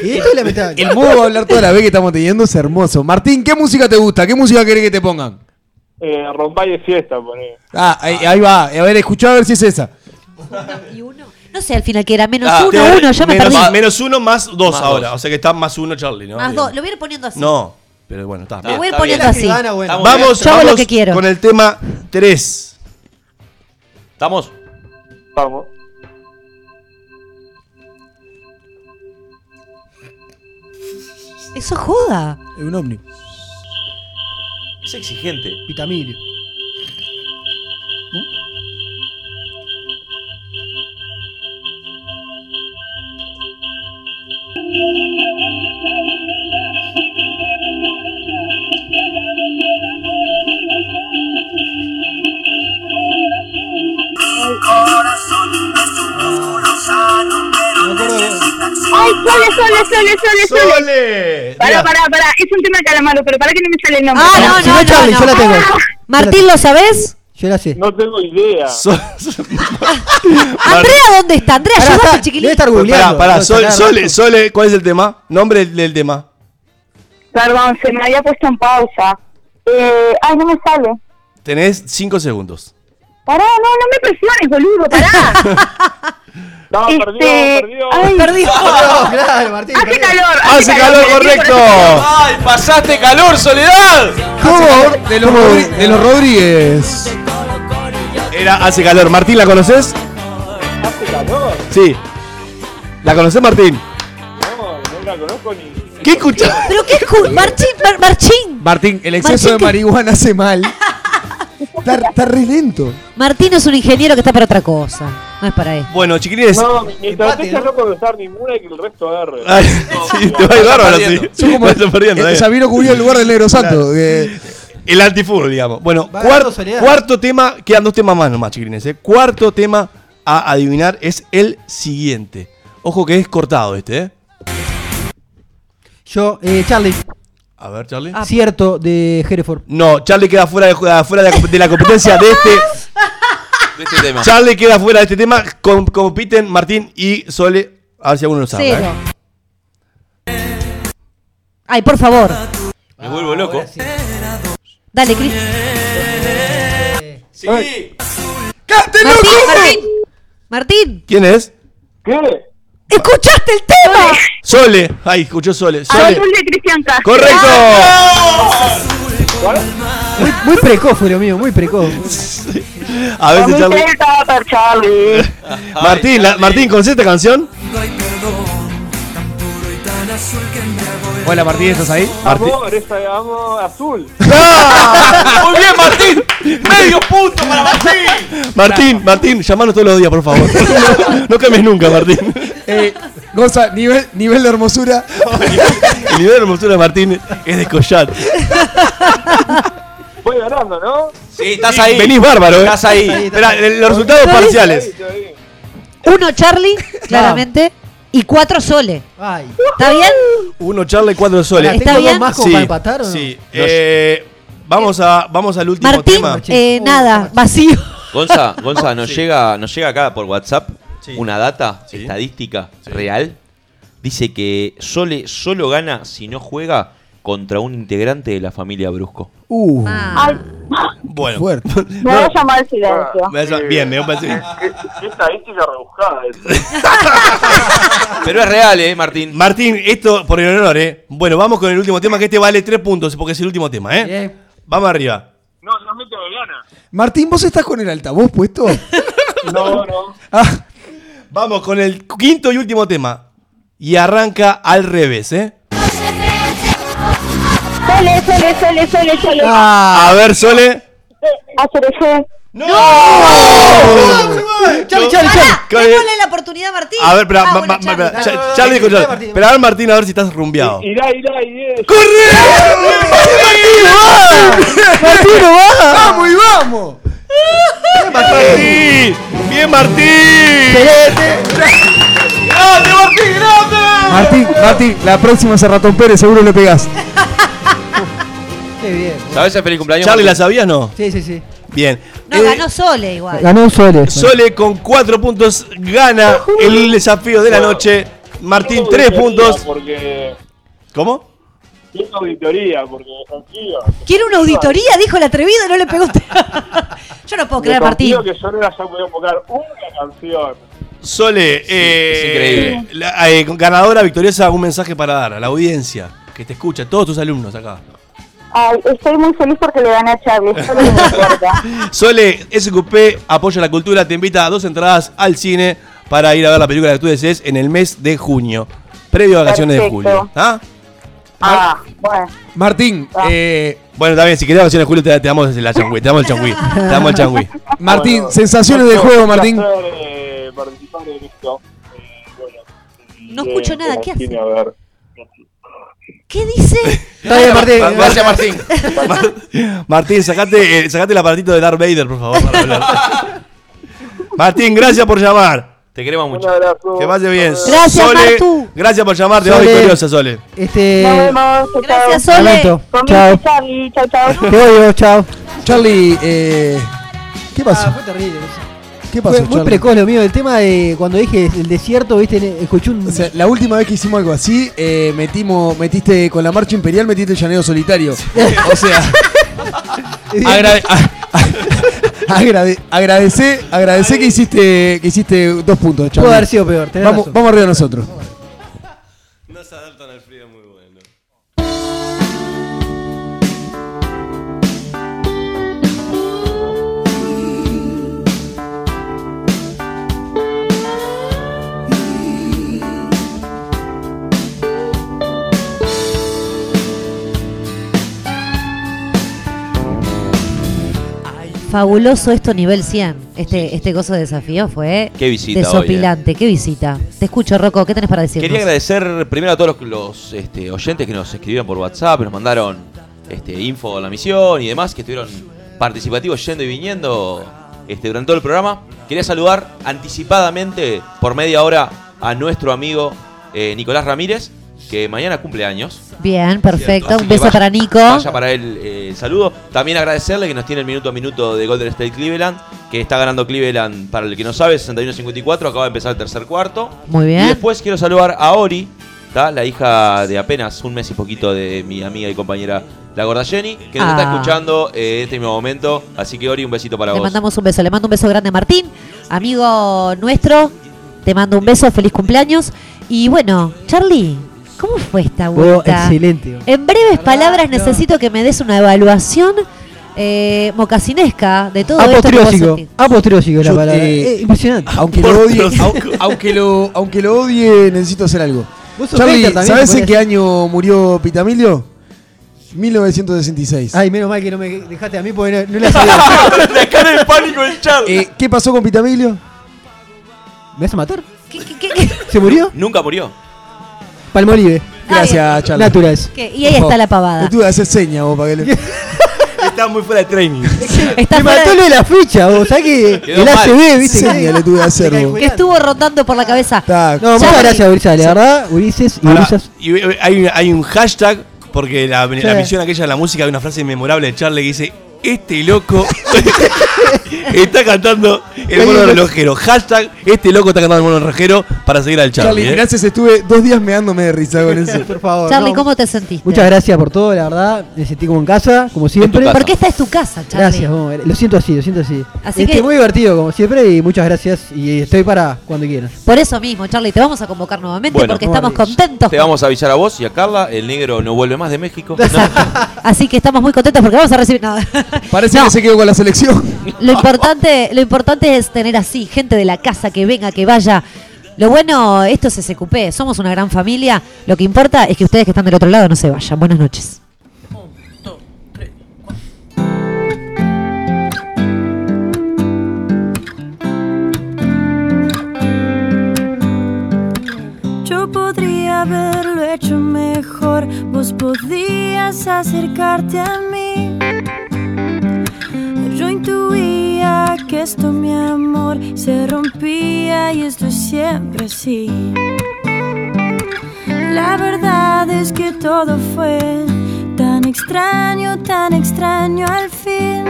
E: esto es lamentable.
C: El modo de hablar toda la vez que estamos teniendo es hermoso. Martín, ¿qué música te gusta? ¿Qué música querés que te pongan?
L: Eh, Rombay de fiesta, poné.
C: Ah, ahí, ahí va. A ver, escuchá a ver si es esa.
B: No sé al final qué era, menos
D: Ah,
B: uno,
D: te-
B: uno, ya me
D: menos,
B: perdí.
D: Menos uno más dos
A: Más
D: ahora.
A: dos.
D: O sea que está más uno, Charlie, ¿no?
B: Más
D: Bien.
B: dos, lo voy a ir poniendo así.
D: No, pero bueno, está.
B: Lo
D: bien.
B: voy a ir
A: está
B: poniendo
A: bien.
B: así.
E: Escribana, bueno.
A: Estamos bien.
D: Vamos,
B: Yo hago lo
D: vamos
B: que quiero.
D: con el tema 3.
A: Estamos.
L: Vamos.
B: Eso joda.
C: Un ovni.
A: Es exigente.
E: Pitamilio.
M: ¡Ay, Sole, Sole, Sole, Sole, Sole!
D: ¡Sole!
M: Pará, pará, pará. Es un tema de calamaro, pero para que no me sale el nombre.
B: Ah, no,
E: Si
B: no,
E: no,
B: no,
E: Charlie,
B: no.
E: yo la tengo.
B: Martín, ¿lo sabés?
E: Yo la sé.
L: No tengo idea.
D: Sol-
B: Andrea, ¿dónde está? Andrea,
E: Pará,
B: ayúdate,
E: está-
B: chiquilín.
E: debe estar
D: Pará,
E: googleando.
D: pará,
E: No,
D: Sol-
E: está nada
D: Sole,
E: rato.
D: Sole, ¿cuál es el tema? Nombre del tema.
M: Perdón, se me había puesto en pausa. Eh, ay, no me sale.
D: Tenés 5 segundos.
M: Pará, no, no me presiones, boludo, pará.
L: No,
M: Este,
L: perdió, perdió.
M: ay,
B: Perdí.
E: No, claro, Martín.
M: hace
E: perdí.
M: calor.
D: ¡Hace calor,
M: Martín,
D: correcto!
A: ¡Ay, pasaste calor, Soledad!
C: ¿Cómo? De los, Rodri- de los Rodríguez.
D: Era Hace calor. Martín, ¿la conoces?
L: Hace calor.
D: Sí. ¿La conoces, Martín?
L: No, no la conozco ni.
D: ¿Qué escuchás?
B: Pero qué cool. Marchín, Mar- Marchín.
C: Martín, el exceso
B: Martín,
C: de
B: ¿qué-
C: marihuana hace mal. Está, está re lento.
B: Martín es un ingeniero que está para otra cosa. No es para él.
D: Bueno, chiquilines.
L: No, mi mi estrategia
E: ¿no?
L: es no conocer ninguna y que el resto agarre.
D: Ay, sí, te va a ir bárbaro, sí.
A: perdiendo.
C: Son como-
D: Estás perdiendo,
C: eh,
D: eh.
C: Sabino cubrió el lugar del Negro Santo. eh.
D: El antifur, digamos. Bueno,
E: Va
D: cuar-
E: ganando Soledad.
D: cuarto tema, quedan dos temas más nomás, chiquilines. eh. Cuarto tema a adivinar es el siguiente. Ojo que es cortado este, ¿eh?
E: Yo, eh, Charlie,
D: A ver, Charlie.
B: Ah.
E: cierto de Hereford.
D: No, Charlie queda fuera de, ju- ah, fuera de, la comp- de la competencia de este.
A: <laughs> De este tema.
D: Charlie queda fuera de este tema. Com- compiten Martín y Sole. A ver si alguno lo sabe. ¿eh?
B: Cero. Ay, por favor.
D: Ah,
A: Me vuelvo loco.
B: Dale, Cris.
A: Sí.
B: Martín, Martín. Martín,
D: ¿Quién es?
L: ¿Qué?
B: ¿escuchaste el tema?
D: Sole. Ay, escuchó Sole. Sole.
M: Azul de Cristian Castro.
D: ¡Correcto!
E: Muy, muy precoz fue lo mío, muy precoz.
D: A veces Charlie.
M: Comité Tupper, Charlie.
D: <laughs> <laughs> Martín, la- Martín, ¿conoces esta canción?
C: Hola Martín, ¿estás ahí?
L: Amor, esa de amo
J: <laughs>
L: azul.
J: ¡Ah!
A: Muy bien, Martín. Medio punto para Martín.
D: Martín, Martín, llamanos todos los días, por favor. <laughs> No, no cambies nunca, Martín.
C: Eh, Goza, nivel, nivel de hermosura.
D: <laughs> El nivel de hermosura de Martín es descollar.
L: Voy ganando, ¿no?
A: Sí, estás ahí.
D: Venís bárbaro, eh.
A: Estás ahí.
D: Esperá, el- los resultados parciales.
L: Estoy ahí.
E: <laughs>
B: Uno, Charlie, claramente. Y cuatro, Sole. Eh,
E: Ay.
B: ¿Está bien?
D: Uno Charlie, cuatro
E: Pará,
D: soles.
B: ¿Está
E: ¿Tengo
B: bien?
E: dos más como para empatar o no?
D: Sí. Eh, vamos, a, vamos al último
B: Martín,
D: tema.
B: eh,
E: Uy,
B: nada,
E: cómo-
B: vacío.
A: Gonza, Gonza, nos
D: Sí.
A: llega, nos llega acá por WhatsApp
D: Sí.
A: una data
D: Sí.
A: estadística real. Dice que Sole solo gana si no juega contra un integrante de la familia Brusco.
C: Uh,
M: Ay,
D: Bueno.
C: fuerte.
D: <laughs>
M: me voy a llamar al silencio.
D: Me hace- Bien, me parece bien.
L: Qué estadística rebuscada. eh. esa.
A: Pero es real, eh, Martín.
D: Martín, esto por el honor, eh. Bueno, vamos con el último tema, que este vale tres puntos, porque es el último tema, eh.
E: Bien.
D: Vamos arriba.
L: No, no me tengo ganas.
C: Martín, ¿vos estás con el altavoz
D: <laughs>
C: puesto?
L: No, no.
C: Ah,
D: Vamos con el quinto y último tema. Y arranca al revés, eh.
K: Ocho, tres, ocho,
M: Sole, sole, sole, sole, sole.
J: Ah.
D: A ver, Sole.
M: Ah, Acerejé.
D: ¡No!
J: Oh.
D: Oh.
B: Chale, chale,
D: Con el-
B: Démosle la oportunidad a Martín.
D: A ver, espera,
B: Ah,
D: ma-
B: bueno,
D: ma-
B: Charlie.
D: ma- Cha- Charlie con Charlie. Pero a ver, Martín, a ver si estás rumbeado.
L: Irá, irá, irá.
D: ¡Martín, va!
C: ¡Vamos y vamos!
D: ¡Bien, Martín! ¡Bien, Martín! ¡Grande, Martín, grande!
C: Martín, Martín, la próxima es a Ratón Pérez, seguro le pegás.
E: <laughs> Qué bien.
A: ¿Sabes el feliz cumpleaños?
D: Charlie, ¿la
A: Martín?
D: sabías no?
E: Sí, sí, sí.
D: Bien.
B: No, ganó Sole igual.
E: Ganó un Sole.
D: Sole con 4 puntos gana el desafío de la noche. Martín, 3 puntos.
L: Porque.
D: ¿Cómo?
L: Tengo auditoría, porque confío.
B: Quiere una auditoría, dijo el atrevido, no le pegó
E: <laughs>
B: usted. Yo no puedo
L: Me
B: creer, Martín.
L: confío que yo no las haya podido tocar una canción.
D: Sole, eh,
A: es increíble.
D: la- eh, ganadora victoriosa, un mensaje para dar a la audiencia que te escucha, todos tus alumnos acá.
M: Ay, estoy muy feliz porque le gané a
D: <laughs>
M: Charlie. Solo me importa.
D: Sole, SQP apoya la cultura, te invita a dos entradas al cine para ir a ver la película que tú desees en el mes de junio, previo a vacaciones de
M: Perfecto.
D: julio. ¿Ah?
M: Ah, bueno.
C: Martín, eh,
D: Bueno, también, si querés vacaciones de julio, te, te damos la changüí, te damos el changüí, te damos el changüí.
C: Martín,
L: Bueno,
C: sensaciones
L: bueno,
C: del juego,
L: un
C: Martín.
L: placer, eh, participar en esto. Eh, bueno,
B: No
L: eh,
B: escucho nada,
L: como
B: ¿qué
L: tiene, a ver.
B: ¿Qué
C: <laughs>
B: dice?
E: Está bien, Martín.
A: Gracias, Martín.
D: Martín, sacate, eh, sacate el aparatito de Darth Vader, por favor. para hablar. Martín, gracias por llamar.
A: Te queremos
L: Un
A: mucho.
L: abrazo.
D: Que vaya bien.
B: Gracias, Martu.
D: Gracias por llamar, te vas
E: Sole.
D: victoriosa, Sole.
C: Eh,
E: Este.
M: Nos vemos. chau, chau.
B: Gracias, Sole.
E: Lamento.
M: Conmigo,
E: Chao.
M: Charlie. Chau, chau.
E: Te odio, chao. Ah,
C: Charlie, eh, ¿qué pasó?
E: fue terrible.
C: ¿Qué pasó,
E: Fue muy
C: Charlie?
E: precoz lo mío. El tema de Eh, cuando dije el desierto, viste, ne- escuché un.
C: O sea, la última vez que hicimos algo así, eh, metimos, metiste con la marcha imperial, metiste el llanero solitario. O
E: <laughs>
C: sea, agrade- a- a- agrade- agradecé, agradecé que hiciste, que hiciste dos puntos,
E: Pudo haber
C: Charlie.
E: sido peor. tenés
C: Vamos,
E: razón.
C: vamos arriba nosotros.
D: No se adaptan al frío, muy bueno.
B: Fabuloso esto nivel 100. Este, este gozo de desafío fue
A: Qué visita hoy,
B: desopilante. Qué visita. Te escucho, Rocco. ¿Qué tenés para decirnos?
A: Quería agradecer primero a todos los, los, este, oyentes que nos escribieron por WhatsApp, nos mandaron este, info de la misión y demás, que estuvieron participativos yendo y viniendo este, durante todo el programa. Quería saludar anticipadamente por media hora a nuestro amigo eh, Nicolás Ramírez, que mañana cumple años.
B: Bien, perfecto.
A: Así
B: Un
A: que
B: beso
A: vaya-
B: para Nico.
A: Vaya para él eh, el saludo. También agradecerle que nos tiene el minuto a minuto de Golden State Cleveland, que está ganando Cleveland, para el que no sabe, 61-54, acaba de empezar el tercer cuarto.
B: Muy bien.
A: Y después quiero saludar a Ori, ¿tá? la hija de apenas un mes y poquito de mi amiga y compañera La Gorda Jenny, que nos
B: Ah.
A: está escuchando eh, en este mismo momento. Así que Ori, un besito para
B: Le
A: vos.
B: mandamos un beso, le mando un beso grande a Martín, amigo nuestro. Te mando un beso, feliz cumpleaños. Y bueno, Charlie, ¿cómo fue esta
E: Fue
B: vuelta?
E: excelente.
B: En breves palabras
E: no.
B: necesito que me des una evaluación eh, mocasinesca de
E: Ah,
B: todo esto que vos
E: Apostriósico.
B: sentís.
E: Apostriósico era
C: Yo,
E: la palabra.
C: eh,
E: Eh, impresionante.
C: Aunque lo odie, au- aunque lo, aunque lo odie, necesito hacer algo.
E: Vos sos
C: Charlie,
E: hater también,
C: ¿sabes
E: te
C: en
E: podés-
C: qué año murió Pitamilio? 1966.
E: Ay, menos mal que no me dejaste a mí porque no, no
D: <laughs>
E: la sabía.
A: la cara de pánico del chat.
C: Eh, ¿Qué pasó con Pitamilio?
E: ¿Me vas a matar?
B: ¿Qué, qué, qué, qué?
E: ¿Se murió?
A: Nunca murió.
E: Palmolive.
C: Gracias, Charlie.
E: Naturales.
B: ¿Qué? Y ahí está la
C: Le
B: pavada.
C: tuve que hacer seña vos para que le...
D: Está muy fuera de training.
B: <laughs> Está
E: Me
B: fuera
E: mató
B: de-
E: lo de la ficha, vos sabés que
A: Quedó
E: el
A: mal.
E: ACB, viste.
C: seña
E: que-
C: le tuve que hacer
E: Ah, Te
C: vos.
B: que estuvo rondando por la cabeza.
C: Está-
E: No, muchas
B: Charlie.
E: gracias, Ulises, la verdad, Ulises y
D: Pará,
E: Ulises.
D: y eh, hay, hay un hashtag, porque la, la
E: Sí.
D: misión aquella de la música, hay una frase memorable de Charlie que dice, este loco <laughs> está cantando el mono relojero. Hashtag, este loco está cantando el mono relojero para seguir al Charlie.
C: Charlie,
D: eh.
C: gracias, estuve <laughs> dos días meándome de risa con eso.
E: <laughs> Por favor.
B: Charlie,
E: no,
B: ¿cómo te sentiste?
E: Muchas gracias por todo, la verdad. Me sentí como en casa, como siempre.
A: casa.
B: Porque esta es tu casa, Charlie.
E: Gracias, vos, lo siento así, lo siento así.
B: Así
E: Este,
B: que-
E: muy divertido como siempre y muchas gracias y estoy para cuando quieran.
B: Por eso mismo, Charlie, te vamos a convocar nuevamente
A: Bueno,
B: porque estamos
E: Maravilla.
B: contentos.
A: Te vamos a avisar a vos y a Carla. El negro no vuelve más de
B: <laughs>
A: México.
B: Exacto. Así que estamos muy contentos porque vamos a recibir. No.
C: Parece
B: No,
C: que se quedó con la selección.
B: lo, importante, lo importante es tener así gente de la casa que venga, que vaya. Lo bueno, esto es SQP, somos una gran familia. Lo que importa es que ustedes que están del otro lado no se vayan. Buenas noches.
A: No.
N: Yo podría haberlo hecho mejor, vos podías acercarte a mí. Yo intuía que esto, mi amor, se rompía y esto es siempre así. La verdad es que todo fue tan extraño, tan extraño al fin.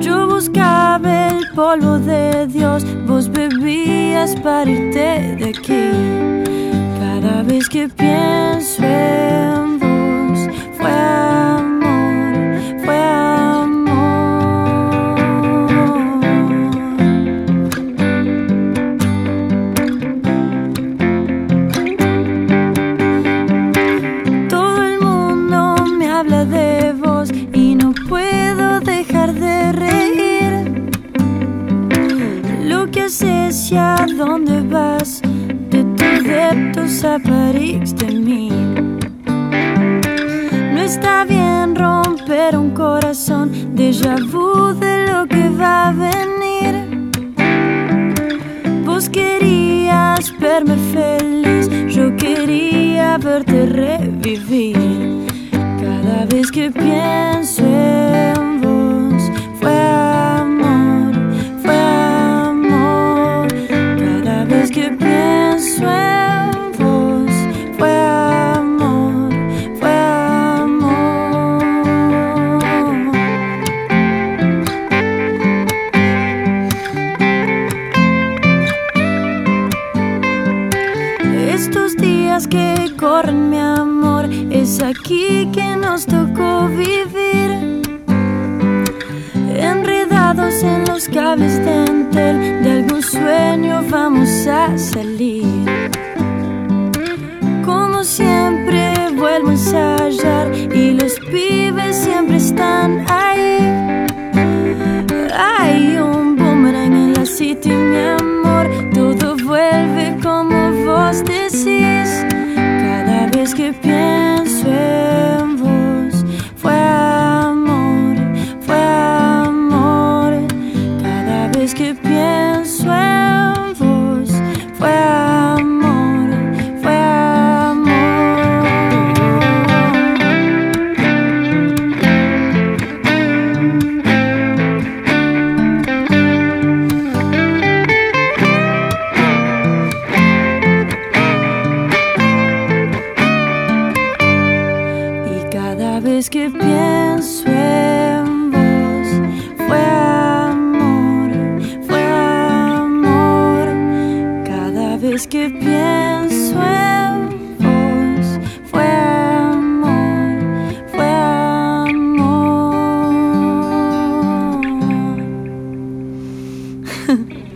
N: Yo buscaba el polvo de Dios, vos bebías para irte de aquí. Cada vez que pienso en vos, fue amor, fue amor. Todo el mundo me habla de vos y no puedo dejar de reír. Lo que haces y a dónde vas, de tus deptos a París de mí. No está bien romper un corazón, déjà vu de lo que va a venir. Vos querías verme feliz, yo quería verte revivir. Cada vez que pienso en vos, fue amor, fue amor. Cada vez que pienso en vos, fue amor, fue amor. Estos días que corren, mi amor, es aquí que nos tocó vivir. Enredados en los cables de entel, de algún sueño vamos a salir. Como siempre vuelvo a ensayar y los pibes siempre están ahí. Hay un boomerang en la city, mi amor. Todo vuelve como vos decís. Cada vez que pienso en vos, fue amor, fue amor. Cada vez que pienso en vos, fue amor, fue amor. Y cada vez que pienso en vos, fue amor, fue amor. Cada vez que pienso en vos, fue amor, fue amor.